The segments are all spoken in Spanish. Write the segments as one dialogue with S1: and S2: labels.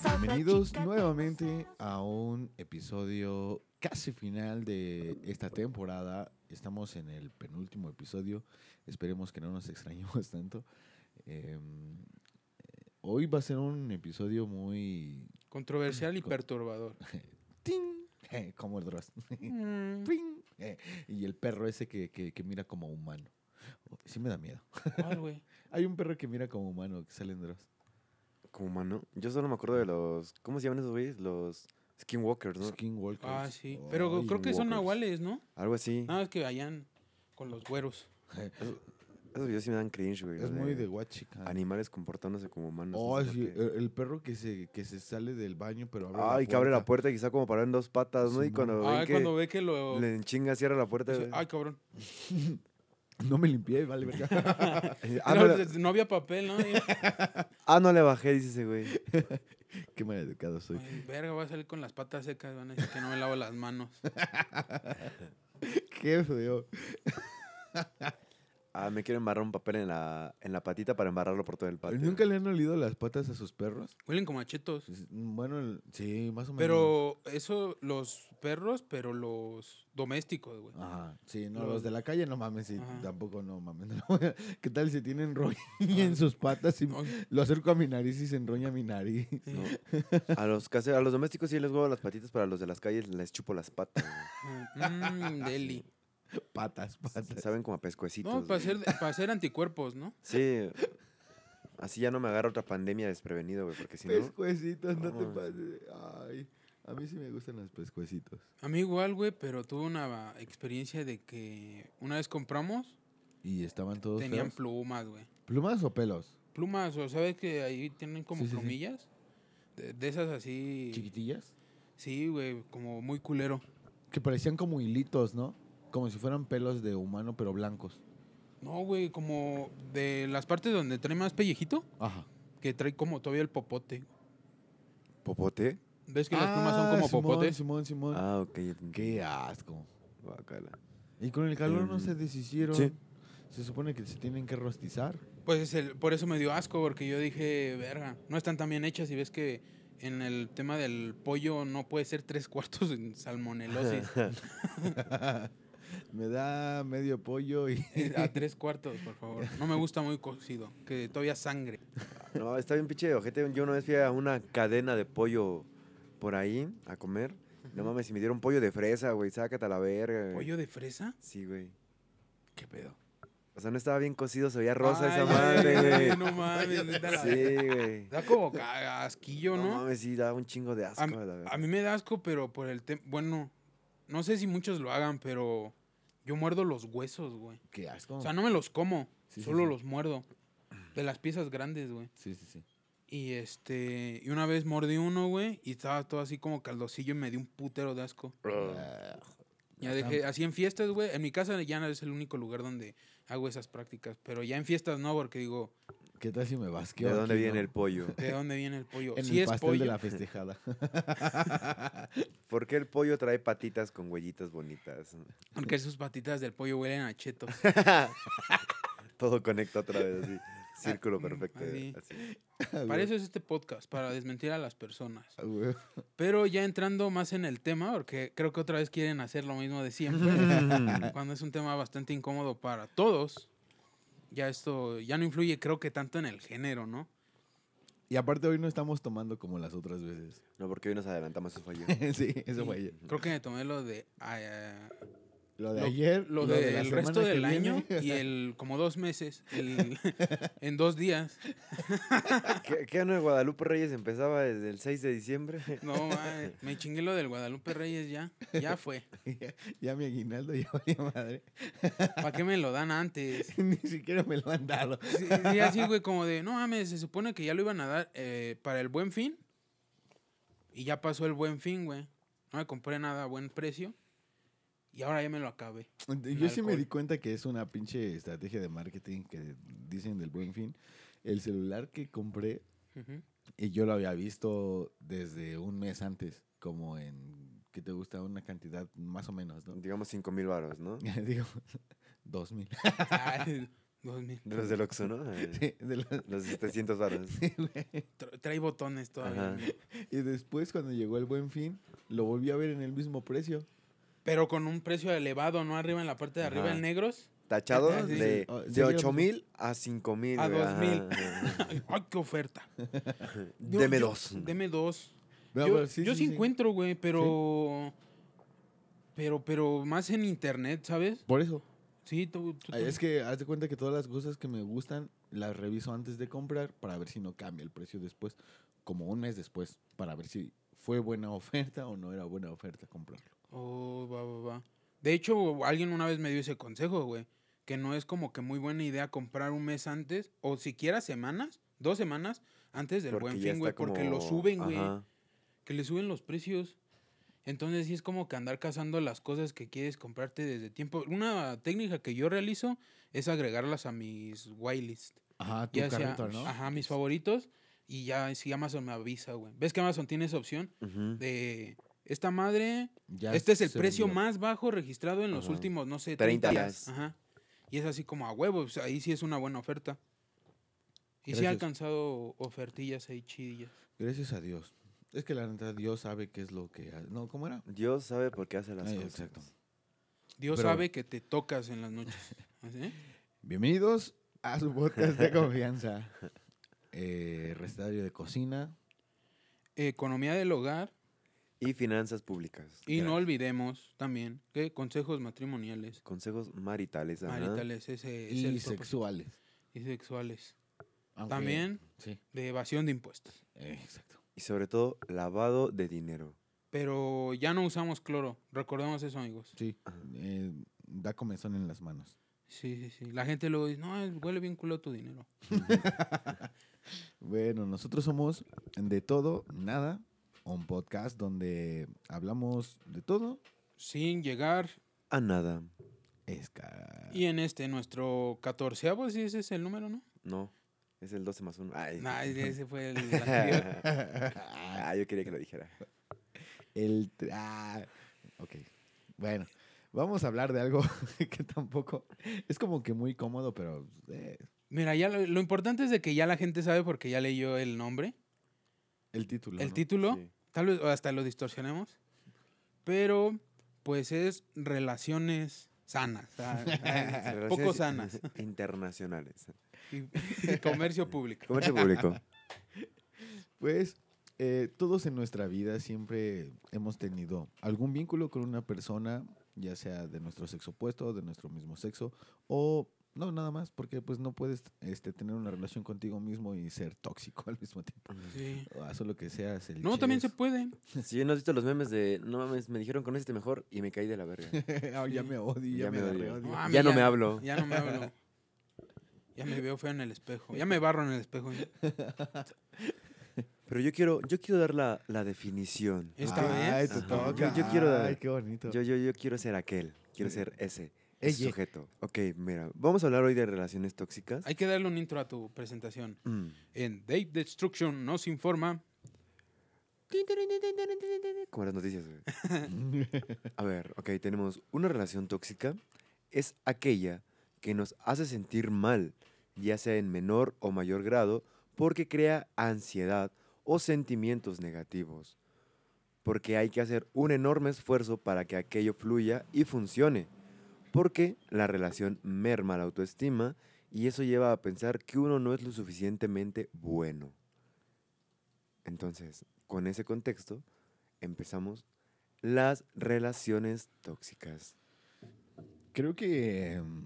S1: bienvenidos nuevamente a un episodio casi final de esta temporada. Estamos en el penúltimo episodio. Esperemos que no nos extrañemos tanto. Eh, eh, hoy va a ser un episodio muy...
S2: Controversial y
S1: Con-
S2: perturbador.
S1: ¡Ting! Eh, Como el Dross. ¡Ping! Eh, y el perro ese que, que- que mira como humano. Oh, Sí me da miedo.
S2: ¿Cuál, güey?
S1: Hay un perro que mira como humano que sale en Dross.
S3: Como humano. Yo solo me acuerdo de los. ¿Cómo se llaman esos güeyes? Los Skinwalkers, ¿no?
S1: Skinwalkers.
S2: Ah, sí. Pero
S1: Ay,
S2: creo que son
S3: walkers.
S2: nahuales, ¿no?
S3: Algo así.
S2: Nada más que vayan con los güeros.
S3: Esos, esos videos sí me dan cringe, güey.
S1: Es
S3: los
S1: muy
S3: de
S1: de guachica.
S3: Animales comportándose como humanos.
S1: Oh,
S3: no sé por
S1: sí,
S3: qué.
S1: el, el perro que se, que se sale del baño, pero abre
S3: Ay, que abre la puerta y quizá como parado en dos patas, ¿no? y
S1: Simón.
S3: cuando ven
S2: Ah,
S3: que
S2: cuando ve que lo...
S3: le enchinga, cierra la puerta.
S2: dice,
S3: güey.
S2: Ay, cabrón.
S1: No me limpié, vale, verga.
S3: ah,
S2: no,
S3: no, le-
S2: pues, no había papel, ¿no? Y-
S3: ah, no le bajé, dice ese güey.
S1: Qué mal educado soy.
S2: Ay, verga, voy a salir con las patas secas. Van a decir que no me lavo las manos.
S1: Qué feo.
S3: Ah, me quiero embarrar un papel en la, en la patita para embarrarlo por todo el patio.
S1: ¿Nunca le han olido las patas a sus perros?
S2: Huelen como a chetos.
S1: Es- Bueno, el- sí, más o menos.
S2: Pero eso, los perros, pero los domésticos, güey.
S1: Ajá, sí, no,
S2: Los-
S1: los de la calle no mames, sí,
S2: Ajá. Ah.
S1: tampoco no mames. no. ¿Qué tal si tienen roña en sus patas y lo acerco a mi nariz y se enroña mi nariz?
S2: Sí.
S3: No. A los, case- a los domésticos sí les huevo las patitas, pero a los de las calles les chupo las patas. güey.
S2: Mm, deli.
S1: Patas, patas.
S3: Saben como a pescuecitos.
S2: No, pues para
S3: güey.
S2: hacer, para hacer anticuerpos, ¿no?
S3: Sí. Así ya no me agarra otra pandemia desprevenido, güey, porque si
S2: Pues,
S3: no.
S1: Pescuecitos, no te
S3: No
S1: pases. Ay, a mí sí me gustan los pescuecitos.
S2: A mí igual, güey, pero tuve una experiencia de que una vez compramos,
S1: Y estaban todos
S2: tenían
S1: feos?
S2: plumas, güey.
S1: plumas o pelos.
S2: Plumas, o sabes que ahí tienen como
S1: Sí, sí, sí.
S2: plumillas. De, de esas así.
S1: chiquitillas
S2: Sí, güey, como muy culero.
S1: que parecían como hilitos, ¿no? Como si fueran pelos de humano pero blancos.
S2: No, güey, como de las partes donde trae más pellejito,
S1: Ajá.
S2: que trae como todavía el popote.
S3: ¿Popote?
S2: ¿Ves que las plumas son como
S1: Ah, Simón,
S2: popotes?
S1: Simón, Simón.
S3: Ah, ok. ya te entendí.
S1: Qué asco.
S3: Guácala.
S1: Y con el calor no
S3: Em,
S1: se deshicieron.
S3: sí.
S1: Se supone que se tienen que rostizar.
S2: Pues es el- por eso me dio asco, porque yo dije, verga, no están tan bien hechas y ves que en el tema del pollo no puede ser tres cuartos en salmonelosis.
S1: Me da medio pollo y
S2: Eh, A tres cuartos, por favor. No me gusta muy cocido, que todavía sangre.
S3: No, está bien pinche ojete. Yo una vez fui a una cadena de pollo por ahí a comer. No mames, si me dieron pollo de fresa, güey. Sácate a la verga, güey.
S2: ¿Pollo de fresa?
S3: Sí, güey.
S2: ¿Qué pedo?
S3: O sea, no estaba bien cocido, se veía rosa esa
S2: Ay,
S3: madre, güey.
S2: No mames, neta, la-
S3: Sí, güey.
S2: Da como ca- asquillo,
S3: No
S2: ¿no?
S3: mames, sí, da un chingo de asco,
S2: a,
S3: la verdad.
S2: a mí me da asco, pero por el tema. Bueno, no sé si muchos lo hagan, pero yo muerdo los huesos, güey.
S1: qué asco.
S2: O sea, no me los como,
S1: Sí, sí,
S2: solo
S1: sí.
S2: los muerdo. De las piezas grandes, güey.
S1: Sí, sí, sí.
S2: Y este. Y una vez mordí uno, güey, y estaba todo así como caldosillo y me dio un putero de asco.
S1: Ah,
S2: Ya
S1: Ajá.
S2: dejé, así en fiestas, güey. En mi casa ya no es el único lugar donde hago esas prácticas. Pero ya en fiestas no, porque digo,
S1: ¿Qué tal si me vasqueo?
S3: ¿De dónde
S1: aquí,
S3: viene
S1: no?
S3: el pollo?
S2: ¿de dónde viene el pollo?
S1: En
S2: si
S1: el
S2: es
S1: pastel
S2: pollo.
S1: de la festejada.
S3: ¿Por qué el pollo trae patitas con huellitas bonitas?
S2: Porque sus patitas del pollo huelen a chetos.
S3: Todo conecta otra vez, así. Círculo
S2: Mm,
S3: perfecto.
S2: así.
S3: así.
S2: Para eso es este podcast, para desmentir a las personas.
S1: Ah, güey.
S2: Pero ya entrando más en el tema, porque creo que otra vez quieren hacer lo mismo de siempre, cuando es un tema bastante incómodo para todos, ya esto ya no influye creo que tanto en el género, ¿no?
S1: Y aparte hoy no estamos tomando como las otras veces.
S3: No, porque hoy nos adelantamos, eso falló.
S1: sí, eso fue ayer.
S2: Creo que me tomé lo de ah,
S1: Lo de
S2: Lo-
S1: ayer,
S2: lo,
S1: de
S2: del
S1: la semana
S2: resto
S1: que
S2: del
S1: viene.
S2: año y el como dos meses el- en dos días
S3: ¿Qué, qué año de Guadalupe Reyes empezaba desde el 6 de diciembre?
S2: no ma, me chingué lo del Guadalupe Reyes ya ya fue
S1: ya, ya mi aguinaldo ya valió madre.
S2: para qué me lo dan antes
S1: Ni siquiera me lo han dado.
S2: sí, sí, así güey como de no mames se supone que ya lo iban a dar eh, para el Buen Fin y ya pasó el Buen Fin güey no me compré nada a buen precio y ahora ya me lo acabé
S1: Yo sí me
S2: alcohol.
S1: di cuenta que es una pinche estrategia de marketing que dicen del buen fin. El celular que compré,
S2: Ujú.
S1: y yo lo había visto desde un mes antes, como en que te gusta una cantidad más o menos, ¿no?
S3: Digamos 5 mil varos, ¿no?
S1: Digo, dos mil.
S2: Ay, Dos mil.
S3: De los del Oxxo, ¿no? Eh,
S1: Sí, de la-
S3: Los 700 varos.
S2: Tra- Trae botones todavía.
S3: Ajá.
S2: mira.
S1: y después, cuando llegó el buen fin, lo volví a ver en el mismo precio.
S2: Pero con un precio elevado, ¿no? Arriba en la parte de arriba
S3: Ajá.
S2: en negros.
S3: Tachado
S2: Ah, sí, sí.
S3: de,
S1: Ah, sí,
S3: de
S1: sí,
S3: 8 mil a 5 mil.
S2: A
S3: güey,
S2: 2,000.
S3: ajá, ajá.
S2: ¡Ay, qué oferta! Yo-
S3: Deme
S2: yo-
S3: dos.
S2: Deme dos.
S1: No,
S2: yo
S1: pero
S2: sí, yo sí encuentro, güey, pero. Pero, pero más en internet, ¿sabes?
S1: Por eso.
S2: Sí, tú. tú-
S1: Ah,
S2: tú-
S1: Es que haz de cuenta que todas las cosas que me gustan las reviso antes de comprar para ver si no cambia el precio después, como un mes después, para ver si fue buena oferta o no era buena oferta comprarlo.
S2: Oh, va, va, va. De hecho, alguien una vez me dio ese consejo, güey. Que no es como que muy buena idea comprar un mes antes, o siquiera semanas, dos semanas antes del buen
S3: ya
S2: fin, güey,
S3: está
S2: porque lo
S3: como-
S2: suben, güey.
S3: ajá.
S2: que le suben los precios. Entonces sí es como que andar cazando las cosas que quieres comprarte desde tiempo. Una técnica que yo realizo es agregarlas a mis whitelist.
S1: Ajá, tu
S2: Ya sea,
S1: carrito, ¿no?
S2: ajá, mis favoritos. Y ya si Amazon me avisa, güey. ¿Ves que Amazon tiene esa opción
S3: Ujú.
S2: de esta madre?
S1: Ya
S2: este es el
S1: se
S2: precio
S1: vendió.
S2: más bajo registrado en los
S3: Ajá.
S2: últimos, no sé,
S3: 30
S2: 30 días.
S3: días.
S2: Ajá. Y es así como a huevos. Ahí sí es una buena oferta. Y sí ha
S1: Gracias.
S2: alcanzado ofertillas ahí chidillas.
S1: Gracias a Dios. Es que la neta, Dios sabe qué es lo que... ha- No, ¿cómo era?
S3: Dios sabe por qué hace las
S1: Ah,
S3: cosas.
S1: exacto.
S2: Dios
S1: Pero-
S2: sabe que te tocas en las noches. ¿Así? ¿eh?
S1: Bienvenidos a su podcast de confianza. Eh, recetario de cocina.
S2: economía del hogar
S3: Y finanzas públicas.
S2: y no
S1: Gracias.
S2: olvidemos también que consejos matrimoniales,
S3: Consejos maritales. ajá.
S2: maritales, ese es
S1: y
S2: el propósito.
S1: sexuales.
S2: y sexuales,
S1: Aunque-
S2: También.
S1: Sí,
S2: de evasión de impuestos.
S1: eh, exacto.
S3: Y sobre todo, lavado de dinero.
S2: Pero ya no usamos cloro, recordemos eso, amigos.
S1: Sí,
S3: Ajá.
S1: eh, da comezón en las manos.
S2: Sí, sí, sí. La gente luego dice, no, es- huele bien culo tu dinero.
S1: Bueno, nosotros somos De Todo, Nada, un podcast donde hablamos de todo.
S2: Sin llegar.
S3: A nada. Ah.
S1: Esca.
S2: Y en este, nuestro catorceavo, si ese es el número, ¿no?
S3: No. Es el 12 más 1. Ay.
S2: Nah, ese fue el anterior.
S3: Ah, yo quería que lo dijera.
S1: El... tr- ah, ok, bueno, vamos a hablar de algo que tampoco... Es como que muy cómodo, pero... eh,
S2: Mira, ya lo, lo importante es de que ya la gente sabe porque ya leyó el nombre,
S1: el título.
S2: el
S1: ¿no?
S2: título.
S3: Sí.
S2: Tal vez hasta lo distorsionemos. Pero, pues es relaciones sanas. ah, ah,
S3: Relaciones
S2: poco sanas.
S3: Internacionales.
S2: Y, y comercio público.
S3: Comercio público.
S1: Pues eh, todos en nuestra vida siempre hemos tenido algún vínculo con una persona, ya sea de nuestro sexo opuesto, de nuestro mismo sexo, o no, nada más, porque pues no puedes este, tener una relación contigo mismo y ser tóxico al mismo tiempo.
S2: Sí.
S1: O haz lo que seas el
S2: No, también se
S1: chef.
S2: puede.
S3: Si no has visto los memes de no mames, me dijeron conócete mejor y me caí de la verga.
S1: Ah, ya
S2: Sí. Ah,
S1: me odio, ya,
S3: Ya
S1: me,
S3: me
S1: agarré
S3: odio.
S1: odio. Ah,
S2: No, a mí
S3: Ya no me hablo.
S2: Ya no me hablo. Ya me veo feo en el espejo. Ya me barro en el espejo.
S3: Pero yo quiero, yo quiero dar la, la definición.
S2: Esta
S1: Ay,
S2: vez.
S1: te
S3: Ajá.
S1: toca.
S3: Yo- yo quiero dar-
S1: Ay, qué bonito.
S3: Yo, yo, yo quiero ser aquel. Quiero
S1: Sí.
S3: ser ese.
S1: Ella.
S3: Ese sujeto. Ok, mira. Vamos a hablar hoy de relaciones tóxicas.
S2: Hay que darle un intro a tu presentación.
S3: Mm.
S2: En Date Destruction nos informa.
S3: Como las noticias, güey. A ver, ok, tenemos una relación tóxica. Es aquella que nos hace sentir mal, ya sea en menor o mayor grado, porque crea ansiedad o sentimientos negativos. Porque hay que hacer un enorme esfuerzo para que aquello fluya y funcione. Porque la relación merma la autoestima y eso lleva a pensar que uno no es lo suficientemente bueno. Entonces, con ese contexto, empezamos las relaciones tóxicas.
S1: Creo que em,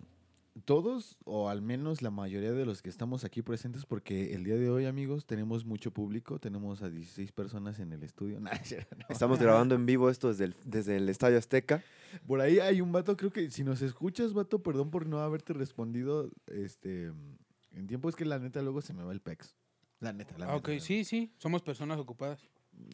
S1: todos, o al menos la mayoría de los que estamos aquí presentes, porque el día de hoy, amigos, tenemos mucho público, tenemos a 16 personas en el estudio. Nah, es cierto, no.
S3: Estamos grabando en vivo esto desde el, desde el Estadio Azteca.
S1: Por ahí hay un vato, creo que si nos escuchas, vato, perdón por no haberte respondido este em, en tiempo, es que la neta luego se me va el pex. La neta, la
S2: Ah,
S1: neta.
S2: ok,
S1: la neta.
S2: sí, sí. Somos personas ocupadas.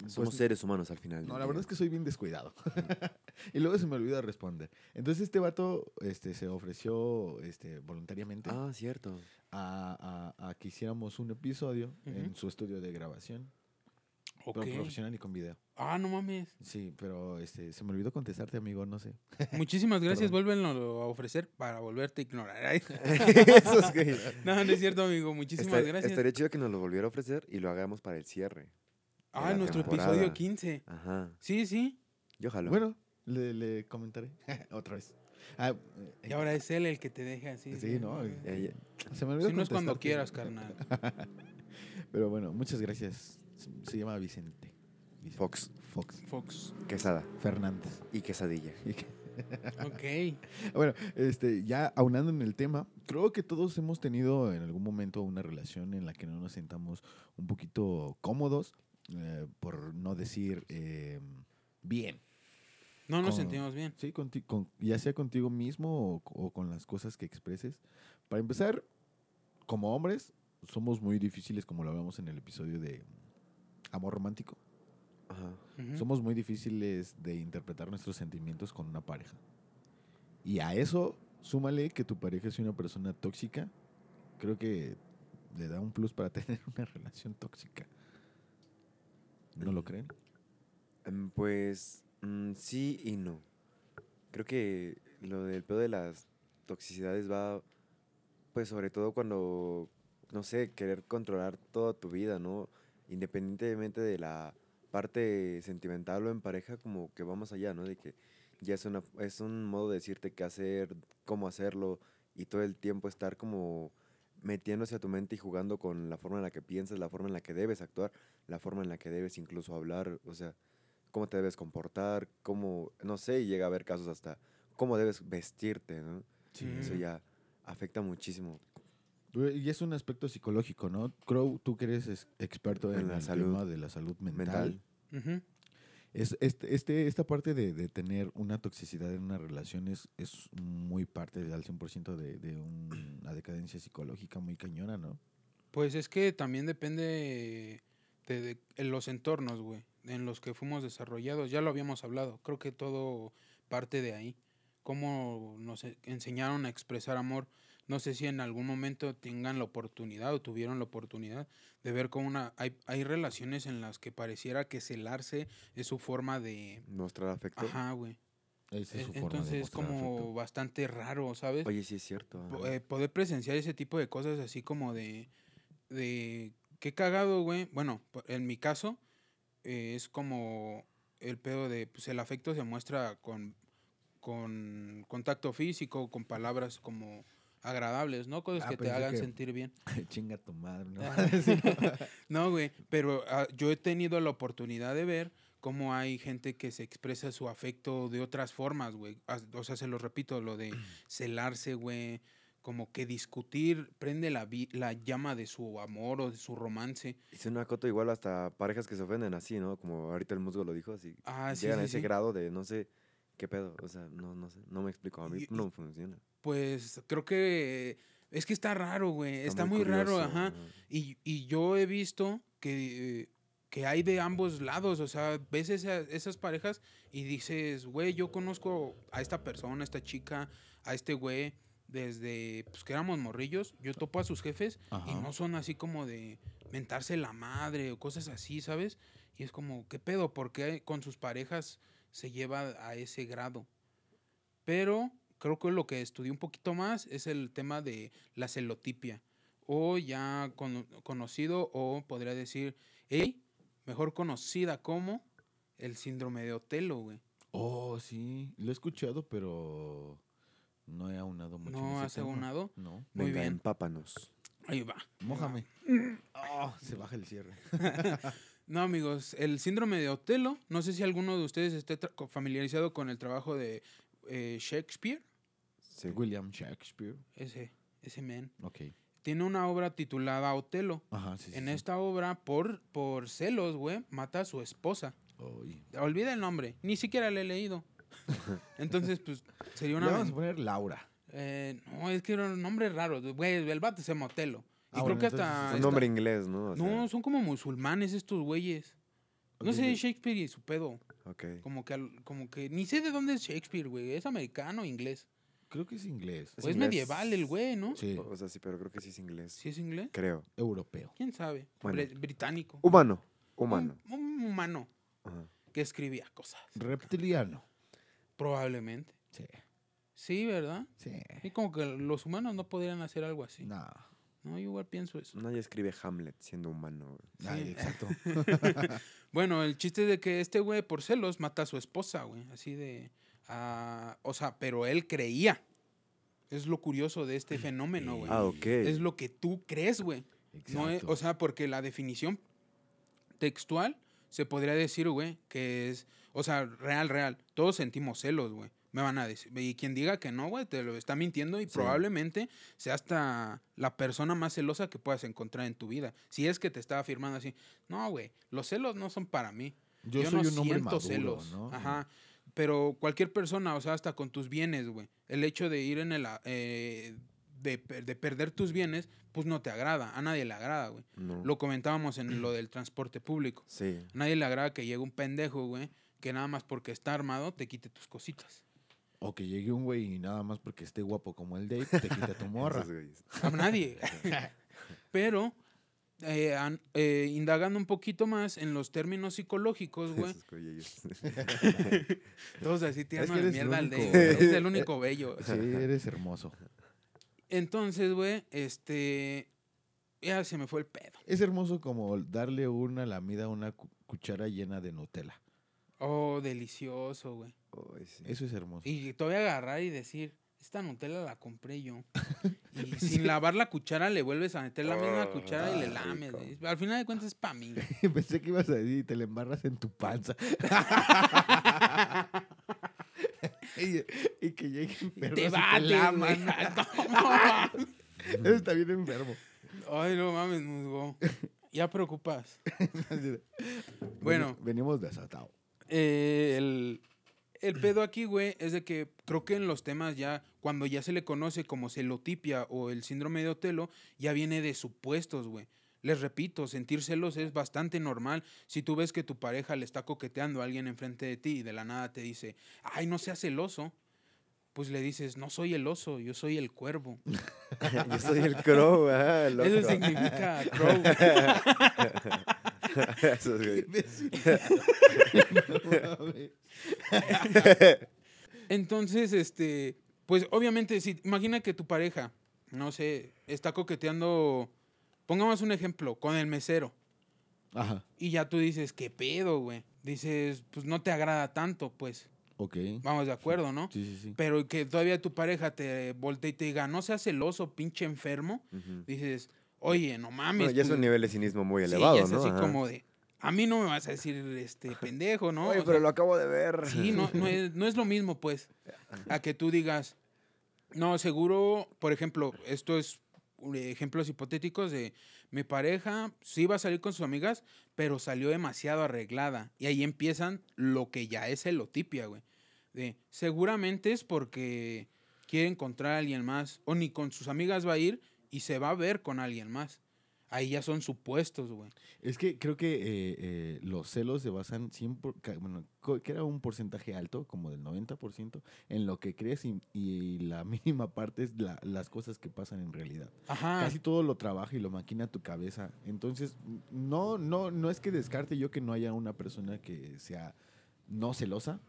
S1: Pues,
S3: Somos seres humanos al final.
S1: No, la verdad es que soy bien descuidado. y luego se me olvida responder. Entonces este vato este, se ofreció este, voluntariamente.
S3: Ah, cierto.
S1: a, a- a que hiciéramos un episodio
S2: Ujú.
S1: en su estudio de grabación,
S2: Ok.
S1: pero profesional y con video.
S2: Ah, no mames.
S1: Sí, pero este, se me olvidó contestarte, amigo, no sé.
S2: Muchísimas gracias,
S1: Perdón.
S2: vuélvenlo a ofrecer para volverte a ignorar. Ay,
S3: Esos güeyes.
S2: no, no es cierto, amigo. Muchísimas
S3: Estar-
S2: gracias.
S3: Estaría chido que nos lo volviera a ofrecer y lo hagamos para el cierre.
S2: ah,
S3: la
S2: nuestro
S3: temporada.
S2: episodio 15.
S3: Ajá.
S2: Sí, sí.
S3: Yo jalo.
S1: Bueno, le, le comentaré otra vez. Ah, eh,
S2: Y ahora es él el que te deja así.
S1: Sí, no,
S2: Si
S3: Ya, ya.
S1: se me olvidó
S2: no es cuando
S1: contestarte.
S2: quieras, carnal.
S1: Pero bueno, muchas gracias. Se- Se llama Vicente. Vicente.
S3: Fox,
S1: Fox.
S2: Fox.
S3: quesada
S1: Fernández.
S3: y quesadilla.
S1: Y que-
S2: Ok.
S1: Bueno, este, ya aunando en el tema, creo que todos hemos tenido en algún momento una relación en la que no nos sentamos un poquito cómodos, eh, por no decir eh, bien.
S2: No nos
S1: Con-
S2: sentimos bien.
S1: Sí, conti- con- ya sea contigo mismo o, co- o con las cosas que expreses. Para empezar, como hombres, somos muy difíciles, como lo hablamos en el episodio de Amor Romántico.
S3: Ajá.
S2: Ujú.
S1: Somos muy difíciles de interpretar nuestros sentimientos con una pareja. Y a eso, súmale que tu pareja es una persona tóxica. Creo que le da un plus para tener una relación tóxica. ¿No lo creen?
S3: Em, Pues mm, sí y no. Creo que lo del pedo de las toxicidades va, pues sobre todo cuando, no sé, querer controlar toda tu vida, ¿no? Independientemente de la parte sentimental o en pareja, como que va más allá, ¿no? De que ya es, una, es un modo de decirte qué hacer, cómo hacerlo y todo el tiempo estar como metiéndose a tu mente y jugando con la forma en la que piensas, la forma en la que debes actuar, la forma en la que debes incluso hablar, o sea, cómo te debes comportar, cómo, no sé, y llega a haber casos hasta cómo debes vestirte, ¿no?
S2: Sí.
S3: Eso
S2: Mm.
S3: ya afecta muchísimo.
S1: Y es un aspecto psicológico, ¿no? Crow, tú que eres es- experto en,
S3: En la
S1: el
S3: salud
S1: tema de la salud mental.
S3: Mental.
S2: Ujú.
S1: Es, este, este- esta parte de, de tener una toxicidad en una relación es, es muy parte del 100% de, de un- una decadencia psicológica muy cañona, ¿no?
S2: Pues es que también depende de, de- en los entornos, güey, en los que fuimos desarrollados. Ya lo habíamos hablado. Creo que todo parte de ahí. Cómo nos e- enseñaron a expresar amor. No sé si en algún momento tengan la oportunidad o tuvieron la oportunidad de ver cómo una, hay, hay relaciones en las que pareciera que celarse es su forma de...
S3: Mostrar afecto.
S2: Ajá, güey.
S1: Esa es
S2: E-
S1: su forma de
S2: Entonces es
S1: mostrar
S2: como
S1: afecto.
S2: bastante raro, ¿sabes?
S3: Oye, sí es cierto. ajá.
S2: po- eh, poder presenciar ese tipo de cosas así como de, de qué cagado, güey. Bueno, po- en mi caso eh, es como el pedo de, pues el afecto se muestra con, con contacto físico, con palabras como agradables, ¿no? Cosas
S1: Ah,
S2: que te
S1: pensé
S2: hagan
S1: que-
S2: sentir bien.
S1: Chinga tu madre, ¿no?
S2: No, güey, pero ah, yo he tenido la oportunidad de ver cómo hay gente que se expresa su afecto de otras formas, güey. As- O sea, se lo repito, lo de celarse, güey, como que discutir prende la, vi- la llama de su amor o de su romance.
S3: Es una coto igual hasta parejas que se ofenden así, ¿no? Como ahorita el musgo lo dijo, así.
S2: Ah, sí,
S3: Llegan a
S2: sí,
S3: ese
S2: sí.
S3: grado de no sé qué pedo. O sea, no, no sé, no me explico. A mí
S2: Y-
S3: no me funciona.
S2: Pues creo que es que está raro, güey. Está, muy, raro,
S3: curioso,
S2: ajá. Y, y yo he visto que, que hay de ambos lados, o sea, ves esa- esas parejas y dices, güey, yo conozco a esta persona, a esta chica, a este güey, desde pues, que éramos morrillos, yo topo a sus jefes y
S1: Ajá.
S2: no son así como de mentarse la madre o cosas así, ¿sabes? Y es como, ¿qué pedo? ¿Por qué con sus parejas se lleva a ese grado? Pero creo que lo que estudié un poquito más es el tema de la celotipia. O ya cono- conocido, o podría decir, hey, mejor conocida como el síndrome de Otelo, güey.
S1: Oh, sí. Lo he escuchado, pero no he aunado mucho. en
S2: ¿No
S1: ese
S2: has
S1: tema.
S2: aunado?
S1: No.
S2: Muy
S3: Venga,
S2: bien.
S3: empápanos.
S2: Ahí va. ahí va.
S1: Mójame. Oh, se baja el cierre.
S2: No, amigos, el síndrome de Otelo, no sé si alguno de ustedes esté tra- co- familiarizado con el trabajo de eh, Shakespeare,
S3: Sí.
S1: William Shakespeare.
S2: ese, ese men.
S1: Ok.
S2: Tiene una obra titulada Otelo.
S1: Ajá, sí. sí,
S2: En
S1: sí.
S2: esta obra, por, por celos, güey, mata a su esposa.
S1: Oy.
S2: Olvida el nombre, ni siquiera le he leído. Entonces, pues, sería una...
S1: Le vamos
S2: men-
S1: a poner Laura.
S2: Eh, no, es que era un nombre raro. Güey, el vato se llama Otelo. Y
S1: Ah,
S2: creo
S1: bueno,
S2: que
S1: entonces
S2: hasta.
S1: es
S3: Un
S2: esta-
S3: nombre inglés, ¿no? O
S2: No,
S3: sea,
S2: son como musulmanes estos güeyes. No
S1: eh. Ok,
S2: sé
S1: ok.
S2: Shakespeare y su pedo.
S3: ok.
S2: Como que, al- como que. Ni sé de dónde es Shakespeare, güey. ¿Es americano o inglés?
S1: Creo que es inglés.
S3: Es
S2: O es
S3: inglés.
S2: medieval el güey, ¿no? Sí.
S1: Sí,
S3: O o sea, sí, pero creo que sí es inglés.
S2: es inglés?
S3: Creo.
S1: europeo.
S2: ¿Quién sabe?
S3: Bueno.
S2: Bre- británico.
S3: Humano.
S2: Un-
S3: Humano.
S2: Un, humano.
S3: Ajá.
S2: que escribía cosas.
S1: Reptiliano.
S2: Probablemente.
S1: Sí,
S2: Sí, ¿verdad?
S1: sí.
S2: Y como que los humanos no podrían hacer algo así. No,
S1: No.
S2: yo igual pienso eso.
S3: Nadie escribe Hamlet siendo humano. güey.
S1: Ay, exacto.
S2: Bueno, el chiste de que este güey por celos mata a su esposa, güey. Así de... ah, o sea, pero él creía. Es lo curioso de este fenómeno, güey.
S3: Ah, ok.
S2: Es lo que tú crees, güey. No es-
S1: Exacto.
S2: o sea, porque la definición textual se podría decir, güey, que es, o sea, real, real. Todos sentimos celos, güey. Me van a decir. Y quien diga que no, güey, te lo está mintiendo y
S3: Sí.
S2: probablemente sea hasta la persona más celosa que puedas encontrar en tu vida. Si es que te está afirmando así, no, güey, los celos no son para mí.
S1: yo, soy
S2: no
S1: un hombre
S2: siento
S1: maduro,
S2: celos.
S1: ¿no?
S2: Ajá. Pero cualquier persona, o sea, hasta con tus bienes, güey. El hecho de ir en el... a- eh, de, per- de perder tus bienes, pues no te agrada. A nadie le agrada, güey.
S3: No.
S2: Lo comentábamos en lo del transporte público.
S3: Sí.
S2: A nadie le agrada que llegue un pendejo, güey, que nada más porque está armado te quite tus cositas.
S1: O que llegue un güey y nada más porque esté guapo como el Dave, te quita tu morra.
S3: Esos güeyes.
S2: A nadie. Pero, eh, an- eh, indagando un poquito más en los términos psicológicos, güey,
S3: Esos güeyes.
S2: todos así tirando la
S1: eres el
S2: mierda al
S1: único,
S2: de.
S1: güey.
S2: Es el único bello.
S1: Sí, eres hermoso.
S2: Entonces, güey, este. Ya se me fue el pedo.
S1: Es hermoso como darle una lamida a una cu- cuchara llena de Nutella.
S2: Oh, delicioso, güey.
S3: Ay, sí.
S1: Eso es hermoso.
S2: Y todavía agarrar y decir, esta Nutella la compré yo. Y sin lavar la cuchara le vuelves a meter la misma
S3: Ah,
S2: cuchara y le
S3: rico.
S2: lames. güey. Al final de cuentas es para mí. güey.
S1: Pensé que ibas a decir y te la embarras en tu panza. y, y que lleguen perros y te
S2: Te bates, güey.
S1: laman.
S2: No mames.
S1: Eso está bien enfermo.
S2: Ay, no mames, musgo. Ya preocupas. Bueno.
S1: Venimos desatados.
S2: Eh, el, el pedo aquí, güey, es de que creo que en los temas ya, cuando ya se le conoce como celotipia o el síndrome de Otelo, ya viene de supuestos, güey. Les repito, sentir celos es bastante normal si tú ves que tu pareja le está coqueteando a alguien enfrente de ti y de la nada te dice, ay, no seas celoso. Pues le dices, no soy el oso, yo soy el cuervo.
S3: Yo soy el crow, ah, loco.
S2: Eso significa crow. güey.
S3: Esos güeyes.
S2: Entonces, este, pues obviamente, si imagina que tu pareja, no sé, está coqueteando, pongamos un ejemplo, con el mesero,
S1: Ajá.
S2: y ya tú dices, ¿qué pedo, güey? Dices, pues no te agrada tanto, pues,
S1: Ok.
S2: vamos de acuerdo, ¿no?
S1: Sí, sí, sí.
S2: Pero que todavía tu pareja te voltee y te diga, no seas celoso, pinche enfermo,
S3: Ujú.
S2: dices, oye, no mames.
S3: Bueno, ya es
S2: pues,
S3: un nivel de cinismo muy
S2: sí,
S3: elevado,
S2: ya es
S3: ¿no?
S2: así
S3: Ajá.
S2: como de, a mí no me vas a decir, este, pendejo, ¿no?
S3: Oye,
S2: O
S3: pero
S2: sea,
S3: lo acabo de ver.
S2: Sí, no, no es, no es lo mismo, pues, a que tú digas, no, seguro, por ejemplo, esto es un- ejemplos hipotéticos de mi pareja sí va a salir con sus amigas, pero salió demasiado arreglada. Y ahí empiezan lo que ya es elotipia, güey. De, seguramente es porque quiere encontrar a alguien más, o ni con sus amigas va a ir y se va a ver con alguien más. Ahí ya son supuestos, güey.
S1: Es que creo que eh, eh, los celos se basan, 100 por- ca- bueno, co- que era un porcentaje alto, como del 90%, en lo que crees y, y la mínima parte es la- las cosas que pasan en realidad.
S2: Ajá.
S1: Casi todo lo trabaja y lo maquina tu cabeza. Entonces, no, no, no es que descarte yo que no haya una persona que sea no celosa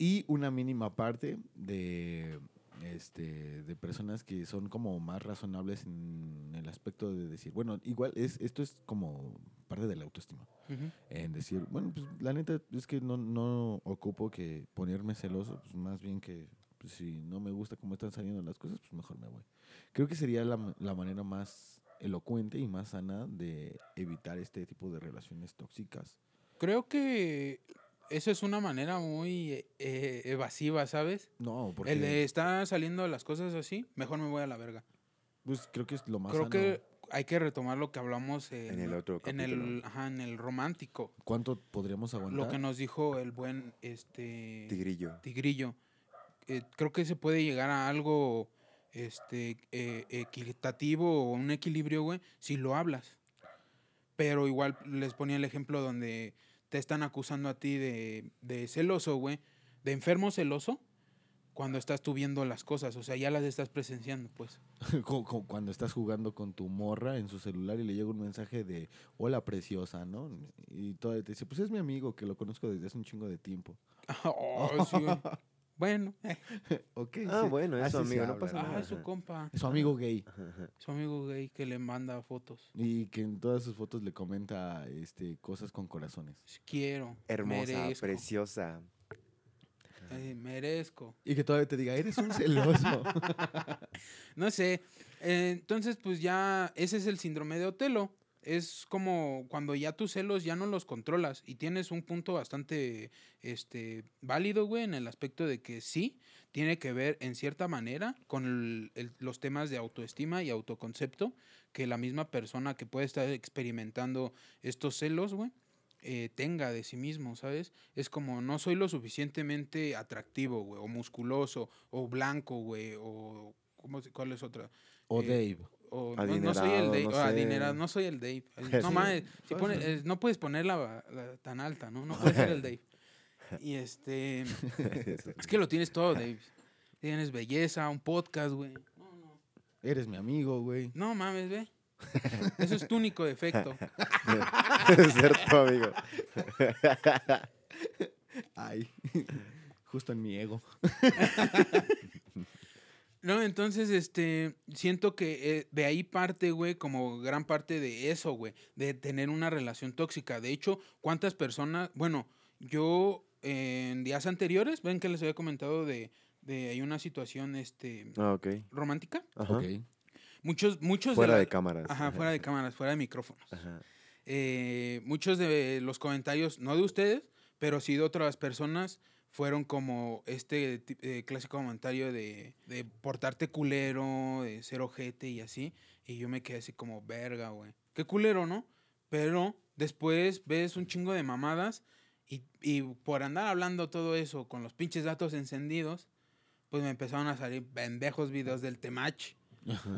S1: y una mínima parte de, este, de personas que son como más razonables en el aspecto de decir, bueno, igual es, esto es como parte de la autoestima
S2: Ujú.
S1: en decir, bueno, pues la neta es que no, no ocupo que ponerme celoso, pues más bien que pues, si no me gusta cómo están saliendo las cosas, pues mejor me voy. Creo que sería la, ma- la manera más elocuente y más sana de evitar este tipo de relaciones tóxicas.
S2: Creo que eso es una manera muy eh, eh, evasiva, ¿sabes?
S1: No, porque
S2: El de está saliendo las cosas así, mejor me voy a la verga.
S1: pues, creo que es lo más
S2: Creo
S1: sano.
S2: que hay que retomar lo que hablamos en,
S3: En el otro
S2: en el-
S3: capítulo. ¿ah?
S2: ajá, en el romántico,
S1: ¿Cuánto podríamos aguantar?
S2: lo que nos dijo el buen este
S3: Tigrillo.
S2: Tigrillo. Eh, creo que se puede llegar a algo este eh, equitativo o un equilibrio, güey, si lo hablas. Pero igual les ponía el ejemplo donde te están acusando a ti de, de celoso, güey, de enfermo celoso. cuando estás tú viendo las cosas, o sea, ya las estás presenciando, pues.
S1: Cu- cu- Cuando estás jugando con tu morra en su celular y le llega un mensaje de hola preciosa, ¿no? Y todavía te dice, pues es mi amigo que lo conozco desde hace un chingo de tiempo.
S2: Oh, sí, güey. Bueno, eh,
S1: Ok.
S3: Ah,
S1: sí,
S3: bueno, es su
S1: así se
S3: amigo, no
S1: habla,
S3: pasa
S2: ah,
S3: nada.
S2: es su compa,
S1: Es su amigo gay.
S2: su amigo gay que le manda fotos.
S1: Y que en todas sus fotos le comenta este, cosas con corazones.
S2: Quiero.
S3: Hermosa,
S2: merezco,
S3: preciosa.
S2: eh, merezco.
S1: Y que todavía te diga, eres un celoso.
S2: No sé. eh, entonces, pues ya ese es el síndrome de Otelo. Es como cuando ya tus celos ya no los controlas y tienes un punto bastante este, válido, güey, en el aspecto de que sí, tiene que ver en cierta manera con el- el- los temas de autoestima y autoconcepto que la misma persona que puede estar experimentando estos celos, güey, eh, tenga de sí mismo, ¿sabes? Es como no soy lo suficientemente atractivo, güey, o musculoso, o blanco, güey, o... ¿cómo se- ¿Cuál es otra?
S1: O
S2: Eh,
S1: Dave.
S2: O no, no soy el
S3: Adinerado,
S2: Dave.
S3: no
S2: o
S3: sé.
S2: adinerado, no soy el Dave. Ay, No
S3: Sí.
S2: mames, si
S1: Pues,
S2: pone-
S1: sí.
S2: eh, no puedes ponerla la- tan alta, ¿no? No puedes ser el Dave. Y este... Es que lo tienes todo, Dave. Tienes belleza, un podcast, güey. No, no.
S1: Eres mi amigo, güey.
S2: No mames, ve. Eso es tu único defecto.
S3: Cierto, amigo.
S1: Ay. Justo en mi ego.
S2: No, entonces, este, siento que eh, de ahí parte, güey, como gran parte de eso, güey, de tener una relación tóxica. De hecho, ¿cuántas personas? Bueno, yo eh, en días anteriores, ven que les había comentado de, de hay una situación, este,
S3: Ah, ok.
S2: romántica.
S3: Ajá.
S1: Ok.
S2: Muchos, muchos.
S3: Fuera
S2: Pues, la-
S3: de cámaras.
S2: Ajá, fuera de cámaras, fuera de micrófonos.
S3: Ajá.
S2: eh, muchos de los comentarios, no de ustedes, pero sí de otras personas, fueron como este ti- eh, clásico comentario de, de portarte culero, de ser ojete y así. Y yo me quedé así como, verga, güey. Qué culero, ¿no? Pero después ves un chingo de mamadas y, y por andar hablando todo eso con los pinches datos encendidos, pues me empezaron a salir pendejos videos del temach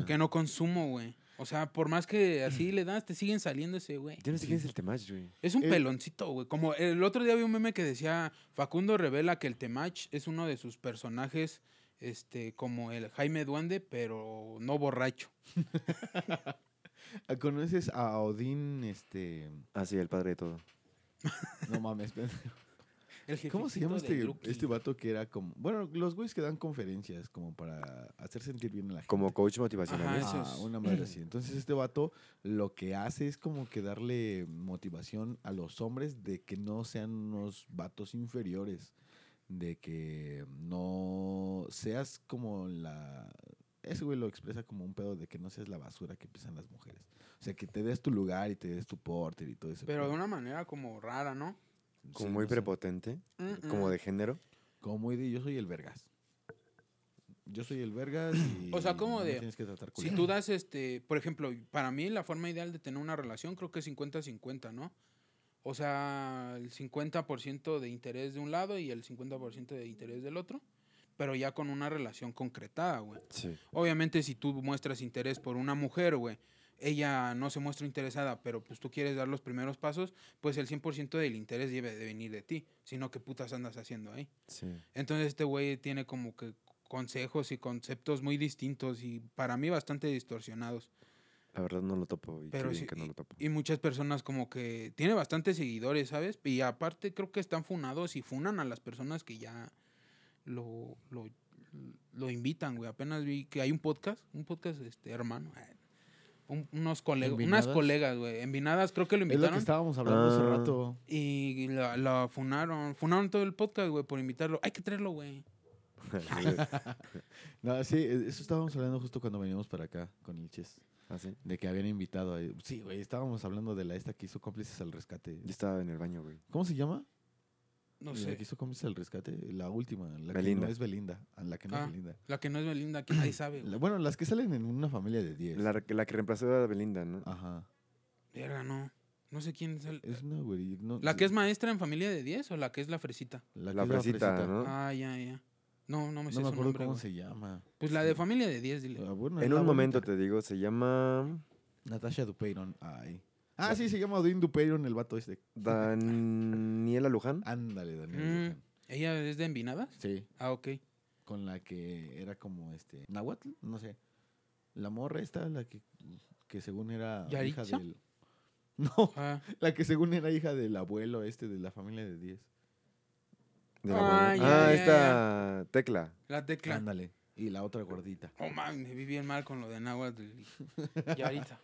S2: que no consumo, güey. O sea, por más que así le das, te siguen saliendo ese, güey.
S3: Yo no sé quién es el Temach, güey.
S2: Es un
S1: Eh,
S2: peloncito, güey. Como el otro día vi un meme que decía, Facundo revela que el Temach es uno de sus personajes, este, como el Jaime Duende, pero no borracho.
S1: Ah, ¿Conoces a Odín, este...
S3: Ah, sí, el padre de todo.
S1: No mames.
S2: El
S1: ¿Cómo se llama
S2: jefecito de
S1: este,
S2: Yuki.
S1: este vato que era como... Bueno, los güeyes que dan conferencias como para hacer sentir bien a la gente.
S3: Como coach
S2: Ajá,
S3: motivacional. ¿no?
S2: es-
S1: Ah,
S2: esos.
S1: una madre así. Entonces este vato lo que hace es como que darle motivación a los hombres de que no sean unos vatos inferiores, de que no seas como la... Ese güey lo expresa como un pedo de que no seas la basura que piensan las mujeres. O sea, que te des tu lugar y te des tu porter y todo eso.
S2: Pero de una manera como rara, ¿no?
S3: Como muy prepotente.
S2: Mm,
S3: Como
S2: mm.
S3: de género.
S1: Como muy de yo soy el vergas. Yo soy el vergas y...
S2: O sea, como
S1: no me
S2: de,
S1: Tienes que tratar
S2: Si
S1: culero.
S2: tú das, este, por ejemplo, para mí la forma ideal de tener una relación creo que es 50-50, ¿no? O sea, el 50% de interés de un lado y el 50% de interés del otro, pero ya con una relación concretada, güey.
S3: Sí.
S2: Obviamente si tú muestras interés por una mujer, güey, ella no se muestra interesada, pero pues tú quieres dar los primeros pasos, pues el 100% del interés debe de venir de ti, sino que putas andas haciendo ahí.
S3: Sí.
S2: Entonces este güey tiene como que consejos y conceptos muy distintos y para mí bastante distorsionados.
S3: La verdad no lo topo. Y
S2: Pero
S3: qué bien
S2: sí,
S3: que no lo topo.
S2: Y muchas personas como que tiene bastantes seguidores, ¿sabes? Y aparte creo que están funados y funan a las personas que ya lo, lo, lo invitan, güey. Apenas vi que hay un podcast, un podcast este hermano. eh, un- unos colegas, unas
S1: ¿Envinadas?
S2: colegas, güey. Envinadas creo que lo
S1: Es lo que
S2: invitaron.
S1: estábamos hablando hace
S3: Ah.
S1: rato.
S2: y la, la funaron, funaron todo el podcast, güey, por invitarlo. Hay que traerlo, güey.
S1: No, sí, e- eso estábamos hablando justo cuando veníamos para acá con el Ches.
S3: ah, sí.
S1: De que habían invitado a... Sí, güey, estábamos hablando de la esta que hizo cómplices al rescate.
S3: Yo estaba en el baño, güey.
S1: ¿Cómo se llama?
S2: No
S1: La
S2: sé.
S1: que hizo cómplices al rescate. La última, la que
S3: Belinda.
S1: no es Belinda. a La que no
S2: Ah.
S1: es Belinda.
S2: La que no es Belinda, que nadie sabe,
S1: La-
S2: güey.
S1: bueno, las que salen en una familia de 10.
S3: La, re- la que reemplazó a Belinda, ¿no?
S1: Ajá.
S2: Verga, no. No sé quién es el-
S1: Es una güerilla, no-
S2: ¿La que es maestra en familia de 10 o la que es la fresita?
S1: La,
S3: la
S1: que es
S3: fresita,
S1: fresita.
S3: ¿no?
S2: Ah, ya, ya. No, no me sé
S1: No me
S2: su
S1: acuerdo
S2: nombre.
S1: cómo
S2: güey.
S1: se llama.
S2: Pues la de familia de 10, dile.
S1: Ah, bueno, es
S3: en
S1: la
S3: un momento
S1: bonita.
S3: te digo, se llama
S1: Natasha Dupeyron. Ay. Ah, sí, se llama Odín Dupeyron, el vato este.
S3: Daniela Luján.
S1: Ándale, Daniel.
S2: Mm.
S1: Luján.
S2: ¿Ella es de Envinadas?
S1: Sí.
S2: Ah, ok.
S1: con la que era como este. Nahuatl, no sé. La morra esta, la que, que según era hija
S2: ¿Yaritza?
S1: del. No,
S2: Ah,
S1: la que según era hija del abuelo este de la familia de 10.
S3: De la
S2: Ah,
S3: mano.
S2: ya,
S3: ah,
S2: ya,
S3: esta tecla.
S2: la tecla.
S1: Ándale. Y la otra gordita.
S2: Oh, man, me vi bien mal con lo de náhuatl. y- Y ahorita.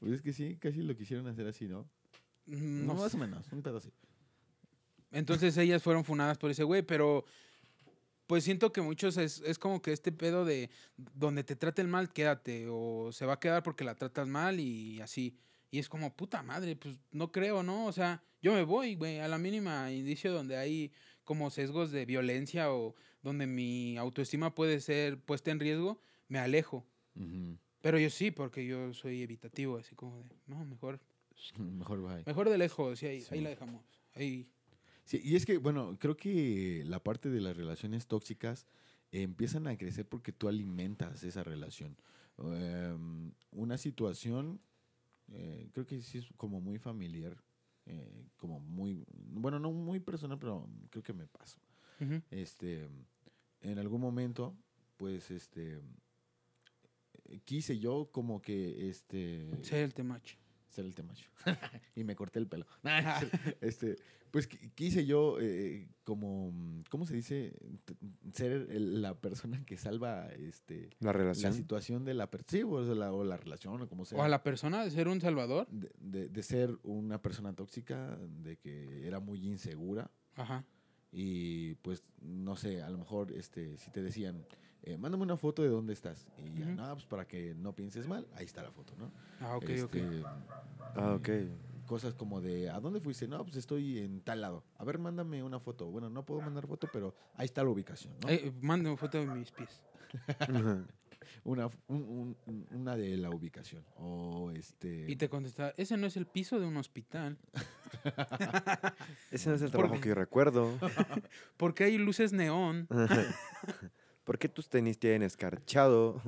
S1: Pues es que sí, casi lo quisieron hacer así, ¿no?
S2: Mm,
S1: No,
S2: No
S1: más
S2: sé.
S1: o menos, un pedo así.
S2: Entonces ellas fueron funadas por ese güey, pero pues siento que muchos es, es como que este pedo de donde te trate el mal, quédate, o se va a quedar porque la tratas mal y así. Y es como, puta madre, pues no creo, ¿no? O sea, yo me voy, güey, a la mínima indicio donde hay como sesgos de violencia o donde mi autoestima puede ser puesta en riesgo, me alejo. Pero yo sí, porque yo soy evitativo, así como de, no, mejor,
S1: Mejor bye.
S2: mejor de lejos, y ahí, ahí
S1: Sí.
S2: la dejamos. Ahí.
S1: Sí, y es que, bueno, creo que la parte de las relaciones tóxicas eh, empiezan a crecer porque tú alimentas esa relación. Em, una situación, eh, creo que sí es como muy familiar, eh, como muy, bueno, no muy personal, pero creo que me pasó.
S2: Ujú.
S1: Este, en algún momento, pues, este, eh, quise yo como que, este...
S2: Sé el temacho.
S1: ser el temacho. y me corté el pelo. este, pues qui- quise yo eh, como, mm, ¿cómo se dice? T- Ser el- la persona que salva este,
S3: La
S1: la
S3: relación.
S1: situación de la persona, o, la, o la relación, o como sea.
S2: O a la persona de ser un salvador.
S1: de, de- de ser una persona tóxica, de que era muy insegura.
S2: Ajá.
S1: Y pues, no sé, a lo mejor este, si te decían, eh, mándame una foto de dónde estás. Y ya,
S2: Ujú.
S1: no, pues para que no pienses mal, ahí está la foto, ¿no?
S2: Ah, ok, ok.
S1: Este,
S3: Ah, ok.
S1: cosas como de ¿a dónde fuiste? No, pues estoy en tal lado. A ver, mándame una foto. Bueno, no puedo mandar foto, pero ahí está la ubicación, ¿no?
S2: Eh, mándame foto de mis pies.
S3: Ajá.
S1: Una, f- un- un- una de la ubicación. O este.
S2: Y te contesta, ese no es el piso de un hospital.
S3: Ese no es el
S2: ¿Por
S3: trabajo
S2: qué?
S3: que yo recuerdo.
S2: Porque hay luces neón.
S3: Ah. ¿Por qué tus tenis tienen escarchado?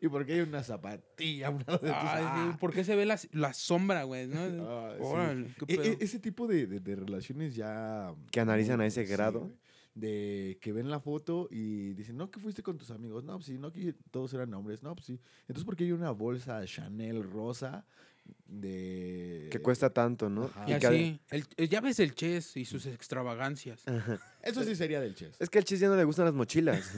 S1: ¿Y por qué hay una zapatilla a un lado de tus-
S2: Ay,
S1: ¡Ah!
S2: güey, ¿Por qué se ve la, la sombra, güey? ¿no?
S1: Ah, sí.
S2: Órale, qué
S1: E-
S2: pedo.
S1: e- ese tipo de, de- de relaciones ya.
S3: Que analizan a ese
S1: sí,
S3: grado.
S1: güey. de que ven la foto y dicen, no, que fuiste con tus amigos. No, pues sí, no, que todos eran hombres. No, pues sí. Entonces, ¿por qué hay una bolsa Chanel rosa de.
S3: que cuesta tanto, ¿no?
S1: Ajá.
S2: Y
S3: que-
S2: así, el- eh, ya ves el Chess y sus extravagancias.
S1: Eso sí sería del chess.
S3: Es que al chis ya no le gustan las mochilas.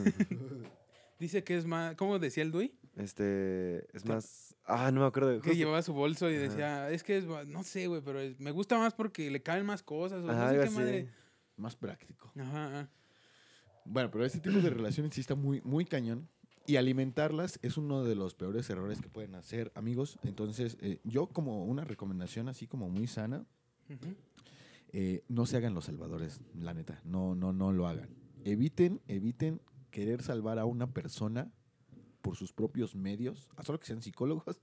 S2: Dice que es más, ¿cómo decía el Dui?
S3: Este, es más... Ah, no me acuerdo.
S2: Que
S3: justo-
S2: llevaba su bolso y
S3: Ajá.
S2: decía, es que es, ma- no sé, güey, pero es- me gusta más porque le caben más cosas. O
S3: Ajá,
S2: no sé
S3: algo
S2: qué
S3: así.
S2: madre.
S1: Más práctico.
S2: Ajá, ajá.
S1: Bueno, pero este tipo de relaciones sí está muy, muy cañón. Y alimentarlas es uno de los peores errores que pueden hacer, amigos. Entonces, eh, yo como una recomendación así como muy sana,
S2: Ujú.
S1: eh, no se hagan los salvadores, la neta. No, no, no lo hagan. Eviten, eviten querer salvar a una persona por sus propios medios, a solo que sean psicólogos.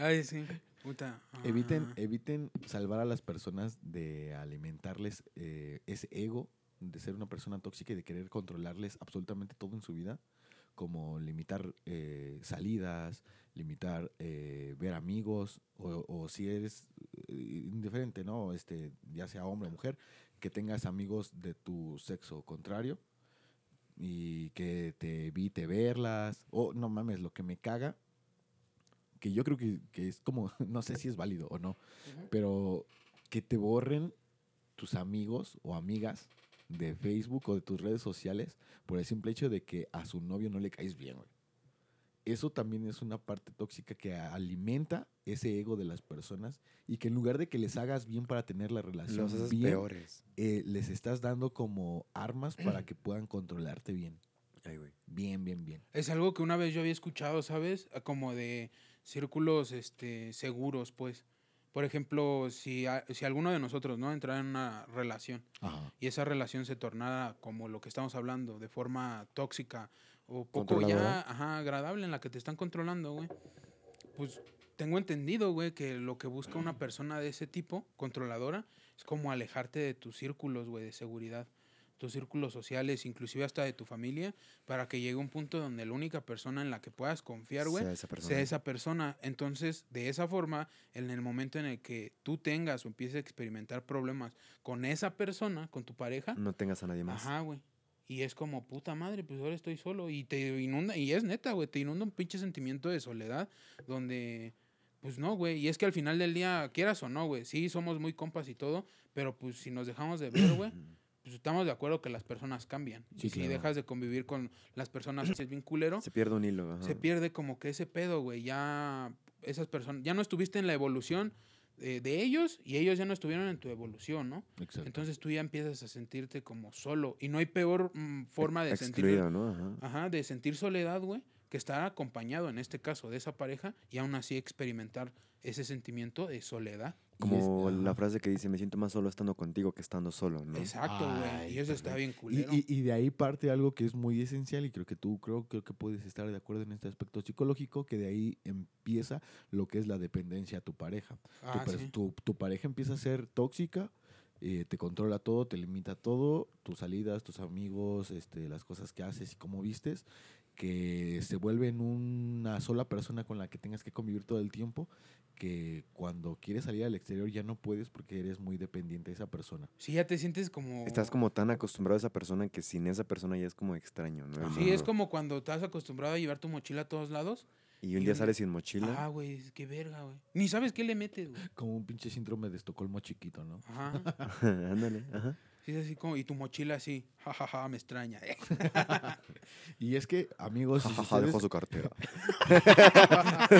S2: Ay, sí. Puta.
S1: Eviten,
S2: Ah.
S1: eviten salvar a las personas de alimentarles eh, ese ego de ser una persona tóxica y de querer controlarles absolutamente todo en su vida, como limitar eh, salidas, limitar eh, ver amigos, o, o si eres eh, indiferente, ¿no? Este, ya sea hombre o mujer, que tengas amigos de tu sexo contrario y que te evite verlas. O no mames, lo que me caga, que yo creo que, que es como, no sé si es válido o no,
S2: Ujú.
S1: pero que te borren tus amigos o amigas de Facebook o de tus redes sociales por el simple hecho de que a su novio no le caes bien, güey. Eso también es una parte tóxica que a- alimenta ese ego de las personas y que en lugar de que les hagas bien para tener la relación
S3: Los haces
S1: bien,
S3: peores.
S1: eh, les estás dando como armas para que puedan controlarte bien.
S3: Ay, güey.
S1: Bien, bien, bien.
S2: Es algo que una vez yo había escuchado, ¿sabes? Ah, Como de círculos este, seguros, pues. Por ejemplo, si, a- si alguno de nosotros, ¿no? Entrara en una relación
S1: Ajá.
S2: y esa relación se tornara como lo que estamos hablando, de forma tóxica o poco ya
S3: Controladora.
S2: ajá, agradable en la que te están controlando, güey. Pues tengo entendido, güey, que lo que busca una persona de ese tipo, controladora, es como alejarte de tus círculos, güey, de seguridad. tus círculos sociales, inclusive hasta de tu familia, para que llegue un punto donde la única persona en la que puedas confiar, güey,
S3: sea esa persona.
S2: sea esa persona. Entonces, de esa forma, en el momento en el que tú tengas o empieces a experimentar problemas con esa persona, con tu pareja,
S3: No tengas a nadie más.
S2: ajá, güey. Y es como, puta madre, pues ahora estoy solo. Y te inunda, y es neta, güey, te inunda un pinche sentimiento de soledad donde, pues no, güey. Y es que al final del día, quieras o no, güey, sí, somos muy compas y todo, pero pues si nos dejamos de ver, güey,
S3: Mm.
S2: pues estamos de acuerdo que las personas cambian.
S1: Sí,
S2: y si
S1: claro.
S2: dejas de convivir con las personas, si es bien culero,
S3: Se pierde un hilo. ajá.
S2: se pierde como que ese pedo, güey. Ya esas personas, ya no estuviste en la evolución eh, de ellos y ellos ya no estuvieron en tu evolución, ¿no?
S1: Exacto.
S2: Entonces tú ya empiezas a sentirte como solo y no hay peor mm, forma de Ah, sentir,
S3: Excluido, ¿no? Ajá.
S2: ajá, de sentir soledad, güey, que estar acompañado en este caso de esa pareja y aún así experimentar ese sentimiento de soledad.
S3: Como
S1: es-
S3: la
S1: ajá.
S3: frase que dice, me siento más solo estando contigo que estando solo, ¿no?
S2: Exacto, güey.
S1: Ay,
S2: Y eso está
S1: perfecto.
S2: bien
S1: Y,
S2: culero.
S1: y- y de ahí parte algo que es muy esencial y creo que tú creo, creo que puedes estar de acuerdo en este aspecto psicológico, que de ahí empieza lo que es la dependencia a tu pareja.
S2: Ah,
S1: tu, per-
S2: sí.
S1: tu- tu pareja empieza a ser tóxica, eh, te controla todo, te limita todo, tus salidas, tus amigos, este, las cosas que haces y cómo vistes, que se vuelve en una sola persona con la que tengas que convivir todo el tiempo, que cuando quieres salir al exterior ya no puedes porque eres muy dependiente de esa persona.
S2: Sí, ya te sientes como...
S3: Estás como tan acostumbrado a esa persona que sin esa persona ya es como extraño, ¿no?
S2: Sí, es
S3: Ajá.
S2: como cuando estás acostumbrado a llevar tu mochila a todos lados.
S3: Y un
S2: y
S3: día
S2: un-
S3: sales sin mochila.
S2: Ah, güey, es que verga, güey. Ni sabes qué le metes, güey.
S1: Como un pinche síndrome de Estocolmo chiquito, ¿no?
S2: Ajá.
S3: Ándale, ajá.
S2: Sí, es así como, y tu mochila así, jajaja, me extraña. Eh,
S1: Y es que, amigos,
S2: Pues,
S1: si
S3: Jajaja, dejó
S1: ustedes-
S3: su cartera.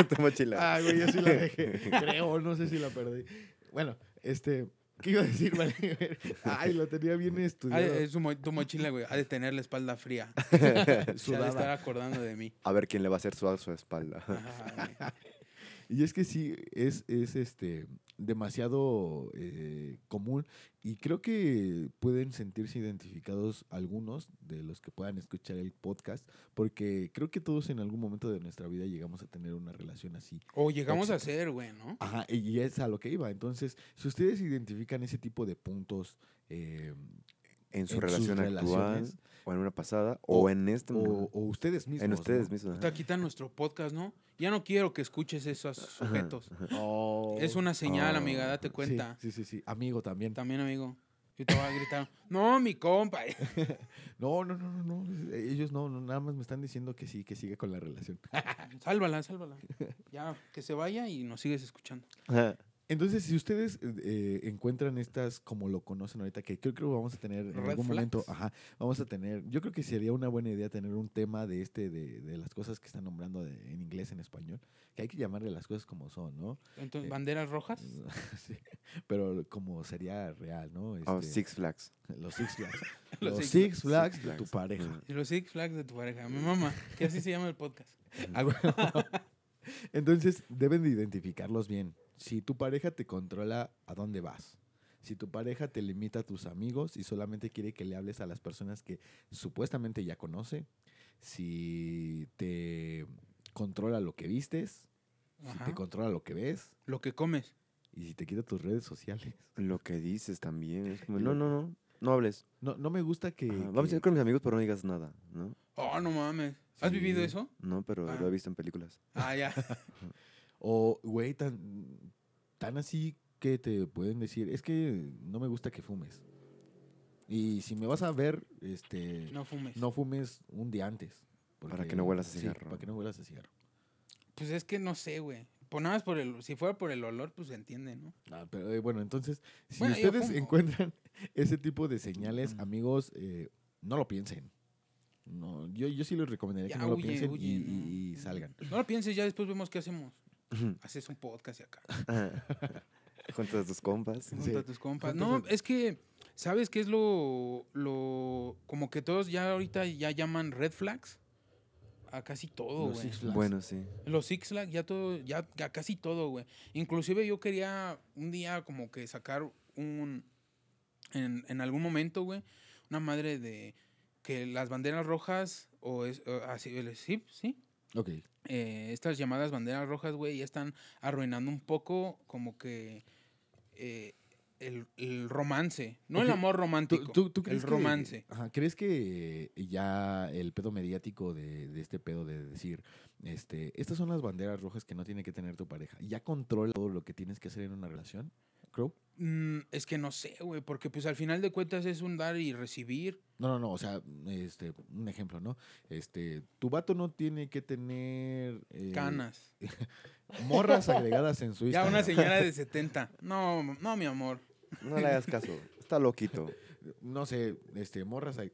S3: tu mochila.
S1: Ay, Ah, güey, yo sí la dejé. Creo, no sé si la perdí. Bueno, este. ¿Qué iba a decir, vale? Ay, lo tenía bien
S2: Ha
S1: estudiado.
S2: de- es su mo- tu mochila, güey, ha de tener la espalda fría. Se ha de
S1: Sudada.
S2: estar acordando de mí.
S3: A ver quién le va a hacer sudar su espalda.
S2: Ajá, güey.
S1: Y es que sí, es, es este demasiado eh, común y creo que pueden sentirse identificados algunos de los que puedan escuchar el podcast, porque creo que todos en algún momento de nuestra vida llegamos a tener una relación así.
S2: O llegamos a ser, güey, ¿no?
S1: Ajá, y- y es a lo que iba. Entonces, si ustedes identifican ese tipo de puntos eh,
S3: En su
S1: En sus
S3: relación actual,
S1: relaciones.
S3: o en una pasada, o, en este
S1: o,
S3: momento.
S1: o ustedes mismos.
S3: En ustedes
S1: ¿no?
S3: mismos.
S2: Te quitan nuestro podcast, ¿no? Ya no quiero que escuches esos sujetos.
S1: Oh.
S2: Es una señal,
S3: Oh.
S2: amiga, date cuenta.
S1: Sí, sí, sí, sí. Amigo también.
S2: También, amigo. Yo te voy a gritar, no, mi compa.
S1: No, no, no, no, no. eh, Ellos no, no, nada más me están diciendo que sí, que siga con la relación.
S2: Sálvala, sálvala. Ya, que se vaya y nos sigues escuchando.
S3: ajá.
S1: Entonces, si ustedes eh, eh, encuentran estas como lo conocen ahorita, que creo que lo vamos a tener en
S2: Red
S1: algún momento,
S2: flags.
S1: ajá, vamos a tener, yo creo que sería una buena idea tener un tema de este, de, de las cosas que están nombrando de- en inglés, en español, que hay que llamarle las cosas como son, ¿no?
S2: Entonces,
S1: Eh,
S2: ¿banderas rojas?
S1: Sí, Pero como sería real, ¿no?
S3: O
S1: Este,
S3: Six Flags.
S1: Los Six Flags.
S2: Los
S1: los
S2: Six
S1: Six Flags
S3: Oh, Six
S1: de tu
S3: Flags.
S1: pareja.
S3: Ajá.
S2: Y los Six Flags de tu pareja. Mi mamá, que así se llama el podcast.
S1: Ah, bueno. Entonces, deben de identificarlos bien. Si tu pareja te controla, ¿a dónde vas? Si tu pareja te limita a tus amigos y solamente quiere que le hables a las personas que supuestamente ya conoce. Si te controla lo que vistes, si te
S2: Ajá.
S1: controla lo que ves
S2: Lo que comes.
S1: y si te quita tus redes sociales.
S3: Lo que dices también. es como,
S1: Y
S3: no,
S1: lo-
S3: no, no. No hables.
S1: No, no me gusta que...
S3: Ajá, Vamos a
S1: que-
S3: ir con mis amigos, pero no digas nada, ¿no?
S2: Oh, no mames. ¿Has vivido
S1: Sí.
S2: eso?
S3: No, pero
S2: Ah.
S3: lo he visto en películas.
S2: Ah, ya.
S1: O, güey, tan, tan así que te pueden decir, es que no me gusta que fumes. Y si me vas a ver, este, no,
S2: No fumes.
S1: fumes un día antes.
S3: Para que
S1: porque-
S3: no huelas a
S1: sí,
S3: cigarro.
S1: para que no huelas a cigarro.
S2: Pues es que no sé, güey. Pues nada más por el... Si fuera por el olor, pues se entiende, ¿no?
S1: Ah, pero, eh, bueno, entonces, si
S2: Bueno, yo
S1: ustedes
S2: fumo.
S1: encuentran ese tipo de señales,
S3: Ujú.
S1: amigos, eh, no lo piensen. No, yo, yo sí les recomendaría
S2: Ya,
S1: que no lo
S2: huye,
S1: piensen y-
S2: huye,
S1: y,
S2: ¿no? Mm.
S1: y salgan.
S2: No lo pienses, ya después vemos qué hacemos. Haces un podcast y acá.
S3: Juntas a tus compas.
S2: Junta a tus compas.
S1: Juntas
S2: No,
S1: a-
S2: es que... ¿Sabes qué es lo, lo... Como que todos ya ahorita ya llaman red flags? A casi todo,
S1: Los
S2: güey.
S1: Six Flags.
S3: Bueno, sí.
S2: Los Six Flags, ya todo, ya, ya casi todo, güey. Inclusive yo quería un día como que sacar un, en, en algún momento, güey, una madre de que las banderas rojas, o es, o así, el- sí, sí,
S1: Ok.
S2: eh, estas llamadas banderas rojas, güey, ya están arruinando un poco como que eh, el, el romance. No el
S1: Ok,
S2: amor
S1: ¿Tú-
S2: romántico.
S1: tú- tú
S2: el
S1: crees que-
S2: romance.
S1: ajá, ¿Crees que ya el pedo mediático de, de este pedo de decir, este, estas son las banderas rojas que no tiene que tener tu pareja, ya controla todo lo que tienes que hacer en una relación? Crow?
S2: Mm, es que no sé, güey, porque pues al final de cuentas es un dar y recibir.
S1: No, no, no, o sea, este, un ejemplo, ¿no? Este, tu vato no tiene que tener eh,
S2: Canas.
S1: morras agregadas en su
S2: Ya
S1: Instagram.
S2: una señora de 70. No, no, mi amor.
S3: No le hagas caso. Está loquito.
S1: No sé, este, morras ag-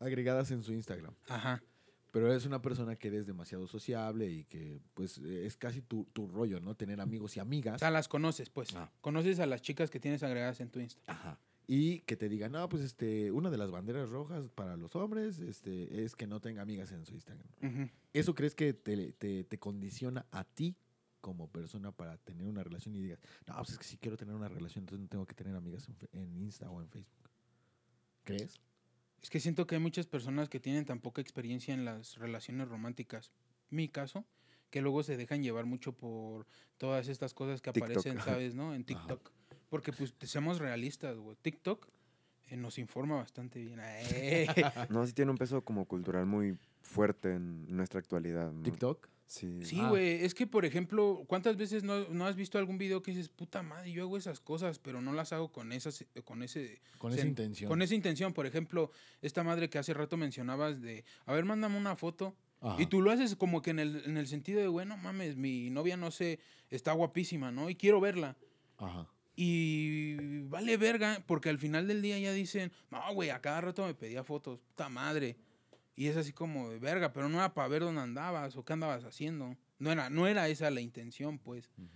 S1: agregadas en su Instagram.
S2: Ajá.
S1: Pero eres una persona que eres demasiado sociable y que, pues, es casi tu, tu rollo, ¿no? Tener amigos y
S2: O
S1: amigas.
S2: sea, las conoces, pues.
S1: Ah.
S2: Conoces a las chicas que tienes agregadas en tu Insta.
S1: Ajá. Y que te digan, no, pues, este, una de las banderas rojas para los hombres este, es que no tenga amigas en su Instagram.
S2: Ujú.
S1: ¿Eso crees que te, te- te condiciona a ti como persona para tener una relación y digas, no, pues es que si quiero tener una relación, entonces no tengo que tener amigas en, fe- en Insta o en Facebook? ¿Crees?
S2: Es que siento que hay muchas personas que tienen tan poca experiencia en las relaciones románticas. Mi caso, que luego se dejan llevar mucho por todas estas cosas que
S3: TikTok.
S2: aparecen, ¿sabes? ¿No? En
S1: Ajá.
S2: TikTok. Porque, pues, te- seamos realistas, güey. TikTok eh, nos informa bastante bien. ¡Eh!
S1: Ah.
S3: No, sí tiene un peso como cultural muy fuerte en nuestra actualidad.
S2: Mm.
S3: ¿no?
S1: ¿TikTok?
S3: Sí.
S2: Sí,
S1: Ah.
S2: güey. Es que, por ejemplo, ¿cuántas veces no, no has visto algún video que dices, puta madre, yo hago esas cosas, pero no las hago con, esas, con ese
S1: Con esa
S2: Sen-
S1: intención.
S2: Con esa intención, por ejemplo, esta madre que hace rato mencionabas de, a ver, mándame una foto.
S1: Ajá.
S2: Y tú lo haces como que en el, en el sentido de, bueno, mames, mi novia no sé, está guapísima, ¿no? Y quiero verla.
S1: Ajá.
S2: Y vale verga, porque al final del día ya dicen, no, güey, a cada rato me pedía fotos, puta madre. Y es así como de verga, pero no era para ver dónde andabas o qué andabas haciendo. No era, no era esa la intención, pues.
S1: Ujú.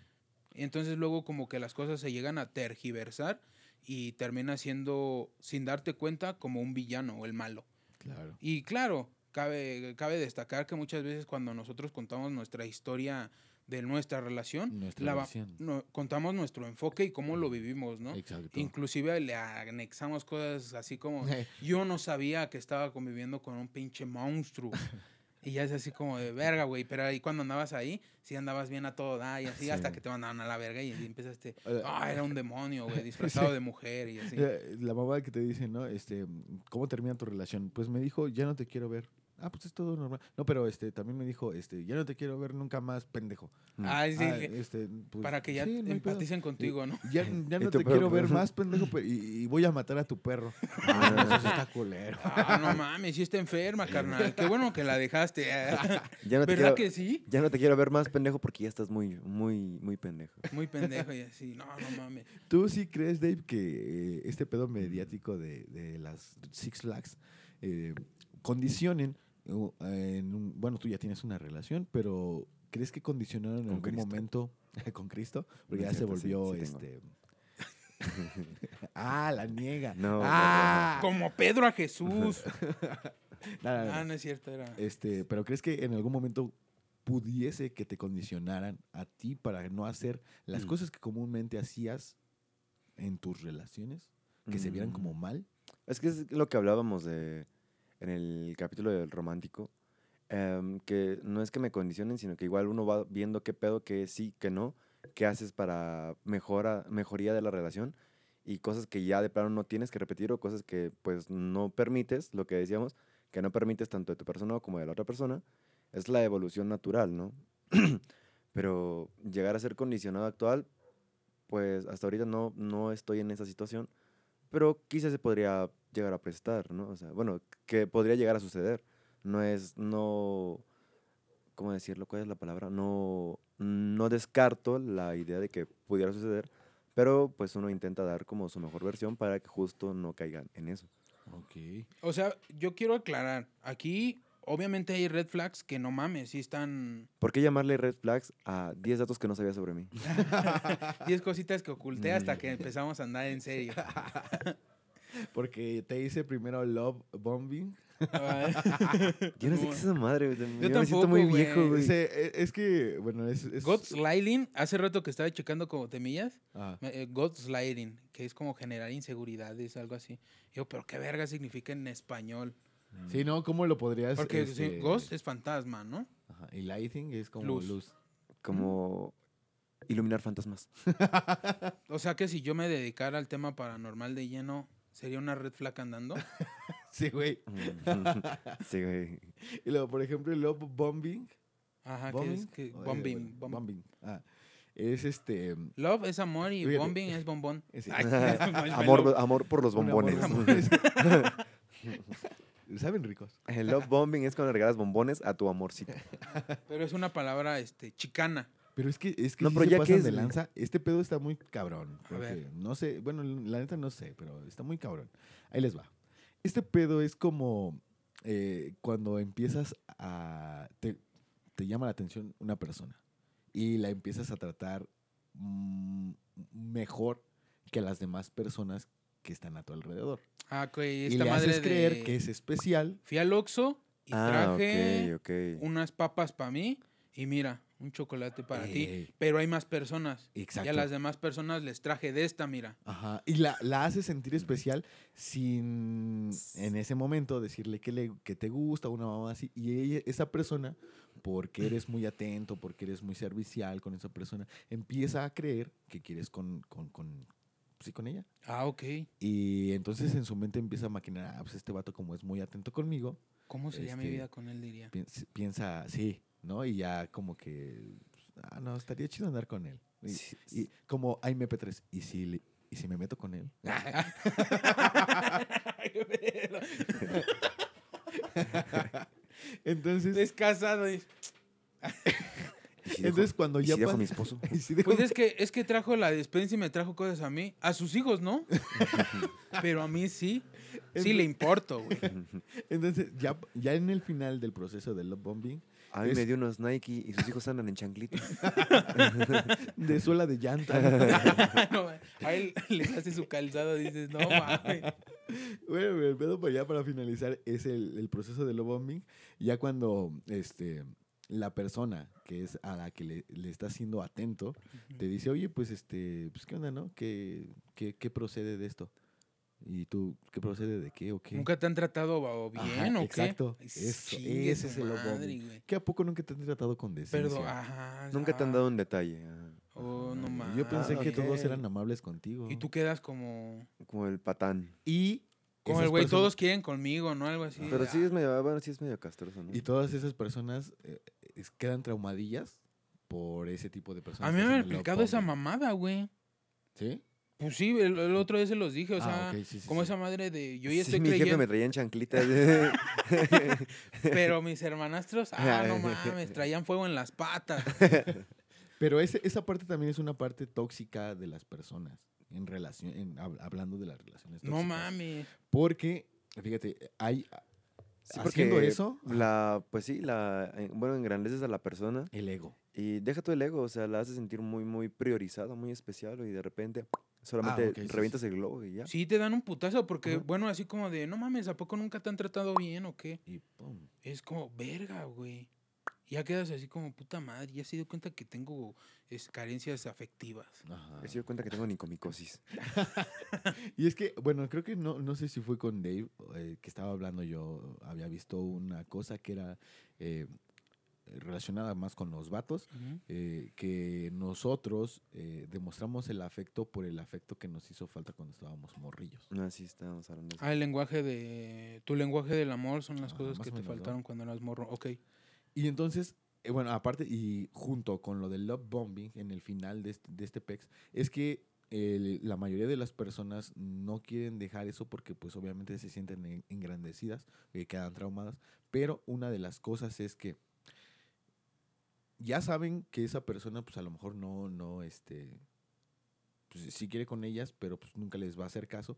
S2: Entonces luego como que las cosas se llegan a tergiversar y termina siendo, sin darte cuenta, como un villano o el malo.
S1: Claro.
S2: Y claro, cabe, cabe destacar que muchas veces cuando nosotros contamos nuestra historia de nuestra relación,
S1: Nuestra
S2: la va-
S1: versión.
S2: no- contamos nuestro enfoque y cómo lo vivimos, ¿no?
S1: Exacto.
S2: Inclusive le anexamos cosas así como yo no sabía que estaba conviviendo con un pinche monstruo. Y ya es así como de verga, güey. Pero ahí cuando andabas ahí, sí andabas bien a todo dar y así,
S1: Sí.
S2: hasta que te mandaban a la verga y empezaste.
S1: Eh,
S2: Ah, era un demonio, güey, disfrazado de mujer y así.
S1: Eh, La mamá que te dice, ¿no? Este, ¿cómo termina tu relación? Pues me dijo, ya no te quiero ver. Ah, pues es todo normal. No, pero este, también me dijo, este, ya no te quiero ver nunca más, pendejo.
S2: Ah, sí,
S1: Ah,
S2: que-
S1: este, pues,
S2: para que ya
S1: sí, no hay pedo.
S2: empaticen contigo, ¿no?
S1: Ya, ya no te
S3: tu perro,
S1: quiero ver
S3: perro.
S1: más, pendejo, pe- y, y voy a matar a tu perro. Ah, eso sí está culero.
S2: Ah, no mames, sí está enferma, carnal. Qué bueno que la dejaste.
S3: Ya
S2: ¿Verdad
S3: no te quiero,
S2: que sí?
S3: ya no te quiero ver más pendejo porque ya estás muy, muy, muy pendejo.
S2: Muy pendejo y así. No, no mames.
S1: ¿Tú sí crees, Dave, que eh, este pedo mediático de, de las Six Flags eh, condicionen, o, eh, en un- bueno, tú ya tienes una relación, pero ¿crees que condicionaron en
S3: Con
S1: algún
S3: Cristo.
S1: momento con Cristo? Porque ya
S3: No es cierto,
S1: se
S3: sí,
S1: volvió
S3: sí
S1: este... ah, la niega.
S3: No,
S1: Ah,
S2: Como Pedro a Jesús.
S1: Nada, nada.
S2: Ah, no es cierto, era.
S3: eh.
S1: Este, pero ¿crees que en algún momento pudiese que te condicionaran a ti para no hacer las
S3: Mm.
S1: cosas que comúnmente hacías en tus relaciones? Que se vieran
S3: Mm.
S1: como mal.
S3: Es que es lo que hablábamos de, en el capítulo del romántico, em, que no es que me condicionen, sino que igual uno va viendo qué pedo, qué sí, qué no, qué haces para mejora, mejoría de la relación y cosas que ya de plano no tienes que repetir o cosas que pues no permites, lo que decíamos, que no permites tanto de tu persona como de la otra persona, es la evolución natural, ¿no? Pero llegar a ser condicionado actual, pues hasta ahorita no, no estoy en esa situación pero quizás se podría llegar a prestar, ¿no? O sea, bueno, que podría llegar a suceder. No es, no, ¿cómo decirlo? ¿Cuál es la palabra? No, no descarto la idea de que pudiera suceder, pero pues uno intenta dar como su mejor versión para que justo no caigan en eso.
S1: Ok.
S2: O sea, yo quiero aclarar. Aquí, obviamente, hay red flags que no mames, sí están.
S3: ¿Por qué llamarle red flags a 10 datos que no sabía sobre mí?
S2: 10 cositas que oculté
S3: Mm.
S2: hasta que empezamos a andar en serio.
S1: Porque te hice primero love bombing.
S3: Yo no sé qué es esa madre, güey. Yo, me
S2: tampoco,
S3: siento muy
S2: güey.
S3: viejo, güey.
S1: Dice, eh, es que, bueno, es... es-
S2: God Sliding, hace rato que estaba checando como temillas.
S1: Ah,
S2: me- eh, God Sliding, que es como generar inseguridades, algo así. Yo, pero qué verga significa en español.
S1: Sí, ¿no? ¿Cómo lo podrías...?
S2: Porque sí,
S1: este,
S2: Ghost es fantasma, ¿no?
S1: ajá, Y lighting es como
S2: Luz.
S1: luz.
S3: Como Iluminar fantasmas.
S2: O sea que si yo me dedicara al tema paranormal de lleno, ¿sería una red flag andando?
S1: Sí, güey.
S3: sí, güey.
S1: Y luego, por ejemplo, el love bombing.
S2: Ajá, Ah, que es que
S1: Oh, eh,
S2: bombing.
S1: bueno,
S2: bomb-
S1: bombing. Ah, es este. mm,
S2: Love es amor y
S1: Fíjate.
S2: bombing es bombón.
S1: es-
S3: amor, amor por los
S1: un amor-
S3: bombones.
S1: amores. Saben ricos.
S3: El love bombing es cuando le regalas bombones a tu amorcito.
S2: Pero es una palabra este, chicana.
S1: Pero es que, es que
S3: No,
S1: sí
S3: pero
S1: se
S3: ya que
S1: pasan
S3: es-
S1: de lanza. Este pedo está muy cabrón.
S2: A
S1: porque
S2: ver.
S1: No sé, bueno, la neta no sé, pero está muy cabrón. Ahí les va. Este pedo es como eh, cuando empiezas a... Te, te llama la atención una persona y la empiezas a tratar mm, mejor que las demás personas que están a tu alrededor.
S2: Ah, ok.
S1: y
S2: Esta
S1: le
S2: madre
S1: haces creer
S2: de-
S1: que es Ah, especial.
S2: Fui al Oxxo y traje
S3: Ah, ok, ok.
S2: unas papas para mí y mira, un chocolate para ti.
S1: Ey,
S2: Pero hay más personas.
S1: Exacto.
S2: Y a las demás personas les traje de esta, mira.
S1: Ajá, Y la, la hace sentir especial sin en ese momento decirle que, le, que te gusta una mamá así. Y ella- esa persona, porque eres muy atento, porque eres muy servicial con esa persona, empieza a creer que quieres con, con, con- sí, con ella.
S2: Ah, ok.
S1: Y entonces en su mente empieza a maquinar, ah, pues este vato como es muy atento conmigo,
S2: ¿Cómo sería mi
S1: Este-
S2: vida con él, diría?
S1: piens- piensa, sí, ¿no? Y ya como que, ah, no, estaría chido andar con él. Y,
S3: Sí,
S1: y como, ay, MP3, ¿y si, le- ¿y si me meto con él? Entonces,
S2: es casado. y-
S3: ¿Y si dejo-
S1: entonces cuando
S3: y
S1: ya
S3: si dejo a
S1: pas-
S3: mi esposo?
S1: y si dejo-
S2: Pues es que, es que trajo la despensa y me trajo cosas a mí. A sus hijos, ¿no? Pero a mí sí. Sí le importo, güey.
S1: Entonces, ya, ya en el final del proceso del love bombing,
S3: A mí
S1: Es-
S3: me dio unos Nike y sus hijos andan en chanclitas.
S1: de suela de llanta.
S2: No, a él les hace su calzado y dices, no mames.
S1: bueno, el pedo para ya para finalizar es el, el proceso del love bombing. Ya cuando este, la persona que es a la que le, le está siendo atento te dice, oye, pues, este, pues ¿qué onda, no? ¿Qué, qué, qué procede de esto? ¿Y tú qué procede de qué o qué?
S2: ¿Nunca te han tratado o bien
S1: Ajá,
S2: o
S1: exacto.
S2: qué?
S1: Eso,
S2: Chingue
S1: ese
S2: su
S1: es el love
S2: madre,
S1: bombing.
S2: güey.
S1: ¿Qué a poco nunca te han tratado con decencia?
S2: Perdón, ajá.
S3: Nunca te han
S2: ah,
S3: dado un detalle. ajá.
S2: Oh, no mames.
S1: Yo pensé que
S2: ok.
S1: todos eran amables contigo.
S2: Y tú quedas como.
S3: Como el patán. Ah,
S1: Y
S2: Como
S1: esas
S2: el güey,
S1: personas-
S2: todos quieren conmigo, ¿no? Algo así.
S3: Pero sí es medio, bueno, sí es medio castroso, ¿no?
S1: Y todas esas personas eh, es- quedan traumadillas por ese tipo de personas.
S2: A mí
S1: que
S2: me han
S1: hacen el love
S2: explicado esa
S1: bombing.
S2: mamada, güey.
S1: ¿Sí?
S2: Pues sí, el, el otro día se los dije, o sea,
S1: Ah, ok, sí, sí,
S2: como
S1: sí.
S2: esa madre de yo
S3: Sí,
S2: ya estoy
S3: mi jefe
S2: creyendo,
S3: me traía en chanclitas.
S2: pero mis hermanastros, ah, no mames, traían fuego en las patas.
S1: Pero ese- esa parte también es una parte tóxica de las personas. En relación, en- hab- hablando de las relaciones tóxicas.
S2: No mames.
S1: Porque, fíjate, hay
S3: Sí,
S1: Haciendo eso, ajá.
S3: La, pues sí, la, eh, bueno, engrandeces a la persona
S1: el ego.
S3: y deja tu el ego, o sea, la haces sentir muy, muy priorizada, muy especial y de repente solamente
S1: ok, sí, sí.
S3: revientas el globo y ya.
S2: Sí, te dan un putazo porque,
S3: Ujú.
S2: bueno, así como de, no mames, ¿a poco nunca te han tratado bien o qué?
S1: Y pum.
S2: Es como, verga, güey. Ya quedas así como, puta madre, ya se dio cuenta que tengo es, carencias afectivas.
S1: Ajá.
S3: Me doy cuenta que tengo nicomicosis.
S1: Y es que, bueno, creo que no, no sé si fue con Dave eh, que estaba hablando yo, había visto una cosa que era eh, relacionada más con los vatos, eh, que nosotros eh, demostramos el afecto por el afecto que nos hizo falta cuando estábamos morrillos.
S3: No, sí, estábamos hablando de
S2: Ah, el lenguaje de. Tu lenguaje del amor son las
S1: Ajá,
S2: cosas
S1: Ah, más
S2: que
S1: o
S2: te
S1: menos, ¿no?
S2: faltaron cuando eras morro. Ok.
S1: Y entonces, eh, bueno, aparte, y junto con lo del love bombing en el final de este, de este PEX, es que el- la mayoría de las personas no quieren dejar eso porque pues obviamente se sienten en- engrandecidas, que quedan traumadas, pero una de las cosas es que ya saben que esa persona pues a lo mejor no, no, este, pues sí quiere con ellas, pero pues nunca les va a hacer caso,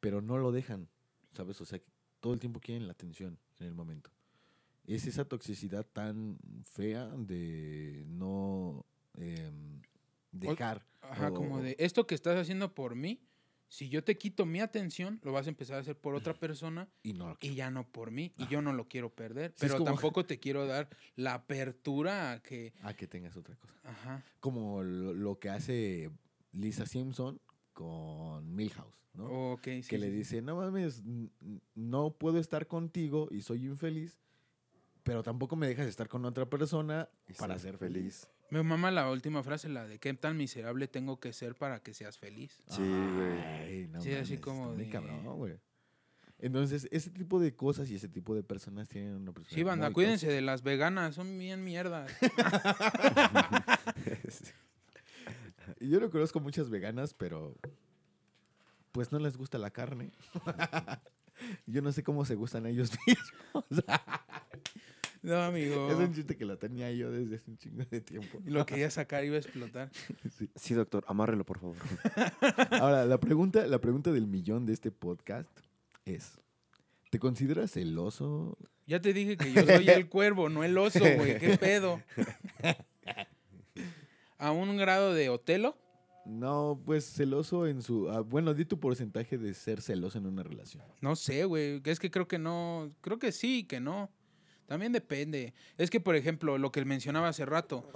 S1: pero no lo dejan, ¿sabes? O sea, que todo el tiempo quieren la atención en el momento es esa toxicidad tan fea de no em, dejar.
S2: Ajá,
S1: O-
S2: como
S1: o-
S2: de. Esto que estás haciendo por mí, si yo te quito mi atención, lo vas a empezar a hacer por otra persona
S1: Y no lo
S2: y
S1: quiero.
S2: ya no por mí. Y
S1: Ajá.
S2: yo no lo quiero perder.
S1: es
S2: pero
S1: como-
S2: tampoco te quiero dar la apertura a que.
S1: A Ah, que tengas otra cosa.
S2: Ajá.
S1: Como lo, lo que hace Lisa Simpson con Milhouse, ¿no?
S2: Ok, Oh, sí.
S1: que le
S2: sí, sí.
S1: dice, no mames, n- n- no puedo estar contigo y soy infeliz, pero tampoco me dejas estar con otra persona para ser feliz.
S2: Me mama la última frase, la de qué tan miserable tengo que ser para que seas feliz.
S3: Sí, güey.
S1: Ay, no
S2: Sí, así
S1: mames,
S2: como
S1: está muy
S2: de-
S1: cabrón, güey. Entonces, ese tipo de cosas y ese tipo de personas tienen una persona.
S2: Sí, banda,
S1: muy
S2: cuídense de las veganas, son bien mierdas.
S1: tóxica. Yo no conozco muchas veganas, pero pues no les gusta la carne. Yo no sé cómo se gustan ellos mismos.
S2: No, amigo.
S1: Es un chiste que lo tenía yo desde hace un chingo de tiempo.
S2: Lo quería sacar, iba a explotar.
S1: Sí.
S3: Sí, doctor, amárrelo, por favor.
S1: Ahora, la pregunta, la pregunta del millón de este podcast es: ¿Te consideras celoso?
S2: Ya te dije que yo soy el cuervo, no el oso, güey. ¿Qué pedo? A un grado de Otelo,
S1: No, pues celoso en su. ah, bueno, di tu porcentaje de ser celoso en una relación.
S2: no sé, güey. Es que creo que no. Creo que sí, que no. También depende. Es que, por ejemplo, lo que mencionaba hace rato,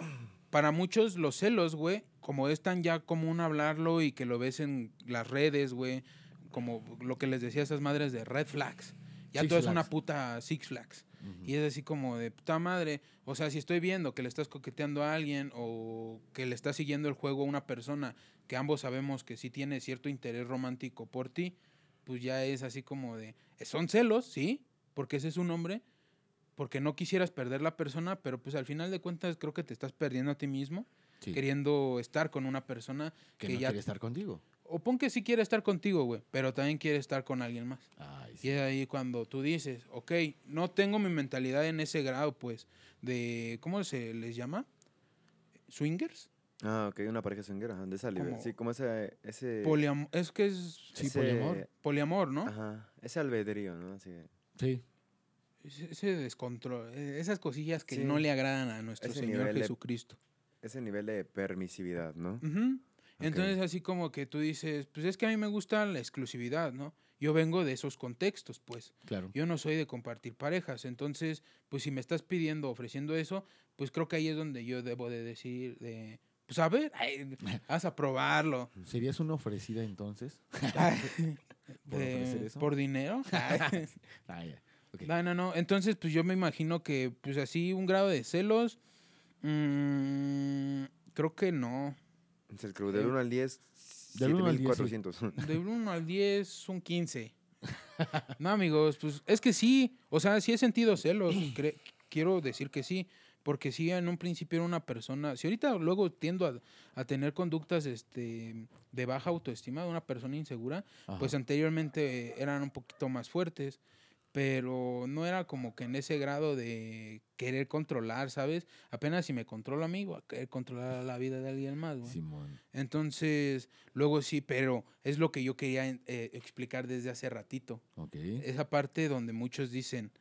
S2: para muchos los celos, güey, como es tan ya común hablarlo y que lo ves en las redes, güey, como lo que les decía a esas madres de red flags. Ya
S1: Six
S2: tú eres una
S1: Flags.
S2: puta Six Flags. Y es así como de puta madre. O sea, si estoy viendo que le estás coqueteando a alguien o que le estás siguiendo el juego a una persona que ambos sabemos que sí tiene cierto interés romántico por ti, pues ya es así como de. Son celos, sí, porque ese es un hombre, porque no quisieras perder la persona, pero pues al final de cuentas creo que te estás perdiendo a ti mismo,
S1: Sí,
S2: queriendo estar con una persona
S1: que,
S2: que
S1: no
S2: ya-
S1: quiere estar contigo.
S2: o pon que sí quiere estar contigo, güey, pero también quiere estar con alguien más.
S1: Ay, sí.
S2: Y es ahí cuando tú dices, ok, no tengo mi mentalidad en ese grado, pues, de, ¿cómo se les llama? ¿Swingers?
S3: Ah, ok, una pareja swingera, ajá, de esa libre.
S2: Como-
S3: Sí, como ese... ese
S2: Poliam- es que es
S1: Sí,
S3: ese-
S1: poliamor.
S2: poliamor, ¿no?
S3: Ajá, ese albedrío, ¿no? Así que
S1: Sí.
S2: Ese ese descontrol, eh, esas cosillas que
S3: Sí.
S2: no le agradan a nuestro
S3: Ese
S2: Señor
S3: nivel de-
S2: Jesucristo.
S3: ese nivel de permisividad,
S1: Mm,
S3: ¿no?
S2: Ujú.
S3: Ok.
S2: Entonces, así como que tú dices, pues es que a mí me gusta la exclusividad, ¿no? Yo vengo de esos contextos, pues.
S1: Claro.
S2: Yo no soy de compartir parejas. Entonces, pues si me estás pidiendo, ofreciendo eso, pues creo que ahí es donde yo debo de decir, de, pues a ver, ay, vas a probarlo.
S1: ¿Serías una ofrecida entonces?
S2: Ay,
S1: ¿Por
S2: de-
S1: ofrecer eso?
S2: ¿Por dinero? Ay.
S1: Ah, ya. Ok.
S2: No, no, no. Entonces, pues yo me imagino que, pues así, un grado de celos. mm, creo que no.
S3: Es el club del
S2: Sí.
S3: 1 al 10,
S1: Del uno al diez,
S3: 7400.
S2: De 1 al 10, un 15. No, amigos, pues es que sí. O sea, sí he sentido celos. cre- quiero decir que sí. Porque sí, en un principio era una persona. Si ahorita luego tiendo a, a tener conductas este, de baja autoestima, de una persona insegura,
S1: Ajá.
S2: pues anteriormente eran un poquito más fuertes. Pero no era como que en ese grado de querer controlar, ¿sabes? Apenas si me controlo a mí, voy a querer controlar la vida de alguien más, güey.
S1: Simón.
S2: Entonces, luego sí, pero es lo que yo quería en- eh, explicar desde hace ratito.
S1: Ok.
S3: Eh,
S2: Esa parte donde muchos dicen,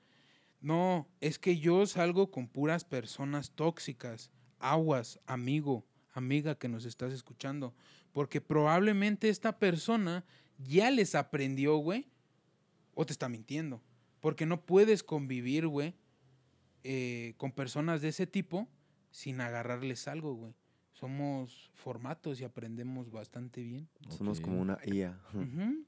S2: no, es que yo salgo con puras personas tóxicas, aguas, amigo, amiga que nos estás escuchando, porque probablemente esta persona ya les aprendió, güey, o te está mintiendo, porque no puedes convivir, güey, eh, con personas de ese tipo sin agarrarles algo, güey. Somos formatos y aprendemos bastante bien.
S3: Somos
S1: Ok.
S3: como una IA.
S2: Ujú.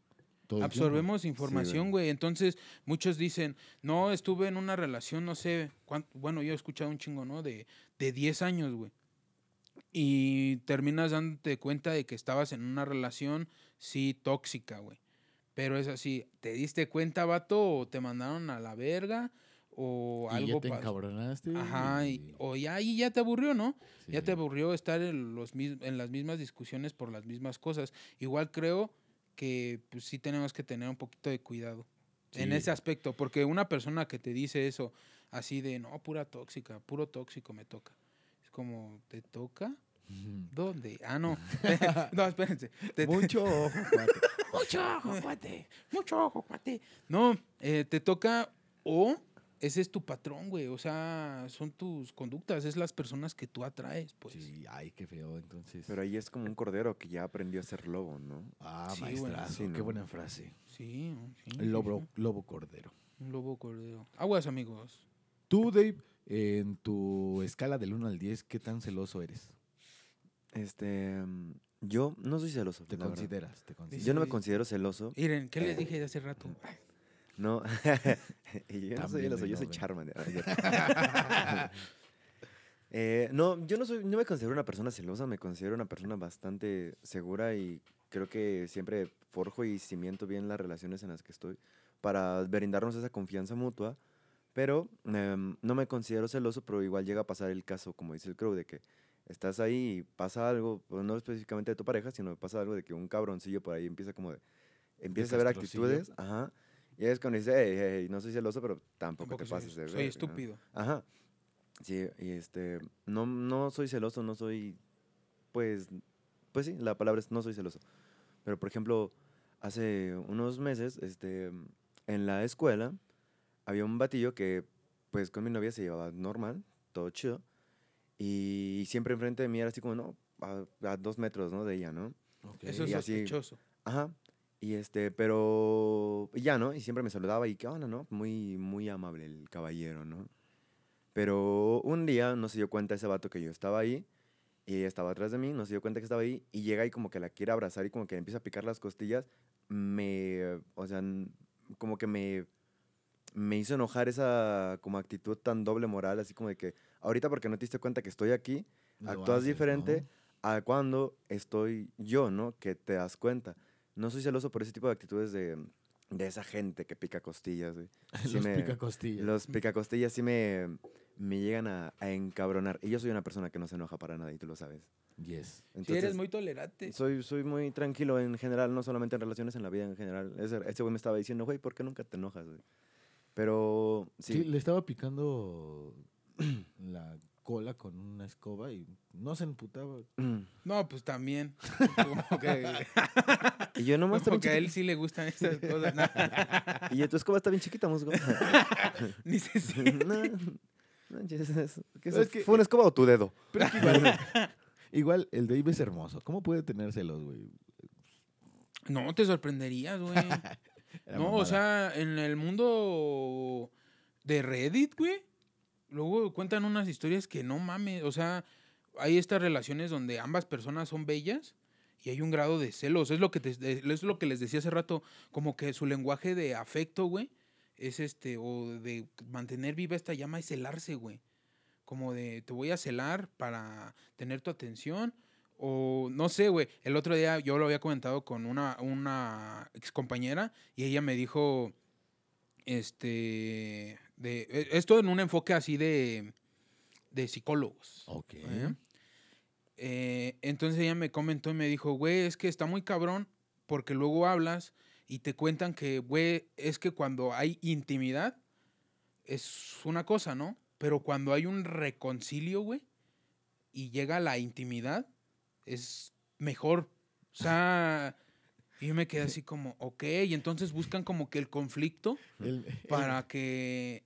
S1: Todo el
S2: Absorbemos
S3: güey.
S2: información, güey. Entonces, muchos dicen, no, estuve en una relación, no sé, cuán- bueno, yo he escuchado un chingo, ¿no? De, de 10 años, güey. Y terminas dándote cuenta de que estabas en una relación, sí, tóxica, güey. Pero es así, ¿te diste cuenta, vato? ¿O te mandaron a la verga? ¿O
S1: tiempo. Y ya
S2: algo
S1: te
S2: pasó?
S1: encabronaste.
S2: Ajá, y-
S1: y-
S2: o ya, y ya te aburrió, ¿no? Ya
S1: sí.
S2: te aburrió estar en, los, mis- en las mismas discusiones por las mismas cosas. Igual creo que pues, sí tenemos que tener un poquito de cuidado en
S1: Sí.
S2: ese aspecto, porque una persona que te dice eso así de, no, pura tóxica, puro tóxico me toca. Es como, ¿te toca? ¿Dónde? Ah, no. no, espérense. Te-
S1: Mucho ojo, cuate.
S2: mucho ojo, cuate. Mucho ojo, cuate. No, eh, te toca o ese es tu patrón, güey. O sea, son tus conductas, es las personas que tú atraes, pues.
S1: Sí, ay, qué feo, entonces.
S3: Pero ahí es como un cordero que ya aprendió a ser lobo, ¿no?
S1: Ah,
S2: Sí, bueno,
S1: maestrazo,
S3: sí,
S1: qué
S3: ¿no?
S1: buena frase.
S2: Sí, sí, sí,
S1: El lobo,
S2: sí.
S1: lobo cordero.
S2: Un lobo cordero. Aguas, amigos.
S1: Tú, Dave, en tu escala del 1 al 10, ¿qué tan celoso eres?
S3: Este, mm, yo no soy celoso.
S1: ¿Te
S3: la verdad.
S1: consideras? ¿Te consideras?
S3: Yo no me
S2: Sí.
S3: considero celoso.
S2: Miren, ¿qué les dije hace rato? Ay,
S3: No, yo no soy
S1: También,
S3: celoso,
S1: güey,
S3: yo
S1: no,
S3: soy
S1: güey.
S3: Charmander. Eh, no, yo no, soy, no me considero una persona celosa, me considero una persona bastante segura y creo que siempre forjo y cimiento bien las relaciones en las que estoy para brindarnos esa confianza mutua. Pero em, no me considero celoso, pero igual llega a pasar el caso, como dice el Crow, de que estás ahí y pasa algo, pues, no específicamente de tu pareja, sino pasa algo de que un cabroncillo por ahí empieza como de. Empiezas a ver
S1: castrosillo.
S3: actitudes, ajá. Y es cuando dices, hey, no soy celoso, pero
S2: Tampoco
S3: tampoco, te
S2: soy-
S3: pases de
S2: soy
S3: verga", ¿no?
S2: estúpido.
S3: Ajá. Sí, y este, no, no soy celoso, no soy, pues, pues sí, la palabra es no soy celoso. Pero, por ejemplo, hace unos meses, este, en la escuela, había un batillo que, pues, con mi novia se llevaba normal, todo chido. Y siempre enfrente de mí era así como, no, a, a dos metros, ¿no? De ella, ¿no?
S2: Eso es
S3: Y así-
S2: sospechoso.
S3: Ajá. Y este, pero y ya, ¿no? Y siempre me saludaba y qué onda, ¿no? Muy, muy amable el caballero, ¿no? Pero un día no se dio cuenta ese vato que yo estaba ahí y ella estaba atrás de mí, no se dio cuenta que estaba ahí y llega y como que la quiere abrazar y como que le empieza a picar las costillas. Me, o sea, n- como que me, me hizo enojar esa como actitud tan doble moral, así como de que ahorita porque no te diste cuenta que estoy aquí,
S1: Lo
S3: actúas
S1: haces,
S3: diferente a cuando estoy yo, ¿no? Que te das cuenta. No soy celoso por ese tipo de actitudes de, de esa gente que pica costillas, güey. Sí
S1: Los
S3: me-
S1: pica costillas.
S3: Los picacostillas sí me, me llegan a, a encabronar. Y yo soy una persona que no se enoja para nada y tú lo sabes.
S1: Yes.
S2: Si eres
S3: Entonces,
S2: muy tolerante.
S3: soy, soy muy tranquilo en general, no solamente en relaciones, en la vida en general. Ese ese güey me estaba diciendo, güey, ¿por qué nunca te enojas, güey? Pero
S1: Sí.
S3: sí,
S1: le estaba picando la cola con una escoba y no se emputaba.
S2: No, pues también. Como que,
S3: Y yo nomás
S2: como
S3: también.
S2: que a él sí le gustan estas cosas. nah,
S3: Y tu escoba está bien chiquita, musgo.
S2: ni se siente.
S3: no, no, ya sabes, ¿qué es
S1: Es
S3: eso?
S1: que-
S3: ¿Fue una escoba o tu dedo?
S1: Pero es que igual, igual el Dave es hermoso. ¿Cómo puede tener celos, güey?
S2: No, te sorprenderías, güey.
S1: Era
S2: No,
S1: mamada.
S2: o sea, en el mundo de Reddit, güey, luego cuentan unas historias que no mames. O sea, hay estas relaciones donde ambas personas son bellas y hay un grado de celos. Es lo que, te- de- es lo que les decía hace rato, como que su lenguaje de afecto, güey, es este, o de mantener viva esta llama es celarse, güey. Como de, te voy a celar para tener tu atención. O no sé, güey. El otro día yo lo había comentado con una, una excompañera y ella me dijo, este, de, e- esto en un enfoque así de, de psicólogos.
S1: Ok.
S2: ¿eh? Eh, entonces ella me comentó y me dijo, güey, es que está muy cabrón porque luego hablas y te cuentan que, güey, es que cuando hay intimidad es una cosa, ¿no? Pero cuando hay un reconcilio, güey, y llega la intimidad, es mejor. O sea, y yo me quedé así como, ok, y entonces buscan como que el conflicto
S1: El- el-
S2: para que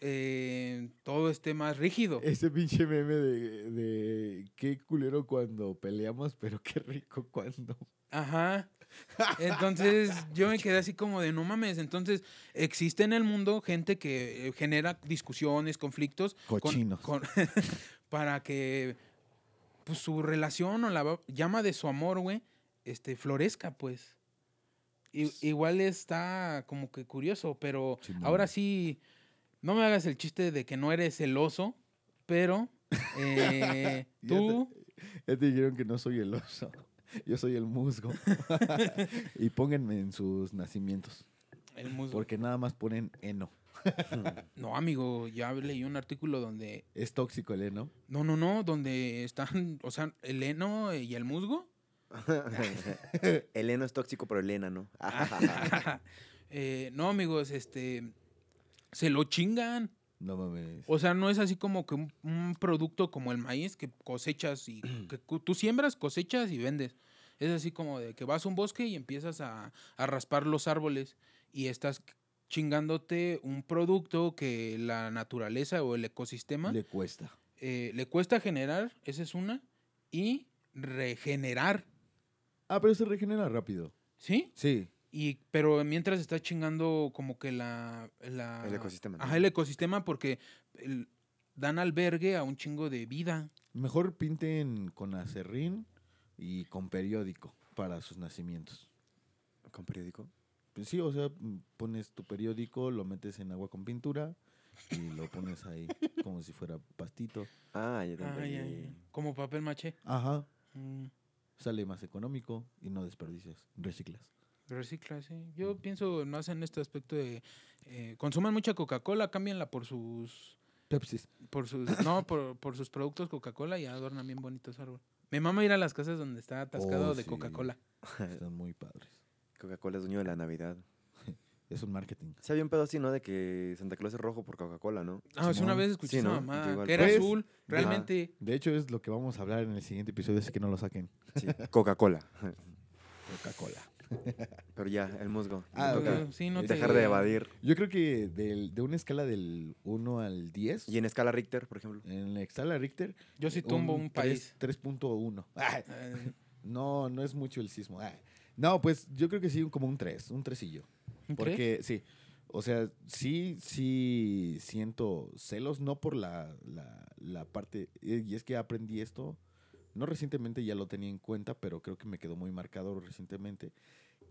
S2: eh, todo esté más rígido.
S1: Ese pinche meme de, de qué culero cuando peleamos, pero qué rico cuando.
S2: Ajá. Entonces yo me quedé así como de no mames. Entonces existe en el mundo gente que eh, genera discusiones, conflictos. con-
S1: Cochinos.
S2: con- para que pues, su relación o la va- llama de su amor, güey, este, florezca, pues. I- igual está como que curioso, pero
S1: Pues Simón.
S2: ahora sí, no me hagas el chiste de que no eres celoso, pero eh,
S1: Ya te-
S2: tú...
S1: Ya te dijeron que no soy el oso. Yo soy el musgo. y pónganme en sus nacimientos.
S2: El musgo.
S1: Porque nada más ponen heno.
S2: No, amigo, ya leí un artículo donde.
S1: Es tóxico el heno.
S2: No, no, no, donde están. O sea, el heno y el musgo.
S3: Eleno es tóxico, pero Elena no.
S2: Ah.
S3: Ah,
S2: Eh, no, amigos, este. Se lo chingan.
S1: No mames.
S2: O sea, no es así como que un, un producto como el maíz que cosechas y. que cu- tú siembras, cosechas y vendes. Es así como de que vas a un bosque y empiezas a, a raspar los árboles y estás chingándote un producto que la naturaleza o el ecosistema
S1: Le cuesta.
S2: eh, le cuesta generar, esa es una, y regenerar,
S1: Ah, pero se regenera rápido.
S2: ¿sí?
S1: Sí.
S2: Y, pero mientras está chingando como que la, la-
S3: El ecosistema, ¿no?
S2: Ajá, el ecosistema porque el- dan albergue a un chingo de vida.
S1: Mejor pinten con acerrín y con periódico para sus nacimientos.
S3: ¿Con periódico?
S1: Pues sí, o sea, mm, pones tu periódico, lo metes en agua con pintura y lo pones ahí como si fuera pastito.
S3: Ah, ya te
S2: Ah, ya,
S3: entendí.
S2: ya. Como papel maché.
S1: Ajá.
S2: Mm,
S1: Sale más económico y no desperdicias, reciclas.
S2: recicla, sí. Yo
S3: Mm.
S2: pienso más en este aspecto de eh, consuman mucha Coca-Cola, cámbienla por sus
S1: Pepsi.
S2: por sus no, por, por sus productos Coca-Cola y adornan bien bonitos árbol. Mi mamá ir a las casas donde está atascado
S1: Oh,
S2: de
S1: sí.
S2: Coca-Cola.
S1: Están muy padres.
S3: Coca-Cola es dueño de la Navidad.
S1: Es un marketing.
S3: Se había un pedo así, ¿no? De que Santa Claus es rojo por Coca-Cola, ¿no?
S2: Ah, sí, una
S1: Simón.
S2: vez escuché
S3: Sí,
S2: a
S3: ¿no?
S2: esa mamá,
S3: Yo igual.
S2: que era
S1: Pues,
S2: azul, realmente.
S1: De hecho, es lo que vamos a hablar en el siguiente episodio, así que no lo saquen.
S3: Sí, Coca-Cola.
S1: Coca-Cola.
S3: Pero ya, el musgo.
S1: Ah, ok.
S3: Me toca
S2: eh, sí, no te-
S3: Dejar de evadir.
S1: Yo creo que del- de una escala del 1 al 10,
S3: Y en escala Richter, por ejemplo.
S1: en la escala Richter,
S2: Yo sí tumbo un, país.
S1: tres- 3.1. Ah,
S2: Eh,
S1: no, no es mucho el sismo. Ah. No, pues yo creo que sí, un- como un 3, un 3
S2: ¿un tres?
S1: Porque sí, o sea, sí, sí siento celos, no por la, la, la parte, eh, y es que aprendí esto, no recientemente ya lo tenía en cuenta, pero creo que me quedó muy marcado recientemente,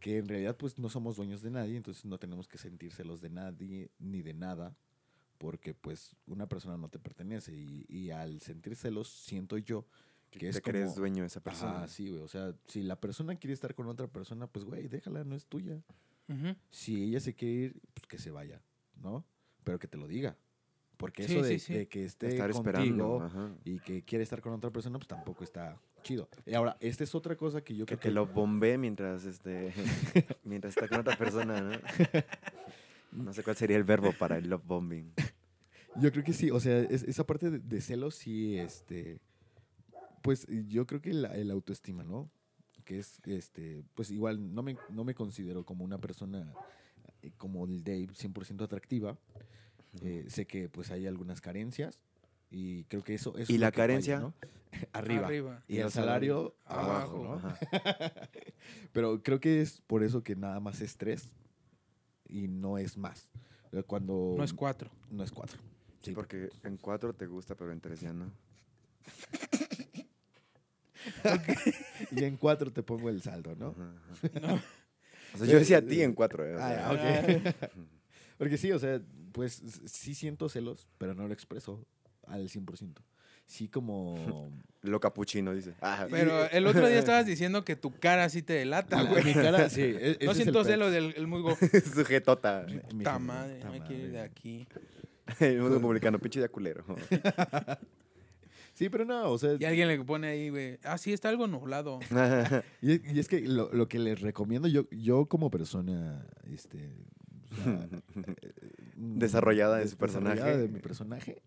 S1: que en realidad pues no somos dueños de nadie, entonces no tenemos que sentir celos de nadie ni de nada, porque pues una persona no te pertenece y, y al sentir celos siento yo que,
S3: Que
S1: es
S3: te crees
S1: como-
S3: dueño de esa persona.
S1: Ajá, sí, güey. O sea, si la persona quiere estar con otra persona, pues, güey, déjala, no es tuya
S2: Ujú.
S1: si ella se quiere ir, pues que se vaya, ¿no? Pero que te lo diga. Porque
S2: Sí,
S1: eso
S2: sí,
S1: de,
S2: sí.
S1: de que esté
S3: Estar esperando.
S1: contigo
S3: Ajá.
S1: y que quiere estar con otra persona, pues tampoco está chido. Y ahora, esta es otra cosa que yo
S3: Que
S1: creo
S3: te
S1: que...
S3: lo bombé mientras este mientras está con otra persona, ¿no? No sé cuál sería el verbo para el love bombing.
S1: Yo creo que sí, o sea, es- esa parte de, de celos sí, este... Pues yo creo que la, el autoestima, ¿no? Que es, este... Pues igual, no me, no me considero como una persona eh, como el Dave 100% atractiva. Eh, sé que pues hay algunas carencias y creo que eso, eso es...
S3: ¿Y
S1: lo
S3: la
S1: que falla,
S3: carencia?
S1: ¿no? Arriba.
S2: Arriba.
S1: Y el salario
S2: abajo,
S1: abajo, ¿no?
S3: Ajá.
S1: Pero creo que es por eso que nada más es tres y no es más. Pero Cuando
S2: No es cuatro.
S1: no es cuatro.
S3: Sí, porque en cuatro te gusta, pero en tres ya no.
S1: Y en cuatro te pongo el saldo, ¿no?
S3: Ajá, ajá. O sea, yo decía a ti en cuatro. eh, o sea,
S1: Ah, ok. porque sí, o sea, pues s- sí siento celos, pero no lo expreso al 100%. Sí como...
S3: Lo capuchino, dice. Ah,
S2: Pero
S1: eh,
S2: el otro día estabas diciendo que tu cara sí te delata, Ah, güey.
S1: mi cara, sí. e- ese
S2: No
S1: es
S2: siento
S1: el pe-
S2: celos del el musgo.
S3: Sujetota.
S1: Mi- mi
S2: Ta
S1: cara,
S2: madre,
S1: ta
S2: no me quiero ir de
S1: madre.
S2: aquí.
S3: El mundo republicano, pinche de culero.
S1: Sí, pero no, o sea...
S2: Y alguien le pone ahí, güey, ah, sí, está algo nublado.
S1: Y, es- y es que lo, lo que les recomiendo, yo, yo como persona, este... o sea, eh,
S3: Desarrollada de su
S1: desarrollada
S3: personaje.
S1: de mi personaje,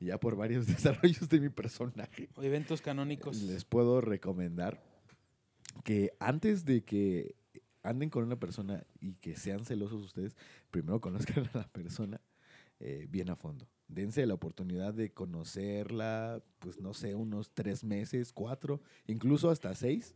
S1: y ya por varios desarrollos de mi personaje,
S2: O eventos canónicos.
S1: les puedo recomendar que antes de que anden con una persona y que sean celosos ustedes, primero conozcan a la persona eh, bien a fondo. Dense la oportunidad de conocerla, pues no sé, unos tres meses, cuatro, incluso hasta seis.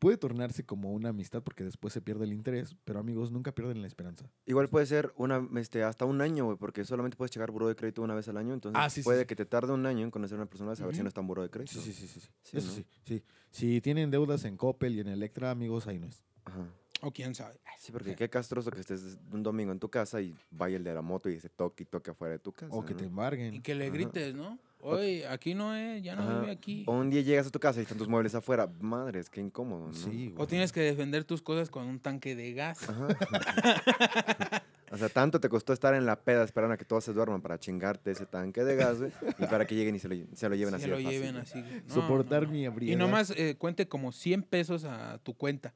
S1: Puede tornarse como una amistad porque después se pierde el interés, pero amigos nunca pierden la esperanza.
S3: Igual puede ser una, este, hasta un año, güey, porque solamente puedes checar buró de crédito una vez al año. Entonces
S1: Ah, sí, sí,
S3: puede
S1: sí.
S3: que te tarde un año en conocer a una persona, saber si
S2: Ujú.
S3: no está en buró de crédito.
S1: Sí, sí, sí, sí. sí.
S3: Sí,
S1: Eso
S3: ¿no?
S1: sí, sí. Si tienen deudas en Coppel y en Electra, amigos, ahí no es.
S3: Ajá.
S2: O quién sabe.
S3: Sí, porque qué castroso que estés un domingo en tu casa y vaya el de la moto y se toque y toque afuera de tu casa.
S1: O que
S3: ¿no?
S1: te embarguen.
S2: Y que le
S3: Ajá.
S2: grites, ¿no? Oye, aquí no es, ya no
S3: Ajá.
S2: vive aquí.
S3: O un día llegas a tu casa y están tus muebles afuera. Madres, qué incómodo, ¿no?
S1: Sí, güey.
S2: O tienes que defender tus cosas con un tanque de gas.
S3: Ajá. O sea, tanto te costó estar en la peda esperando a que todos se duerman para chingarte ese tanque de gas, güey, y para que lleguen y se lo, lle- se lo lleven
S2: Se
S3: así.
S2: lo
S3: de fácil,
S2: lleven
S3: güey.
S2: así. güey. No,
S1: Soportar
S2: no, no.
S1: mi
S2: Y
S1: ebriedad.
S2: nomás eh, cuente como 100 pesos a tu cuenta.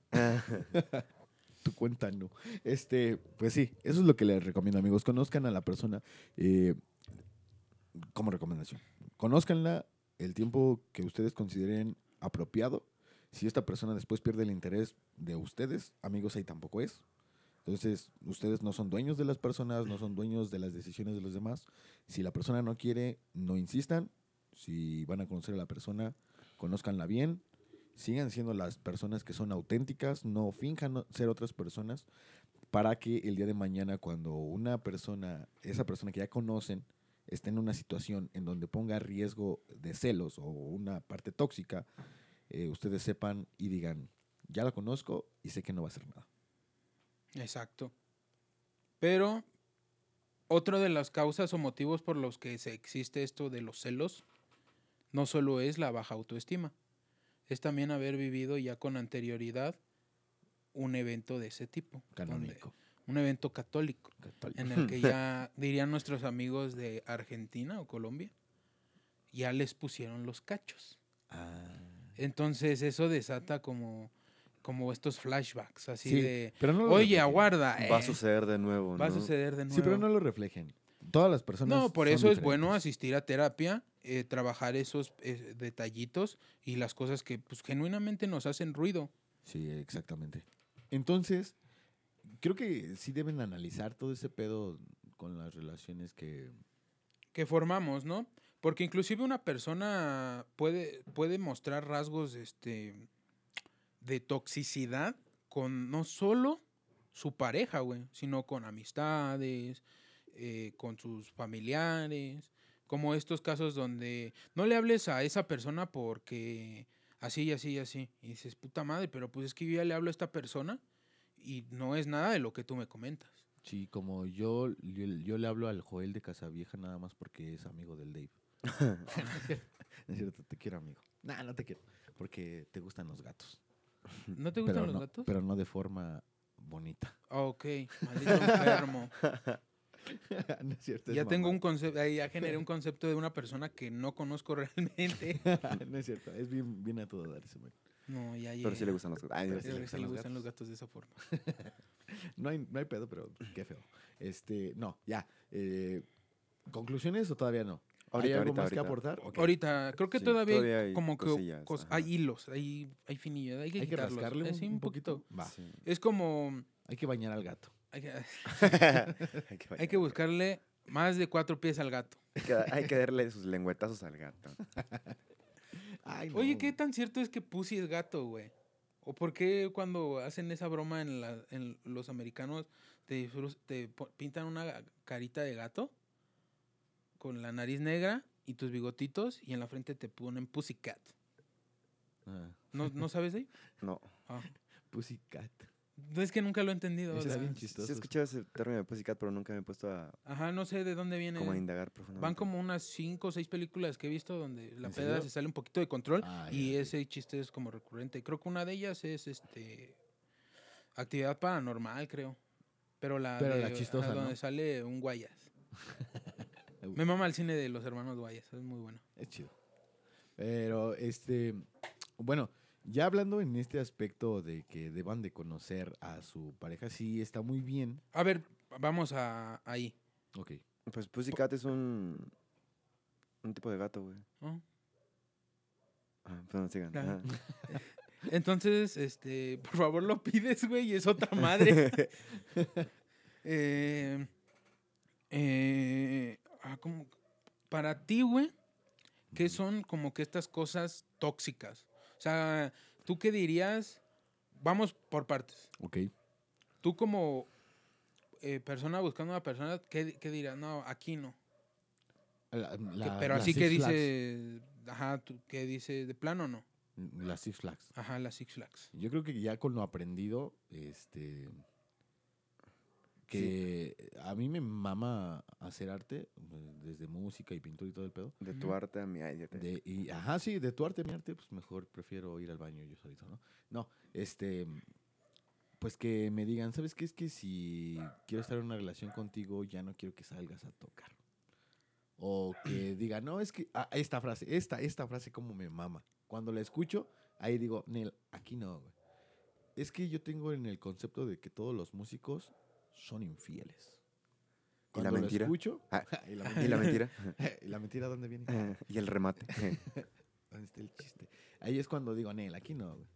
S1: tu cuenta no. Este, pues sí, eso es lo que les recomiendo, amigos. Conozcan a la persona eh, como recomendación. Conozcanla el tiempo que ustedes consideren apropiado. Si esta persona después pierde el interés de ustedes, amigos, ahí tampoco es. Entonces, ustedes no son dueños de las personas, no son dueños de las decisiones de los demás. Si la persona no quiere, no insistan. Si van a conocer a la persona, conózcanla bien, sigan siendo las personas que son auténticas, no finjan no- ser otras personas, para que el día de mañana cuando una persona, esa persona que ya conocen, esté en una situación en donde ponga riesgo de celos o una parte tóxica, eh, ustedes sepan y digan, ya la conozco y sé que no va a hacer nada.
S2: Exacto. Pero Otra de las causas o motivos por los que se existe esto de los celos no solo es la baja autoestima, es también haber vivido ya con anterioridad un evento de ese tipo. donde-
S1: Canónico.
S2: un evento católico,
S1: Católico.
S2: en el que ya dirían nuestros amigos de Argentina o Colombia, ya les pusieron los cachos.
S1: Ah.
S2: Entonces eso desata como, como estos flashbacks, así
S1: Sí,
S2: de,
S1: pero no lo
S2: oye,
S1: reflejen.
S2: aguarda, eh,
S3: Va a suceder de nuevo,
S2: va a
S3: ¿no?
S2: suceder de nuevo.
S1: Sí, pero no lo reflejen. Todas las personas.
S2: No, por
S1: son
S2: eso es
S1: diferentes.
S2: bueno asistir a terapia, eh, trabajar esos eh, detallitos y las cosas que pues, genuinamente nos hacen ruido.
S1: Sí, exactamente. Entonces, creo que sí deben analizar todo ese pedo con las relaciones que.
S2: que formamos, ¿no? Porque inclusive una persona puede, puede mostrar rasgos este, de toxicidad con no solo su pareja, güey, sino con amistades, eh, con sus familiares, como estos casos donde no le hables a esa persona porque así y así y así. Y dices, puta madre, pero pues es que yo ya le hablo a esta persona y no es nada de lo que tú me comentas.
S1: Sí, como yo, yo, yo le hablo al Joel de Casavieja nada más porque es amigo del Dave. No es cierto, te quiero, amigo. No, no te quiero. Porque te gustan los gatos.
S2: ¿No te gustan
S1: pero
S2: los
S1: no,
S2: gatos?
S1: Pero no de forma bonita.
S2: Ah, Ok, maldito enfermo.
S1: no es cierto. Este es
S2: Ya tengo un
S1: mamá.
S2: concepto, ahí ya generé un concepto de una persona que no conozco realmente.
S1: no es cierto, es bien, bien a todo dar ese güey.
S2: No, ya
S3: Pero sí
S2: llegué.
S3: le gustan los Ay,
S1: Pero sí
S2: Sí,
S1: le
S2: sí
S1: gustan
S2: le
S1: los
S2: gustan los gatos de esa forma.
S1: No hay, no hay pedo, pero qué feo. Este, no, ya. eh, ¿Conclusiones o todavía no? ¿Hay
S3: Ahorita,
S1: algo
S3: ahorita,
S1: más que
S3: ahorita.
S1: aportar?
S2: Ahorita, creo que
S3: Sí,
S2: todavía, hay
S3: todavía hay
S2: como que
S3: cosillas,
S2: cos-
S3: ajá.
S2: hay hilos, hay, hay finillos, hay que,
S1: Hay que
S2: quitarlos.
S1: rascarle
S2: Eh,
S1: un,
S2: sí,
S1: un poquito. Va.
S3: Sí.
S2: Es como,
S1: Hay que bañar al gato.
S2: hay que,
S3: hay, que
S2: hay que buscarle más de cuatro pies al gato.
S3: Hay que, hay que darle sus lengüetazos al gato.
S1: Ay, no.
S2: Oye, ¿qué tan cierto es que Pussy es gato, güey? ¿O por qué cuando hacen esa broma en, la- en los americanos te, disfruz- te po- pintan una carita de gato con la nariz negra y tus bigotitos y en la frente te ponen Pussycat?
S1: Ah,
S2: ¿No, ¿no sabes de ahí?
S3: No.
S2: Ah.
S1: pussycat.
S2: No, Es que nunca lo he entendido. o
S1: Ese es
S2: sea,
S1: bien
S3: Sí,
S1: chistoso.
S3: he escuchado ese término de Pussycat, pero nunca me he puesto a,
S2: Ajá, no sé de dónde viene.
S3: como a indagar profundamente.
S2: Van como unas cinco o seis películas que he visto donde la
S1: ¿En
S2: peda
S1: serio?
S2: se sale un poquito de control
S1: Ah, ya,
S2: y
S1: ok.
S2: ese chiste es como recurrente. Creo que una de ellas es este actividad paranormal, creo. Pero la,
S1: Pero
S2: de-
S1: la
S2: a
S1: chistosa,
S2: donde
S1: ¿no?
S2: sale un guayas. Me mama el cine de los hermanos guayas, es muy bueno.
S1: Es chido. Pero, este, bueno, ya hablando en este aspecto de que deban de conocer a su pareja, sí, está muy bien.
S2: A ver, vamos a ahí.
S1: Ok.
S3: Pues Pussycat es un. Un tipo de gato, güey.
S2: ¿no?
S3: Ah, perdón, sigan.
S2: Claro.
S3: Ajá.
S2: Entonces, este, por favor lo pides, güey, y es otra madre. Eh, eh, ah, ¿cómo? Para ti, güey, ¿qué son como que estas cosas tóxicas? O sea, ¿tú qué dirías? Vamos por partes.
S1: Ok.
S2: Tú como eh, persona buscando a una persona, ¿qué, qué dirás? No, aquí no.
S1: La-
S2: Que-
S1: la-
S2: Pero
S1: la
S2: así que
S1: Six Flags.
S2: dice, ajá, ¿tú ¿qué dice de plano no?
S1: Las Six Flags.
S2: Ajá, las Six Flags.
S1: Yo creo que ya con lo aprendido, este. Que a mí me mama hacer arte, eh, desde música y pintura y todo el pedo.
S3: De tu arte a mi. Ay, ya te-
S1: De, y, ajá, sí, de tu arte a mi arte, pues mejor prefiero ir al baño yo solito, ¿no? No, este. Pues que me digan, ¿sabes qué? Es que si quiero estar en una relación contigo, ya no quiero que salgas a tocar. O que digan, no, es que. ah, esta frase, esta, esta frase como me mama. Cuando la escucho, ahí digo, Nel, aquí no, güey. Es que yo tengo en el concepto de que todos los músicos son infieles.
S3: ¿Y la
S1: Cuando lo
S3: mentira?
S1: escucho.
S3: Ah,
S1: y la
S3: ¿Y la mentira?
S1: ¿Y la mentira dónde viene?
S3: y el remate.
S1: ¿Dónde está el chiste? Ahí es cuando digo, Nel, aquí no, güey".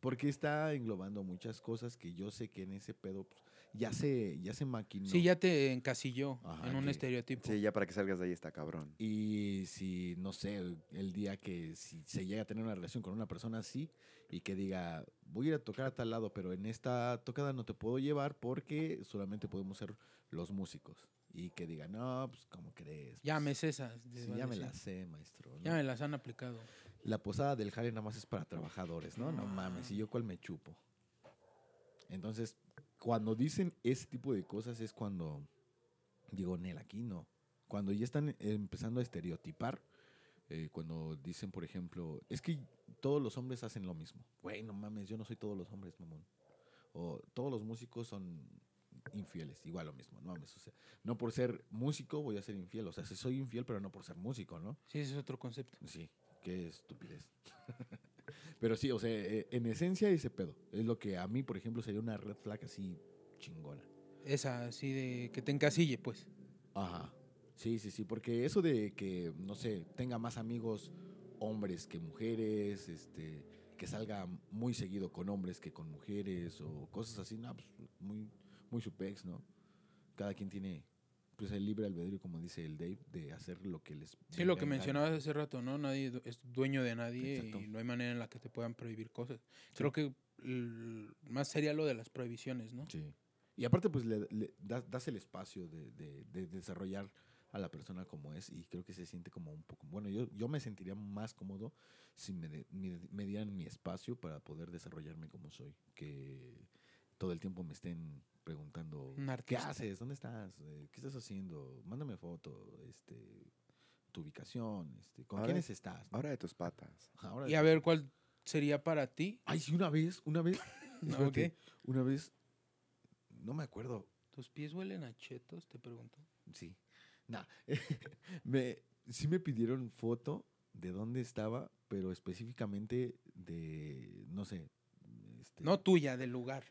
S1: Porque está englobando muchas cosas que yo sé que en ese pedo pues, ya se, ya se maquinó.
S2: Sí, ya te encasilló
S1: Ajá,
S2: en un
S1: que-
S2: estereotipo.
S3: sí, ya para que salgas de ahí está cabrón.
S1: Y si, no sé, el día que si se llega a tener una relación con una persona así y que diga, voy a ir a tocar a tal lado, pero en esta tocada no te puedo llevar porque solamente podemos ser los músicos. Y que diga, no, pues, ¿cómo crees?
S2: Ya me
S1: Pues,
S2: sé esas. les
S1: sí,
S2: va a
S1: ya me
S2: decir.
S1: la sé, maestro. ¿no?
S2: Ya me las han aplicado.
S1: La posada del jale nada más es para trabajadores, ¿no? No
S2: No
S1: mames, ¿y yo cuál me chupo? Entonces, cuando dicen ese tipo de cosas es cuando Digo, Nel, aquí no. Cuando ya están empezando a estereotipar, eh, cuando dicen, por ejemplo, es que todos los hombres hacen lo mismo. Güey, no mames, yo no soy todos los hombres, mamón. O todos los músicos son infieles, igual lo mismo, no mames. O sea, no por ser músico voy a ser infiel. O sea, sí soy infiel, pero no por ser músico, ¿no?
S2: Sí, ese es otro concepto.
S1: Sí, qué estupidez. Pero sí, o sea, eh, en esencia ese pedo. Es lo que a mí, por ejemplo, sería una red flag así chingona.
S2: Esa, así de que te encasille, pues.
S1: Ajá. Sí, sí, sí, porque eso de que, no sé, tenga más amigos hombres que mujeres, este, que salga muy seguido con hombres que con mujeres o cosas así, no, pues, muy, muy supex, ¿no? Cada quien tiene, pues, el libre albedrío, como dice el Dave, de hacer lo que les...
S2: Sí,
S1: venga
S2: lo que
S1: en gana.
S2: mencionabas hace rato, ¿no? Nadie du- es dueño de nadie
S1: Exacto.
S2: y no hay manera en la que te puedan prohibir cosas. Creo que l- más sería lo de las prohibiciones, ¿no?
S1: Sí. Y aparte, pues, le, le das, das el espacio de, de- de desarrollar a la persona como es y creo que se siente como un poco... Bueno, yo, yo me sentiría más cómodo si me, de- me, me dieran mi espacio para poder desarrollarme como soy. Que todo el tiempo me estén preguntando,
S2: Un
S1: ¿qué
S2: artista.
S1: haces? ¿Dónde estás? Eh, ¿Qué estás haciendo? Mándame foto, este, tu ubicación, este, ¿con
S3: Ahora-
S1: quiénes estás? ¿no?
S3: Ahora de tus patas.
S1: Ahora
S2: Y a ver cuál sería para ti.
S1: Ay, sí, una vez, una vez,
S2: ¿no?
S1: espérate,
S2: ¿Qué?
S1: una vez, no me acuerdo,
S2: ¿Tus pies huelen a chetos? Te pregunto.
S1: Sí. Nah. me, sí me pidieron foto de dónde estaba, pero específicamente de, no sé. este-
S2: No tuya, del lugar.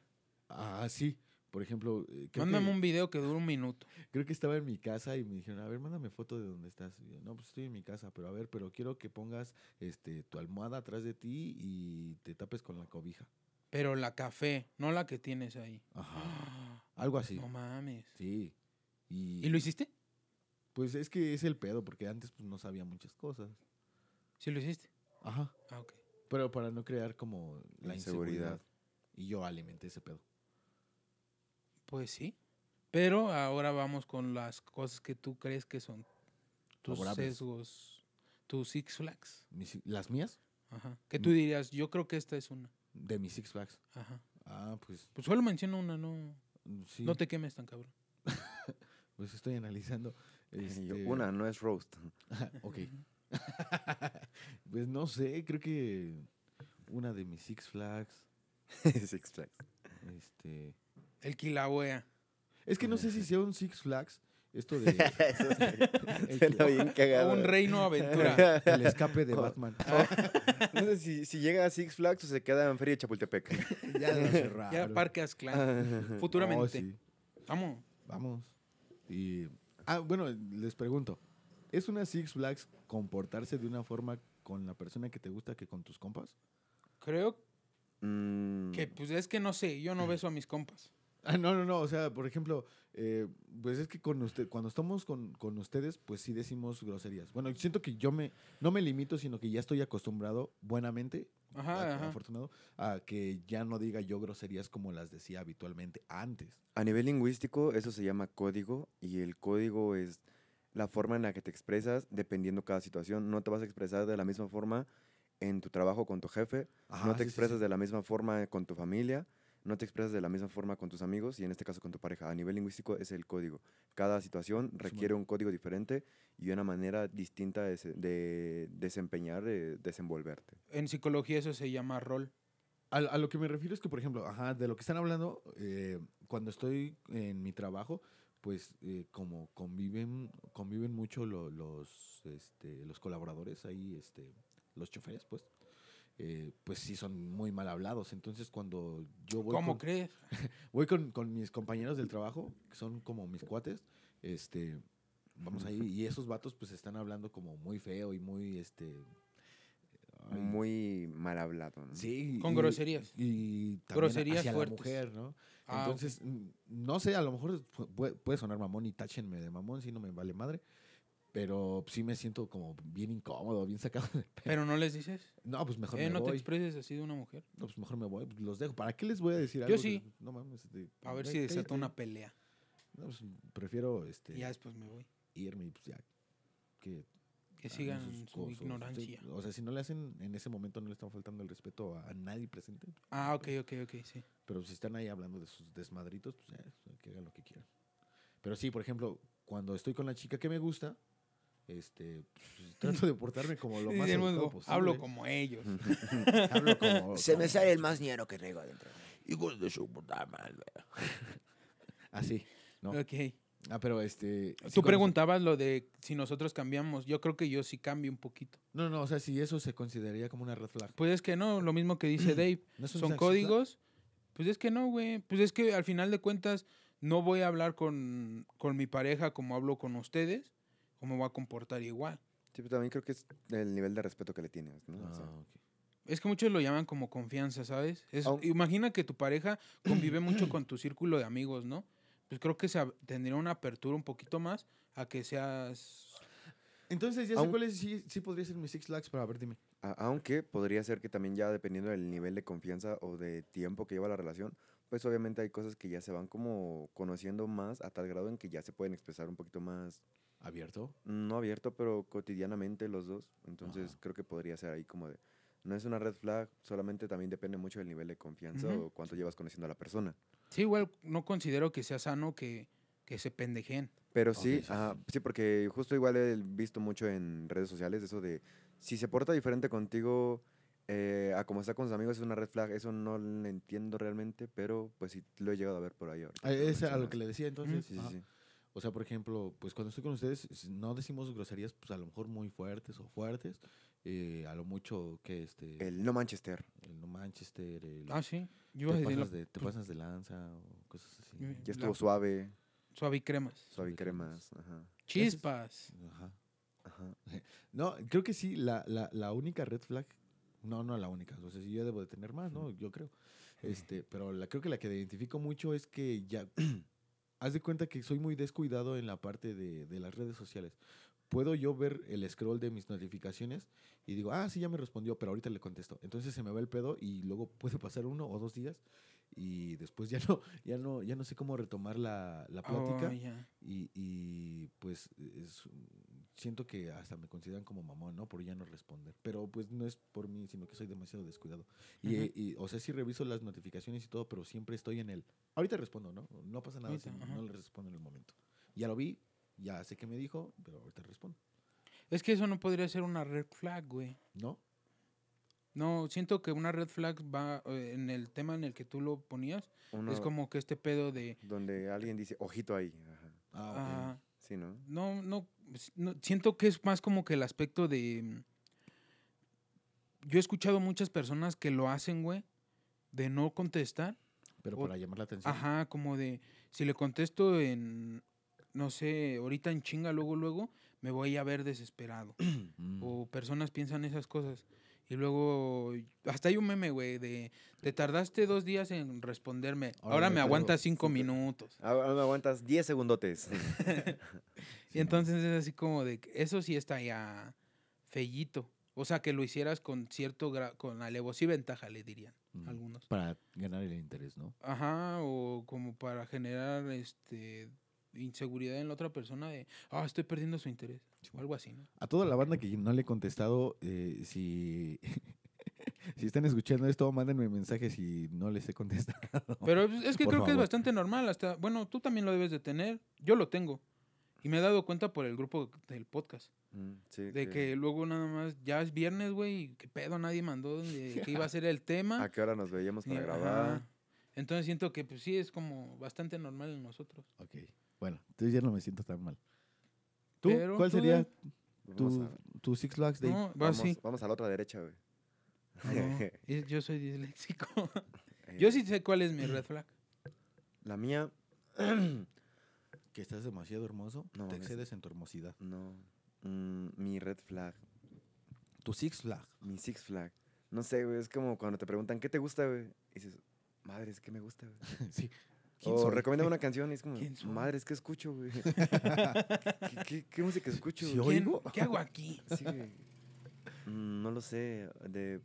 S1: Ah, sí. Por ejemplo, eh, creo,
S2: Mándame
S1: que,
S2: un video que dure un minuto.
S1: creo que estaba en mi casa y me dijeron, a ver, mándame foto de dónde estás. Y yo, no, pues estoy en mi casa, pero a ver, pero quiero que pongas este, tu almohada atrás de ti y te tapes con la cobija.
S2: Pero la café, no la que tienes ahí.
S1: Ajá.
S2: Ah,
S1: Algo así.
S2: No mames.
S1: Sí. Y,
S2: ¿Y lo hiciste?
S1: pues es que es el pedo, porque antes pues, no sabía muchas cosas.
S2: Sí, lo hiciste.
S1: Ajá.
S2: Ah, ok.
S1: Pero para no crear como la inseguridad.
S3: Inseguridad.
S1: Y yo alimenté ese pedo.
S2: Pues sí. Pero ahora vamos con las cosas que tú crees que son tus
S1: Favorables.
S2: sesgos, tus Six Flags.
S1: Mis- las mías,
S2: Ajá. Que
S1: Mm.
S2: tú dirías, yo creo que esta es una.
S1: de mis Six Flags.
S2: Ajá.
S1: Ah, pues
S2: Pues solo menciono una, no,
S1: mm, sí.
S2: no te quemes tan cabrón.
S1: Pues estoy analizando.
S3: Y yo,
S1: este,
S3: Una, no es roast.
S1: ok. pues no sé, creo que una de mis Six Flags.
S3: Six Flags.
S1: Este.
S2: El Kilauea.
S1: Es que no sé si sea un Six Flags esto de
S3: Eso sí.
S1: El
S3: Suena
S1: que-
S3: bien cagado.
S2: Un reino aventura.
S1: el escape de Batman.
S3: No sé si, si llega a Six Flags o se queda en Feria de Chapultepec.
S1: ya lo
S2: Ya
S1: cerraron.
S2: Parque Aztlán.
S1: No,
S2: Futuramente.
S1: Oh, sí.
S2: Vamos.
S1: Vamos. Y. Ah, bueno, les pregunto. ¿Es una Six Flags comportarse de una forma con la persona que te gusta que con tus compas?
S2: Creo
S3: Mm,
S2: que, pues es que no sé,
S1: Mm.
S2: yo no beso a mis compas.
S1: Ah, no, no, no. O sea, por ejemplo, eh, pues es que con usted, cuando estamos con, con ustedes, pues sí decimos groserías. Bueno, siento que yo me, no me limito, sino que ya estoy acostumbrado, buenamente,
S3: Ah,
S2: Ajá,
S1: a-
S2: ajá.
S1: afortunado, a que ya no diga yo groserías como las decía habitualmente antes.
S3: A nivel lingüístico, eso se llama código y el código es la forma en la que te expresas dependiendo cada situación. No te vas a expresar de la misma forma en tu trabajo con tu jefe,
S1: Ajá,
S3: no
S1: Ah, sí, sí,
S3: te expresas
S1: sí.
S3: de la misma forma con tu familia, no te expresas de la misma forma con tus amigos y en este caso con tu pareja. A nivel lingüístico es el código. Cada situación requiere un código diferente y una manera distinta de, se- de desempeñar, de desenvolverte.
S2: En psicología eso se llama rol.
S1: A, a lo que me refiero es que, por ejemplo, ajá, de lo que están hablando, eh, cuando estoy en mi trabajo, pues eh, como conviven, conviven mucho lo- los, este, los colaboradores ahí, este, los choferes, pues, eh, pues sí son muy mal hablados. Entonces, cuando yo voy,
S2: ¿Cómo
S1: con,
S2: crees?
S1: voy con, con mis compañeros del trabajo, que son como mis cuates, este, vamos ahí, y esos vatos pues están hablando como muy feo y muy, este... ay,
S3: Muy mal hablado. ¿no?
S1: Sí.
S2: Con groserías.
S1: Y también
S2: Groserías
S1: hacia
S2: fuertes.
S1: la mujer, ¿no?
S2: Ah, ok.
S1: Entonces, mm, no sé, a lo mejor pu- puede, puede sonar mamón y táchenme de mamón si no me vale madre. Pero sí me siento como bien incómodo, bien sacado de pe-
S2: Pero no les dices.
S1: No, pues mejor
S2: Eh,
S1: me
S2: no te
S1: voy.
S2: expreses así de una mujer.
S1: No, pues mejor me voy. pues los dejo. ¿Para qué les voy a decir
S2: Yo
S1: algo?
S2: sí.
S1: que- No mames. este,
S2: A ver
S1: ve,
S2: si desata
S1: cállate.
S2: una pelea.
S1: No, pues prefiero este,
S2: Y ya después me voy.
S1: irme y pues ya. Que
S2: Que
S1: hagan
S2: sigan
S1: sus
S2: su
S1: cosas. Sí,
S2: ignorancia.
S1: o sea, si no le hacen en ese momento, no le están faltando el respeto a, a nadie presente.
S2: Ah, ok, ok, ok, sí.
S1: eh, pues, Pero si están ahí hablando de sus desmadritos, pues ya, que hagan lo que quieran. Pero sí, por ejemplo, cuando estoy con la chica que me gusta, este, pues, trato de portarme como lo más
S2: Y
S1: educado
S2: luego,
S1: posible.
S2: hablo como ellos.
S1: Hablo como- como-
S3: sale el más ñero que traigo adentro. Hijos de su puta
S1: Así, ¿no?
S2: Ok.
S1: Ah, pero este... sí
S2: Tú
S1: con-
S2: preguntabas lo de si nosotros cambiamos. Yo creo que yo sí cambio un poquito.
S1: No, no, o sea, si eso se consideraría como una red flag.
S2: Pues es que no, lo mismo que dice Dave.
S1: ¿No es un
S2: Son
S1: sexy flag?
S2: códigos. Pues es que no, güey. Pues es que al final de cuentas no voy a hablar con, con mi pareja como hablo con ustedes o me voy a comportar igual.
S3: Sí, pero también creo que es el nivel de respeto que le tienes, ¿no? O sea,
S1: Ah, ok.
S2: Es que muchos lo llaman como confianza, ¿sabes? Es-
S3: Aun-
S2: Imagina que tu pareja convive mucho con tu círculo de amigos, ¿no? Pues creo que se ab- tendría una apertura un poquito más a que seas...
S1: Entonces, ya sé
S3: Aún-
S1: cuál es, sí, sí podría ser mi Six Flags, pero a ver, dime.
S3: a- aunque podría ser que también ya dependiendo del nivel de confianza o de tiempo que lleva la relación, pues obviamente hay cosas que ya se van como conociendo más a tal grado en que ya se pueden expresar un poquito más,
S1: ¿Abierto?
S3: no abierto, pero cotidianamente los dos. Entonces
S1: Ajá.
S3: creo que podría ser ahí como de... No es una red flag, solamente también depende mucho del nivel de confianza
S2: Ujú.
S3: o cuánto llevas conociendo a la persona.
S2: Sí, igual no considero que sea sano que, que se pendejen.
S3: Pero
S1: Ok,
S3: sí,
S1: sí, sí,
S3: ajá,
S1: sí.
S3: sí, porque justo igual he visto mucho en redes sociales eso de si se porta diferente contigo eh, a como está con sus amigos es una red flag. Eso no lo entiendo realmente, pero pues sí lo he llegado a ver por ahí. ahorita
S1: Ah,
S3: que lo
S1: Es a lo
S3: mencionas.
S1: que le decía entonces.
S3: Sí, sí,
S1: Ajá.
S3: sí.
S1: O sea, por ejemplo, pues cuando estoy con ustedes, s- no decimos groserías, pues a lo mejor muy fuertes o fuertes. eh, a lo mucho que este. El,
S3: El no Manchester.
S1: no Manchester, el.
S2: Ah, sí. Yo iba
S1: te,
S2: a decir pues
S1: pasas
S2: lo-
S1: de, te pasas de lanza o cosas así.
S2: Mm.
S3: Ya
S2: La-
S3: estuvo suave,
S2: suavicremas.
S3: suave y
S1: Suavicremas.
S3: cremas. Ajá,
S2: Chispas.
S1: Ajá.
S3: ajá.
S1: No, creo que sí, la, la, la única red flag. No, no la única. O sea, sí, yo debo de tener más, ¿no? Yo creo. Este, pero la, creo que la que identifico mucho es que ya. haz de cuenta que soy muy descuidado en la parte de, de las redes sociales. Puedo yo ver el scroll de mis notificaciones y digo, ah, sí, ya me respondió, pero ahorita le contesto. Entonces se me va el pedo y luego puede pasar uno o dos días y después ya no, ya no, ya no sé cómo retomar la, la plática.
S2: Oh, ya.
S1: Y, y, pues es- siento que hasta me consideran como mamón, ¿no? Por ya no responder. Pero pues no es por mí, sino que soy demasiado descuidado. Y,
S2: Ujú.
S1: eh, y, o sea, sí reviso las notificaciones y todo, pero siempre estoy en el. Ahorita respondo, ¿no? No pasa nada
S2: Ahorita,
S1: si
S2: ajá.
S1: no le respondo en el momento. Ya lo vi, ya sé que me dijo, pero ahorita respondo.
S2: Es que eso no podría ser una red flag, güey.
S1: ¿No?
S2: No, siento que una red flag va eh, en el tema en el que tú lo ponías.
S3: Uno
S2: Es como que este pedo de...
S3: donde alguien dice, ojito ahí. Ajá.
S1: Ah, ok.
S2: ah,
S3: Sí, ¿no?
S2: no, no, s- no, siento que es más como que el aspecto de... mm, Yo he escuchado muchas personas que lo hacen, güey, de no contestar.
S1: Pero
S2: o-
S1: para llamar la atención.
S2: Ajá, como de, si le contesto en, no sé, ahorita en chinga, luego, luego, me voy a ver desesperado.
S1: Mm.
S2: o personas piensan esas cosas. Y luego, hasta hay un meme, güey, de, te tardaste dos días en responderme,
S1: Ahora
S2: ahora,
S1: me
S2: me
S1: tardo
S2: aguantas cinco
S3: cinco-
S2: minutos.
S3: Ahora me Ah, aguantas 10 segundotes.
S2: Y entonces es así como de, que eso sí está ya fellito. O sea, que lo hicieras con cierto, gra- con alevosía y ventaja, le dirían
S1: Mm.
S2: algunos.
S1: Para ganar el interés, ¿no?
S2: Ajá, o como para generar este inseguridad en la otra persona de, ah, estoy perdiendo su interés, o algo así, ¿no?
S1: A toda la banda que no le he contestado, eh, si, si están escuchando esto, mándenme mensajes si no les he contestado.
S2: Pero pues, es es que
S1: Por
S2: creo que es
S1: favor.
S2: bastante normal, hasta, bueno, tú también lo debes de tener, yo lo tengo. Y me he dado cuenta por el grupo del podcast,
S3: Mm, sí,
S2: de que luego nada más, ya es viernes, güey, qué pedo, nadie mandó de que iba a ser el tema.
S3: ¿A qué hora nos veíamos
S2: Ni-
S3: para
S2: ajá.
S3: grabar?
S2: pues, Entonces siento que pues sí es como bastante normal en nosotros.
S1: Ok, bueno, entonces ya no me siento tan mal. ¿Tú?
S2: Pero
S1: ¿Cuál
S2: tú,
S1: sería
S2: Dave.
S3: Vamos
S1: tu,
S3: a-
S1: tu Six Flags Day?
S2: No, va
S3: Vamos,
S2: así.
S3: vamos a la otra derecha, güey.
S2: No, es- yo soy disléxico. yo
S3: Eh,
S2: sí sé cuál es mi red flag.
S3: La mía.
S1: Que estás demasiado hermoso,
S3: No
S1: te
S3: mames.
S1: excedes en tu hermosidad.
S3: no. mm, mi red flag.
S1: Tu Six Flag.
S3: Mi six flag. No sé, güey. Es como cuando te preguntan, ¿qué te gusta, güey? Y dices, madre, es que me gusta, güey.
S1: sí. ¿Quién
S3: O
S1: soy?
S3: recomienda Oh, una canción y es como,
S2: ¿Quién soy?
S3: madre, es que escucho, güey. ¿Qué, qué, qué música escucho?
S1: Sí,
S3: güey?
S2: ¿Quién-
S1: oigo?
S2: ¿Qué hago aquí?
S3: Sí, güey. Mm, no lo sé. De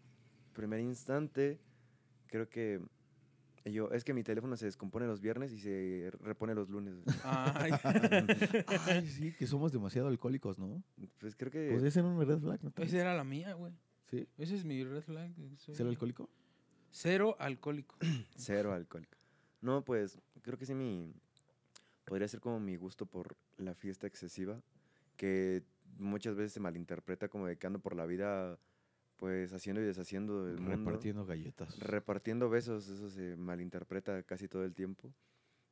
S3: primer instante, creo que. Yo, es que mi teléfono se descompone los viernes y se repone los lunes. güey.
S2: Ay.
S1: Ay, sí, que somos demasiado alcohólicos, ¿no?
S3: Pues creo que.
S1: Podría ser un red flag, ¿no?
S2: Esa era la mía, güey.
S1: ¿Sí?
S2: Ese es mi red flag. soy
S1: ¿Ser alcohólico?
S2: Cero alcohólico.
S3: Cero alcohólico. No, pues creo que sí mi, podría ser como mi gusto por la fiesta excesiva, que muchas veces se malinterpreta como de que ando por la vida pues haciendo y deshaciendo del mundo.
S1: Repartiendo galletas.
S3: Repartiendo besos, eso se malinterpreta casi todo el tiempo.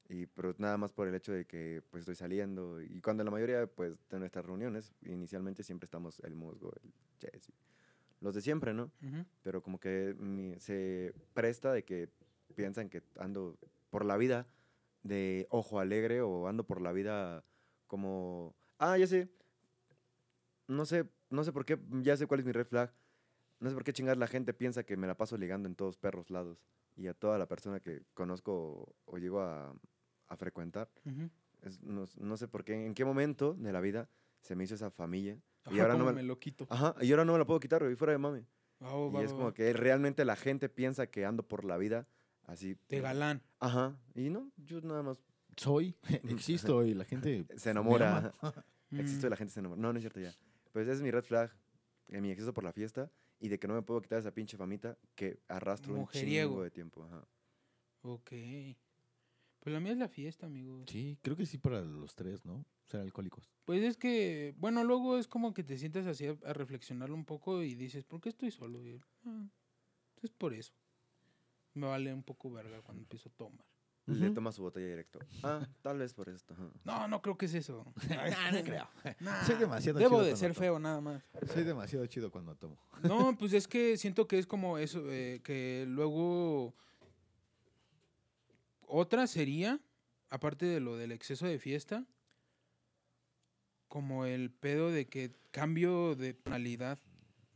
S3: Y, pero nada más por el hecho de que pues estoy saliendo. Y cuando la mayoría pues, de nuestras reuniones, inicialmente siempre estamos el musgo, el Jesse. Los de siempre, ¿no?
S2: Ujú.
S3: Pero como que mm, se presta de que piensan que ando por la vida de ojo alegre o ando por la vida como... Ah, ya sé. No sé, no sé por qué, ya sé cuál es mi red flag. No sé por qué chingar la gente piensa que me la paso ligando en todos perros lados. Y a toda la persona que conozco o, o llego a, a frecuentar.
S2: Ujú.
S3: Es- no, no sé por qué, en qué momento de la vida se me hizo esa familia. Y
S2: Ajá,
S3: ahora no
S2: ¿cómo me
S3: me,
S2: lo quito.
S3: Ajá, y ahora no me la puedo quitar, güey, fuera de mami.
S2: Va, va,
S3: Y
S2: va,
S3: es
S2: va,
S3: como
S2: va.
S3: que realmente la gente piensa que ando por la vida así.
S2: De galán.
S3: Ajá. Y no, yo nada más eh,
S1: Soy, existo y la gente
S3: se enamora.
S1: ama.
S3: Existo y
S2: Mm.
S3: la gente se enamora. No, no es cierto ya. Pues ese es mi red flag, eh, mi exceso por la fiesta y de que no me puedo quitar esa pinche famita que arrastro
S2: Mujeriego.
S3: un chingo de tiempo. Ajá.
S2: Ok. Pues la mía es la fiesta, amigo.
S1: Sí, creo que sí para los tres, ¿no? Ser alcohólicos.
S2: Pues es que, bueno, luego es como que te sientas así a, a reflexionarlo un poco y dices, ¿por qué estoy solo? Y, ah, es por eso. Me vale un poco verga cuando empiezo a tomar.
S3: Le
S1: Ujú.
S3: toma su botella directo. Ah, tal vez por esto. Ajá.
S2: No, no creo que es eso.
S1: no, no creo.
S2: Nah,
S1: Soy demasiado chido
S2: Ah, Debo de
S1: cuando
S2: ser
S1: tomo.
S2: feo nada más.
S1: Soy demasiado chido cuando tomo.
S2: No, pues es que siento que es como eso, eh, que luego otra sería, aparte de lo del exceso de fiesta, como el pedo de que cambio de personalidad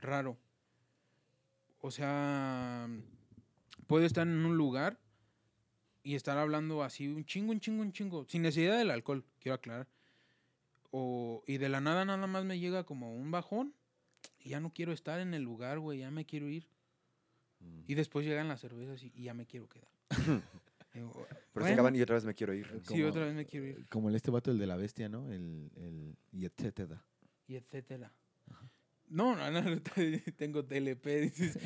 S2: raro. O sea, puedo estar en un lugar y estar hablando así un chingo, un chingo, un chingo, sin necesidad del alcohol, quiero aclarar. O, y de la nada nada más me llega como un bajón y ya no quiero estar en el lugar, güey, ya me quiero ir.
S1: Mm.
S2: Y después llegan las cervezas y, y ya me quiero quedar. Digo,
S3: Pero
S2: "Bueno,
S3: se acaban y otra vez me quiero ir.
S2: sí, otra vez me quiero ir,
S1: Como el este vato, el de la bestia, ¿no? El, el y etcétera.
S2: y etcétera. No, no, no, no, tengo TLP, dices.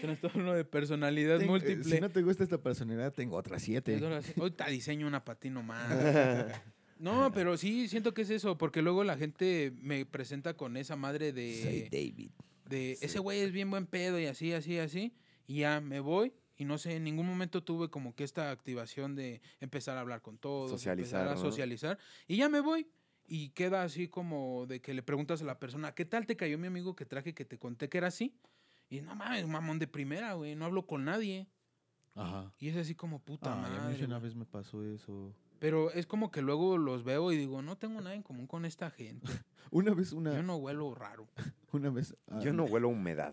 S2: Trastorno de personalidad
S1: Ten- eh,
S2: múltiple.
S1: Si no te gusta esta personalidad, tengo otras siete.
S2: Ahorita Ahorita diseño una patino más. No, pero sí siento que es eso, porque luego la gente me presenta con esa madre de,
S1: David.
S2: de ese güey es bien buen pedo y así, así, así, y ya me voy y no sé, en ningún momento tuve como que esta activación de empezar a hablar con todos,
S3: Socializar,
S2: empezar a
S3: ¿no?
S2: socializar y ya me voy y queda así como de que le preguntas a la persona, ¿qué tal te cayó mi amigo que traje que te conté que era así? Y no mames, mamón de primera, güey, no hablo con nadie.
S1: Ajá.
S2: Y es así como puta
S1: Ay, a mí
S2: Ah, madre.
S1: sí una
S2: güey".
S1: vez me pasó eso.
S2: Pero es como que luego los veo y digo, no tengo nada en común con esta gente.
S1: Una vez, una,
S2: Yo no huelo raro.
S1: una vez. ah,
S3: Yo no huelo a humedad.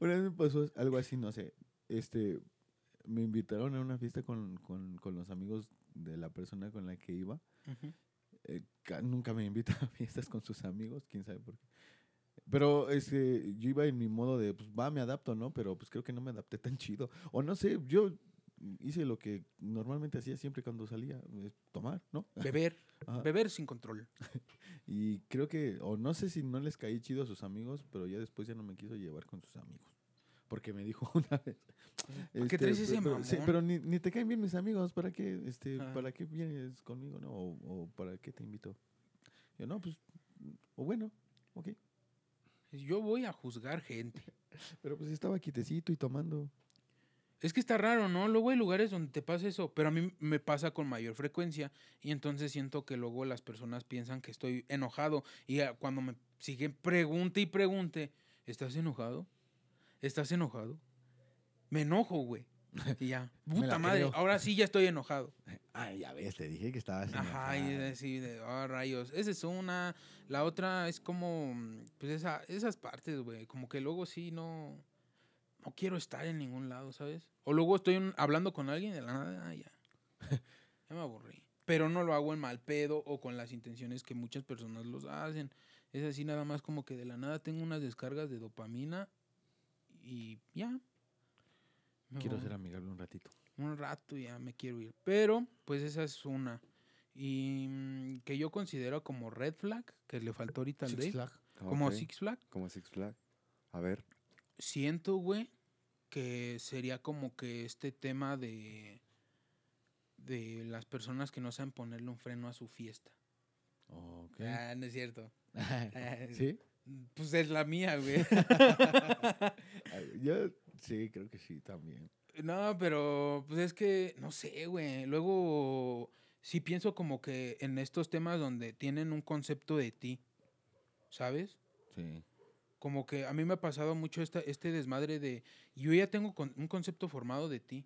S1: Una vez me pasó algo así, no sé. Este, me invitaron a una fiesta con, con, con los amigos de la persona con la que iba.
S2: Ujú.
S1: Eh, ca- nunca me invita a fiestas con sus amigos, quién sabe por qué. Pero este, yo iba en mi modo de, pues va, me adapto, ¿no? Pero pues creo que no me adapté tan chido. O no sé, yo hice lo que normalmente hacía siempre cuando salía, eh, tomar, ¿no?
S2: Beber,
S1: Ajá.
S2: beber sin control.
S1: Y creo que, o no sé si no les caí chido a sus amigos, pero ya después ya no me quiso llevar con sus amigos. Porque me dijo una vez.
S2: ¿Por qué traes ese
S1: pe- pero, sí,
S2: mamón?
S1: pero ni, ni te caen bien mis amigos, ¿para qué, este,
S2: Ah.
S1: ¿para qué vienes conmigo, no? O, o ¿para qué te invito? Yo, no, pues, mm, o bueno, ok.
S2: Yo voy a juzgar gente.
S1: Pero pues estaba quitecito y tomando.
S2: Es que está raro, ¿no? Luego hay lugares donde te pasa eso, pero a mí me pasa con mayor frecuencia y entonces siento que luego las personas piensan que estoy enojado y ah, cuando me siguen pregunte y pregunte, ¿estás enojado? ¿Estás enojado? Me enojo, güey. Y ya, puta
S1: la
S2: madre,
S1: creo.
S2: ahora sí ya estoy enojado.
S1: Ah, ya ves, te dije que estabas
S2: Ajá, y es
S1: enojada.
S2: así de, ah, rayos. Esa es una. La otra es como, mm, pues esa, esas partes, güey. Como que luego sí no. No quiero estar en ningún lado, ¿sabes? O luego estoy en- hablando con alguien de la nada, ah, ya. Ya me aburrí. Pero no lo hago en mal pedo o con las intenciones que muchas personas los hacen. Es así nada más como que de la nada tengo unas descargas de dopamina y ya. Me
S1: Quiero
S2: voy
S1: ser amigable un ratito.
S2: un rato y ya me quiero ir. Pero, pues esa es una. Y mm, que yo considero como red flag, que le faltó ahorita al Dave. Como
S3: Ok,
S2: Six Flag.
S3: Como Six Flag. A ver.
S2: Siento, güey, que sería como que este tema de de las personas que no saben ponerle un freno a su fiesta.
S1: Ok.
S2: Ah, no es cierto.
S1: ¿Sí?
S2: Pues es la mía, güey.
S1: Ay, Yo sí, creo que sí, también.
S2: No, pero pues es que, no sé, güey. Luego sí pienso como que en estos temas donde tienen un concepto de ti, ¿sabes?
S1: Sí.
S2: Como que a mí me ha pasado mucho esta, este desmadre de, yo ya tengo con- un concepto formado de ti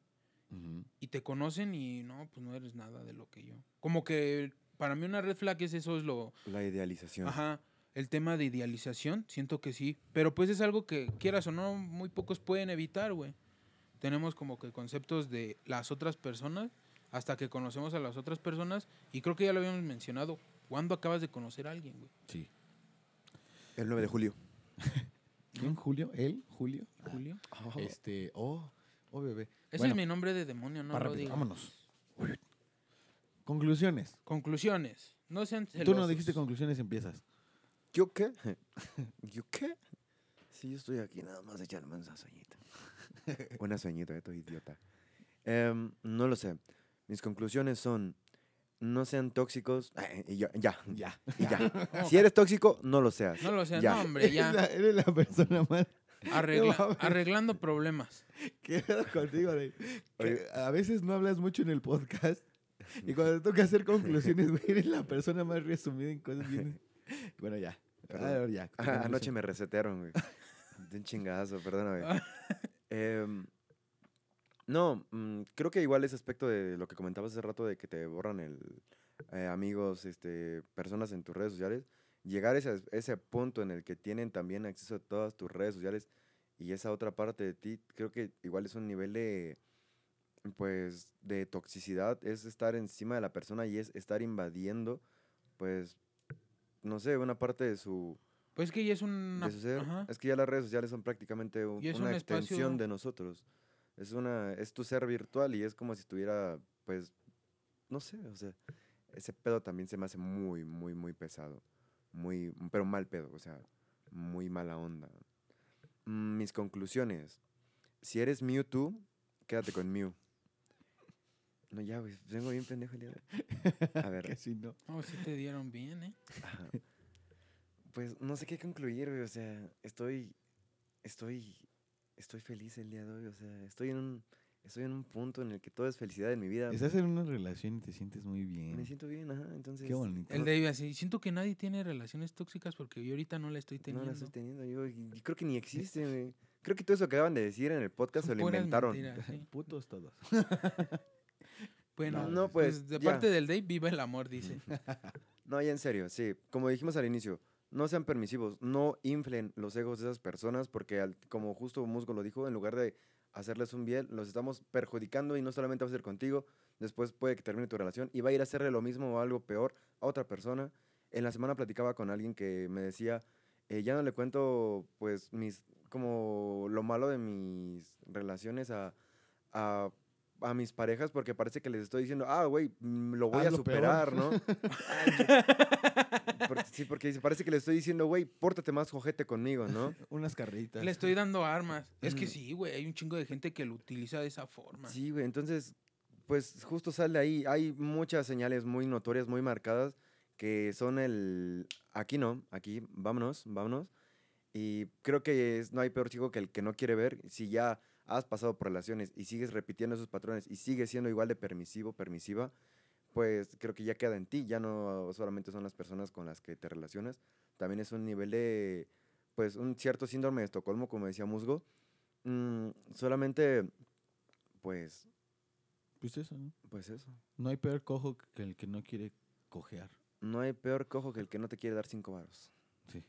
S1: Ujú.
S2: y te conocen y no, pues no eres nada de lo que yo. Como que para mí una red flag es eso, es lo...
S3: La idealización.
S2: Ajá. El tema de idealización, siento que sí. Pero pues es algo que, quieras o no, muy pocos pueden evitar, güey. Tenemos como que conceptos de las otras personas hasta que conocemos a las otras personas. Y creo que ya lo habíamos mencionado. ¿Cuándo acabas de conocer a alguien, güey?
S1: Sí.
S3: El 9 de julio.
S1: ¿Quién? ¿Julio? ¿Él? ¿Julio? Ah,
S2: Julio.
S1: Este, oh, oh, bebé.
S2: Ese
S1: Bueno,
S2: es mi nombre de demonio, no
S1: va
S2: lo
S1: rápido,
S2: digas.
S1: vámonos. Conclusiones.
S2: Conclusiones. No sean
S1: Tú no
S2: celosos.
S1: dijiste conclusiones, empiezas.
S3: ¿Yo qué? ¿Yo qué? Si yo estoy aquí nada más echarme una sueñita. una sueñita, esto idiota. Em, no lo sé. Mis conclusiones son, no sean tóxicos. y yo- ya, ya,
S1: Ya.
S3: y ya. si eres tóxico, no lo seas.
S2: No lo sean,
S3: Ya.
S2: no, hombre,
S1: Eres la,
S2: ya.
S1: eres la persona más
S2: Arregla-
S1: mames.
S2: arreglando problemas.
S1: quedada contigo. güey. Que
S3: Oye.
S1: a veces no hablas mucho en el podcast y cuando te toca hacer conclusiones, güey, eres la persona más resumida en cosas bien... Bueno, ya.
S3: Perdón.
S1: Ah, ya.
S3: Ah, Anoche me resetearon, güey. De un chingadazo, perdóname. Em, no, mm, creo que igual ese aspecto de lo que comentabas hace rato de que te borran el eh, amigos, este, personas en tus redes sociales, llegar a ese, ese punto en el que tienen también acceso a todas tus redes sociales y esa otra parte de ti, creo que igual es un nivel de pues de toxicidad, es estar encima de la persona y es estar invadiendo, pues, no sé, una parte de su
S2: Pues que ya es una...
S3: de su ser.
S2: ajá.
S3: Es que ya las redes sociales son prácticamente un-
S2: Y es
S3: una
S2: un espacio-
S3: extensión de nosotros. Es una es tu ser virtual y es como si estuviera, pues, no sé, o sea, ese pedo también se me hace muy, muy, muy pesado. Muy, pero mal pedo, o sea, muy mala onda. Mm, Mis conclusiones. Si eres Mewtwo, quédate con Mew. No, ya, güey, vengo bien pendejo el día de hoy. A ver,
S1: Que si no.
S2: No, sí te dieron bien, ¿eh?
S3: Ajá. Pues no sé qué concluir, güey. O sea, estoy. Estoy. Estoy feliz el día de hoy. O sea, estoy en un. Estoy en un punto en el que todo es felicidad en mi vida.
S1: Estás en una relación y te sientes muy
S3: Me
S1: bien.
S3: siento bien, ajá. Entonces.
S1: Qué bonito.
S2: El Dave así, siento que nadie tiene relaciones tóxicas porque yo ahorita no la estoy
S3: No
S2: teniendo.
S3: la estoy teniendo yo. y- y creo que ni existe, güey. Creo que todo eso que acaban de decir en el podcast se
S2: Son
S3: lo
S2: puras
S3: inventaron.
S2: mentiras, sí.
S1: Putos todos.
S2: Bueno,
S3: No,
S2: pues,
S3: pues,
S2: de
S3: ya.
S2: parte del Dave, viva el amor, dice.
S3: No, ya en serio, sí. Como dijimos al inicio, no sean permisivos, no inflen los egos de esas personas porque, al- como justo Musgo lo dijo, en lugar de hacerles un bien, los estamos perjudicando y no solamente va a ser contigo, después puede que termine tu relación y va a ir a hacerle lo mismo o algo peor a otra persona. En la semana platicaba con alguien que me decía, eh, ya no le cuento pues mis, como lo malo de mis relaciones a... a a mis parejas porque parece que les estoy diciendo, ah, güey, mm, lo voy
S1: Haz
S3: a
S1: lo peor".
S3: superar, ¿no? Ay, por- sí, porque dice, parece que le estoy diciendo, güey, pórtate más cojete conmigo, ¿no?
S1: Unas carritas.
S2: Le estoy dando armas. Es que
S3: Mm.
S2: sí, güey, hay un chingo de gente que lo utiliza de esa forma.
S3: Sí, güey, entonces, pues justo sale ahí. Hay muchas señales muy notorias, muy marcadas, que son el, aquí no, aquí, vámonos, vámonos. Y creo que es- no hay peor chico que el que no quiere ver. Si ya has pasado por relaciones y sigues repitiendo esos patrones y sigues siendo igual de permisivo, permisiva, pues creo que ya queda en ti. Ya no solamente son las personas con las que te relacionas. También es un nivel de, pues, un cierto síndrome de Estocolmo, como decía Musgo. Mm, solamente, pues,
S1: Pues eso, ¿no?
S3: pues eso.
S1: No hay peor cojo que el que no quiere cojear.
S3: No hay peor cojo que el que no te quiere dar cinco varos.
S1: Sí.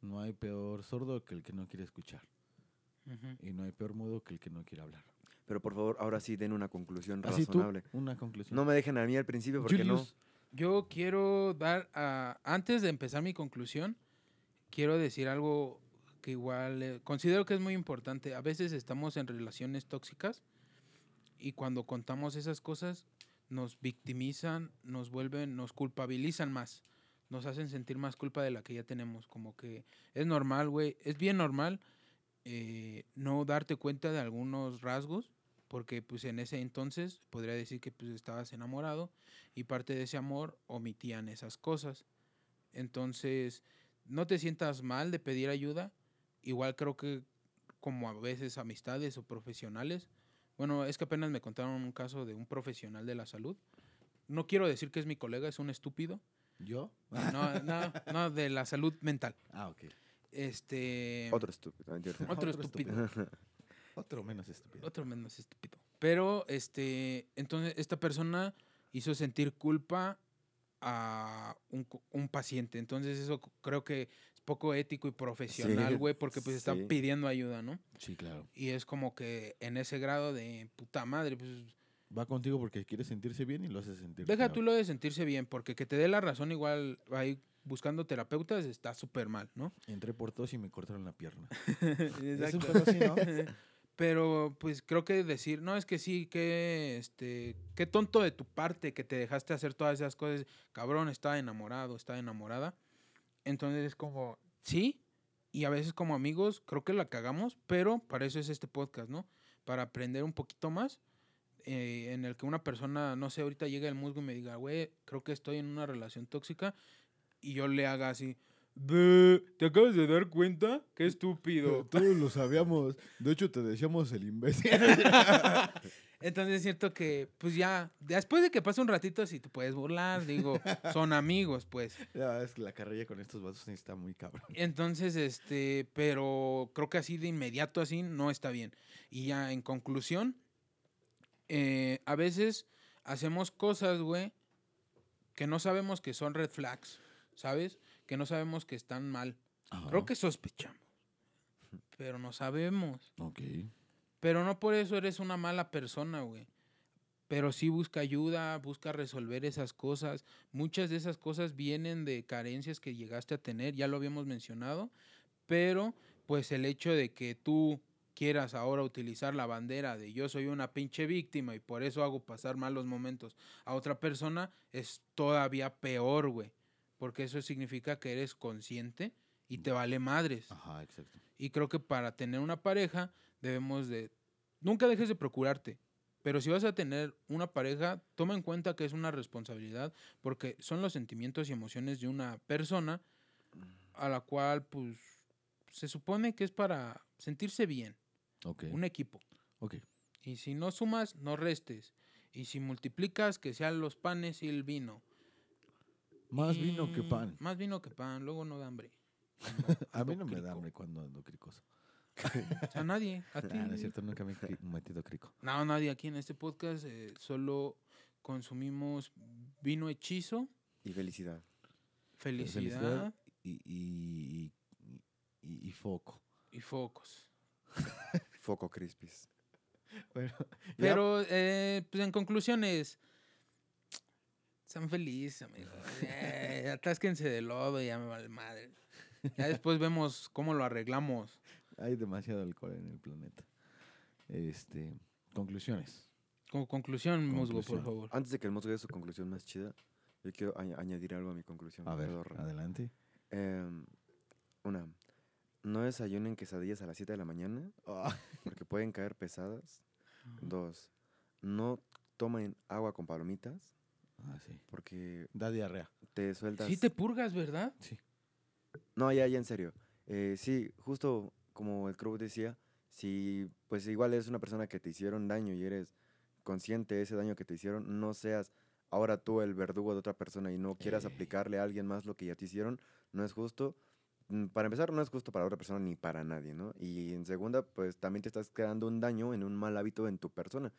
S1: No hay peor sordo que el que no quiere escuchar.
S2: Ujú.
S1: Y no hay peor mudo que el que no quiere hablar.
S3: Pero por favor, ahora sí den una conclusión
S1: Así ¿Ah, tú,
S3: razonable.
S1: una conclusión.
S3: No me dejen a mí al principio porque
S1: Julius,
S2: Yo quiero dar a. Antes de empezar mi conclusión, quiero decir algo que igual eh, considero que es muy importante. A veces estamos en relaciones tóxicas y cuando contamos esas cosas nos victimizan, nos vuelven, nos culpabilizan más. Nos hacen sentir más culpa de la que ya tenemos. Como que es normal, güey. Es bien normal eh, no darte cuenta de algunos rasgos porque pues en ese entonces podría decir que pues estabas enamorado y parte de ese amor omitían esas cosas. Entonces, no te sientas mal de pedir ayuda. Igual creo que como a veces amistades o profesionales. Bueno, es que apenas me contaron un caso de un profesional de la salud. No quiero decir que es mi colega, es un estúpido.
S1: ¿Yo?
S2: No, no, no, de la salud mental.
S1: Ah, ok. eh.
S2: Este.
S3: Otro estúpido. no, mentira.
S2: Otro estúpido.
S1: Otro menos estúpido.
S2: Otro menos estúpido. Pero, este, entonces esta persona hizo sentir culpa a un, cu- un paciente. Entonces eso c- creo que es poco ético y profesional, güey, porque pues está
S3: sí.
S2: pidiendo ayuda, ¿no?
S1: Sí, claro.
S2: Y es como que en ese grado de puta madre, pues
S1: Va contigo porque quiere sentirse bien y lo hace sentir
S2: deja
S1: culpable.
S2: tú lo de sentirse bien, porque que te dé la razón igual ahí buscando terapeutas está súper mal, ¿no?
S1: Entré por todos y me cortaron la pierna. Es un
S2: Exacto.
S1: pedo así, ¿no?
S2: Pero pues creo que decir, no, es que sí, que este, qué tonto de tu parte que te dejaste hacer todas esas cosas, cabrón, está enamorado, está enamorada. Entonces es como, sí, y a veces como amigos creo que la cagamos, pero para eso es este podcast, ¿no? Para aprender un poquito más, eh, en el que una persona, no sé, ahorita llega el musgo y me diga, güey, creo que estoy en una relación tóxica, y yo le haga así, "Ve, ¿te acabas de dar cuenta? Qué estúpido.
S1: Todos lo sabíamos. De hecho, te decíamos el imbécil.
S2: Entonces es cierto que, pues ya, después de que pase un ratito, si te puedes burlar, digo, son amigos, pues.
S1: La, es que la carrilla con estos vasos está muy cabrón.
S2: Entonces, este, pero creo que así de inmediato, así, no está bien. Y ya en conclusión, eh, a veces hacemos cosas, güey, que no sabemos que son red flags, ¿sabes? Que no sabemos que están mal.
S1: Ah,
S2: Creo que sospechamos, pero no sabemos.
S1: Ok.
S2: Pero no por eso eres una mala persona, güey. Pero sí busca ayuda, busca resolver esas cosas. Muchas de esas cosas vienen de carencias que llegaste a tener, ya lo habíamos mencionado. Pero, pues el hecho de que tú quieras ahora utilizar la bandera de yo soy una pinche víctima y por eso hago pasar malos momentos a otra persona es todavía peor, güey. Porque eso significa que eres consciente y te vale madres.
S1: Ajá, exacto.
S2: Y creo que para tener una pareja debemos de... Nunca dejes de procurarte, pero si vas a tener una pareja, toma en cuenta que es una responsabilidad porque son los sentimientos y emociones de una persona a la cual pues se supone que es para sentirse bien,
S1: Ok.
S2: un equipo.
S1: Ok.
S2: Y si no sumas, no restes. Y si multiplicas, que sean los panes y el vino.
S1: Más vino que
S2: Mm,
S1: pan.
S2: Más vino que pan, luego no da hambre.
S1: A mí no me
S2: crico.
S1: da hambre cuando ando cricoso.
S2: A nadie, a ti.
S1: Ah, no es cierto, nunca me he cri- metido crico.
S2: No, nadie aquí en este podcast eh, solo consumimos vino hechizo,
S3: Y felicidad.
S2: felicidad,
S1: felicidad. Y, y, y, y- y foco.
S2: y focos.
S3: Foco crispis.
S1: Bueno,
S2: Pero eh, pues en conclusiones, sean felices, amigos. Eh, atásquense de lodo y ya me vale madre. Ya después vemos cómo lo arreglamos.
S1: hay demasiado alcohol en el planeta. Este, conclusiones.
S2: Como conclusión, musgo, por
S1: Conclusión.
S2: favor.
S3: Antes de que el mozo dé su conclusión más chida, yo quiero añ- añadir algo a mi conclusión.
S1: A ver,
S3: pedorra.
S1: adelante.
S3: Em, una, no desayunen quesadillas a las 7 de la mañana
S1: Ah.
S3: porque pueden caer pesadas. Dos, no tomen agua con palomitas
S1: Ah, sí.
S3: porque
S1: Da diarrea.
S3: te sueltas.
S2: Sí te purgas, ¿verdad?
S3: No, ya, ya en serio. Eh, sí, justo como el club decía, si pues igual eres una persona que te hicieron daño y eres consciente de ese daño que te hicieron, no seas ahora tú el verdugo de otra persona y no quieras
S1: Ey.
S3: aplicarle a alguien más lo que ya te hicieron, no es justo. Mm, Para empezar, no es justo para otra persona ni para nadie, ¿no? Y en segunda, pues también te estás creando un daño en un mal hábito en tu persona,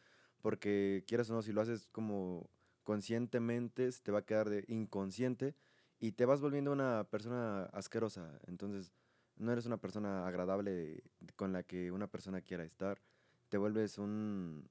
S3: porque quieras o no, si lo haces como conscientemente, se te va a quedar de inconsciente y te vas volviendo una persona asquerosa. Entonces, no eres una persona agradable con la que una persona quiera estar. Te vuelves un,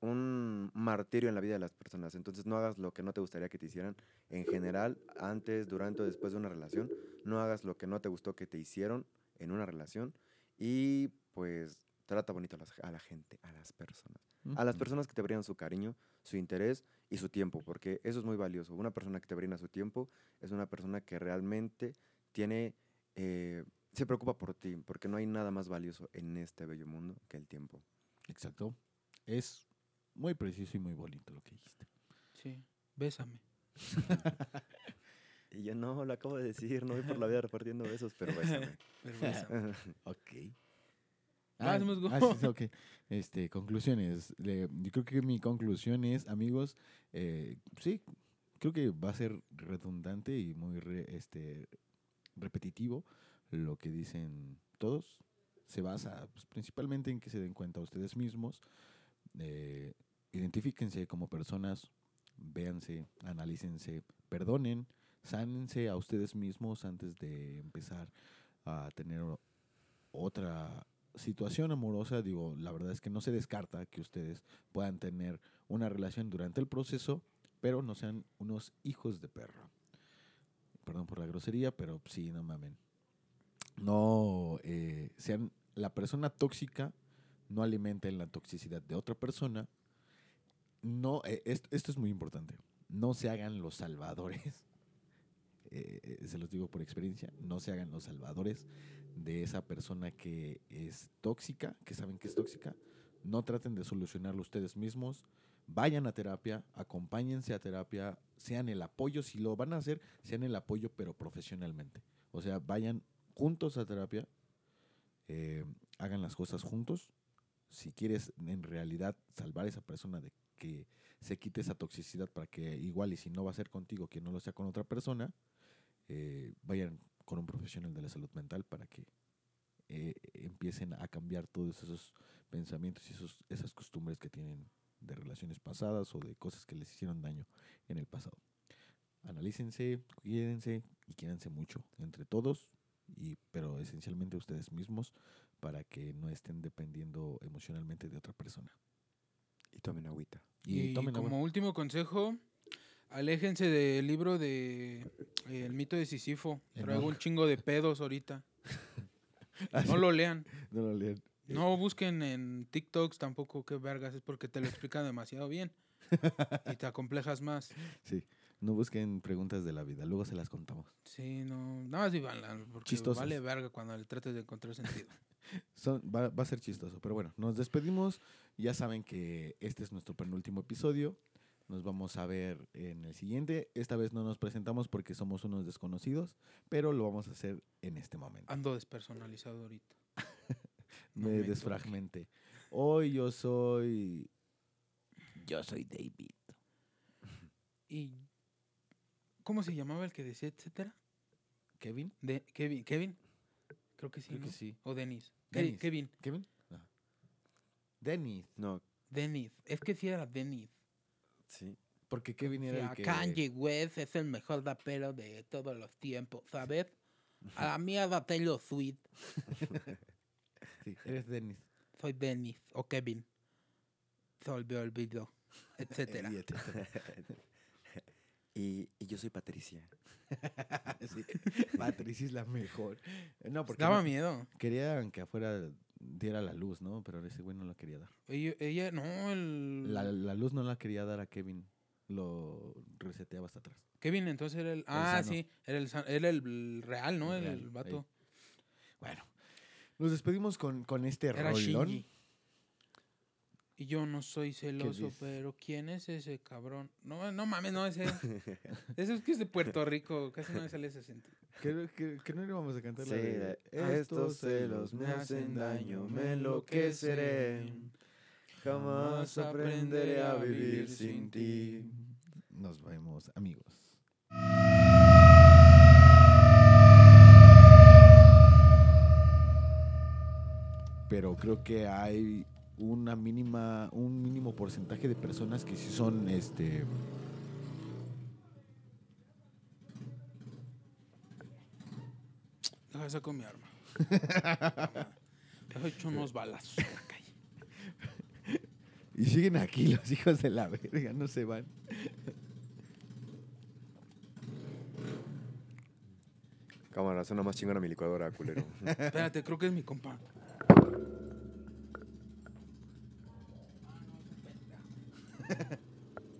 S3: un martirio en la vida de las personas. Entonces, no hagas lo que no te gustaría que te hicieran. En general, antes, durante o después de una relación, no hagas lo que no te gustó que te hicieron en una relación. Y pues, trata bonito a, las- a la gente, a las personas a las
S1: Ujú.
S3: personas que te brindan su cariño, su interés y su tiempo, porque eso es muy valioso. Una persona que te brinda su tiempo es una persona que realmente tiene, eh, se preocupa por ti, porque no hay nada más valioso en este bello mundo que el tiempo.
S1: Exacto. Es muy preciso y muy bonito lo que dijiste.
S2: Sí, bésame.
S3: Y yo no, lo acabo de decir, no voy por la vida repartiendo besos, pero bésame.
S2: Pero bésame.
S1: Ok.
S2: Vas,
S1: Ah,
S2: musgo.
S1: ah, sí, sí, ok. Este, conclusiones. Le- yo creo que mi conclusión es, amigos, eh, sí, creo que va a ser redundante y muy re- este, repetitivo lo que dicen todos. Se basa pues, principalmente en que se den cuenta ustedes mismos. eh, identifíquense como personas, véanse, analícense, perdonen, sánense a ustedes mismos antes de empezar a tener o- otra situación amorosa, digo, la verdad es que no se descarta que ustedes puedan tener una relación durante el proceso, pero no sean unos hijos de perro. Perdón por la grosería, pero sí, no mamen. No eh, sean la persona tóxica, no alimenten la toxicidad de otra persona. No, eh, est- esto es muy importante. No se hagan los salvadores. Eh, eh, se los digo por experiencia, no se hagan los salvadores de esa persona que es tóxica, que saben que es tóxica, no traten de solucionarlo ustedes mismos, vayan a terapia, acompáñense a terapia, sean el apoyo, si lo van a hacer, sean el apoyo pero profesionalmente. O sea, vayan juntos a terapia, eh, hagan las cosas juntos. Si quieres en realidad salvar a esa persona de que se quite esa toxicidad para que igual y si no va a ser contigo, que no lo sea con otra persona, eh, vayan con un profesional de la salud mental para que eh, empiecen a cambiar todos esos pensamientos y esos, esas costumbres que tienen de relaciones pasadas o de cosas que les hicieron daño en el pasado. Analícense, cuídense y quiéranse mucho entre todos, y, pero esencialmente ustedes mismos para que no estén dependiendo emocionalmente de otra persona.
S3: Y tomen agüita.
S2: Y,
S1: tomen agua.
S2: como último consejo, aléjense del libro de eh, El mito de Sísifo.
S1: El
S2: Traigo un
S1: monje.
S2: chingo de pedos ahorita.
S1: Ah,
S2: No
S1: sí,
S2: lo lean.
S1: no lo lean.
S2: No busquen en TikToks tampoco qué vergas es porque te lo explican demasiado bien. Y te acomplejas más.
S1: Sí, no busquen preguntas de la vida, luego se las contamos.
S2: Sí, no. Nada más vivanla, porque
S1: Chistosas.
S2: vale verga cuando le trates de encontrar sentido.
S1: Son- va, va a ser chistoso, pero bueno, nos despedimos. Ya saben que este es nuestro penúltimo episodio. Nos vamos a ver en el siguiente. Esta vez no nos presentamos porque somos unos desconocidos, pero lo vamos a hacer en este momento.
S2: Ando despersonalizado ahorita. Ah, no
S1: Me
S2: me
S1: desfragmenté. Hoy yo soy. Yo soy David.
S2: ¿Y cómo se llamaba el que decía, etcétera?
S1: ¿Kevin?
S2: De Kevin. ¿Kevin? Creo que sí.
S1: Creo que
S2: ¿no?
S1: sí.
S2: O Denis.
S1: Dennis.
S2: Kevin.
S1: ¿Kevin? No. Dennis.
S3: No,
S2: Denis. Es que sí era Denis.
S3: sí.
S1: Porque Kevin era el que.
S2: Kanye West es el mejor rapero de todos los tiempos, ¿sabes? A la mierda Taylor Swift.
S1: Sí, eres Dennis.
S2: Soy Denis o Kevin. Se olvidó el video, etcétera.
S1: Eh, Y etcétera.
S3: Y, y yo soy Patricia.
S1: Sí. Patricia es la mejor. No, porque.
S2: Daba
S1: no-
S2: miedo.
S1: Querían que afuera diera la luz, ¿no? Pero ese güey no la quería dar.
S2: Ella, ella- no, el...
S1: La, la luz no la quería dar a Kevin. Lo reseteaba hasta atrás.
S2: Kevin entonces era el... Ah,
S1: sano.
S2: sí, era el, san- era el real, ¿no?
S1: El
S2: El,
S1: real,
S2: el vato.
S1: Bueno, nos despedimos con, con este
S2: Era
S1: rolón.
S2: Shinji. Y yo no soy celoso,
S1: dices?
S2: pero ¿quién es ese cabrón? No, no mames, no, ese... ese es que es de Puerto Rico, casi no me sale ese acento.
S1: Que, que- que no le vamos a cantar la
S3: Sí,
S1: de,
S3: de- estos celos me hacen daño, me enloqueceré. Jamás aprenderé a vivir sin ti.
S1: Nos vemos, amigos. Pero creo que hay una mínima, un mínimo porcentaje de personas que sí son este.
S2: Deja saco mi arma. Deja hecho unos balazos en la calle.
S1: Y siguen aquí los hijos de la verga, no se van.
S3: Cámara, suena más chingona mi licuadora, culero.
S2: Espérate, creo que es mi compa.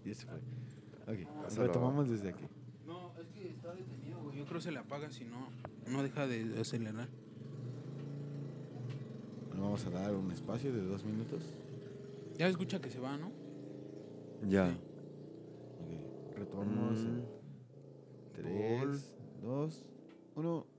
S1: Y se fue. Ok,
S3: Pásalo.
S1: retomamos desde aquí.
S2: No, es que está detenido, güey. Yo creo que se le apaga si no, no deja de acelerar.
S1: Le vamos a dar un espacio de dos minutos.
S2: Ya, Ya se escucha que se va, ¿no?
S3: Ya.
S2: Sí.
S1: Ok, Retomamos. en
S3: Mm.
S1: Tres, dos, uno.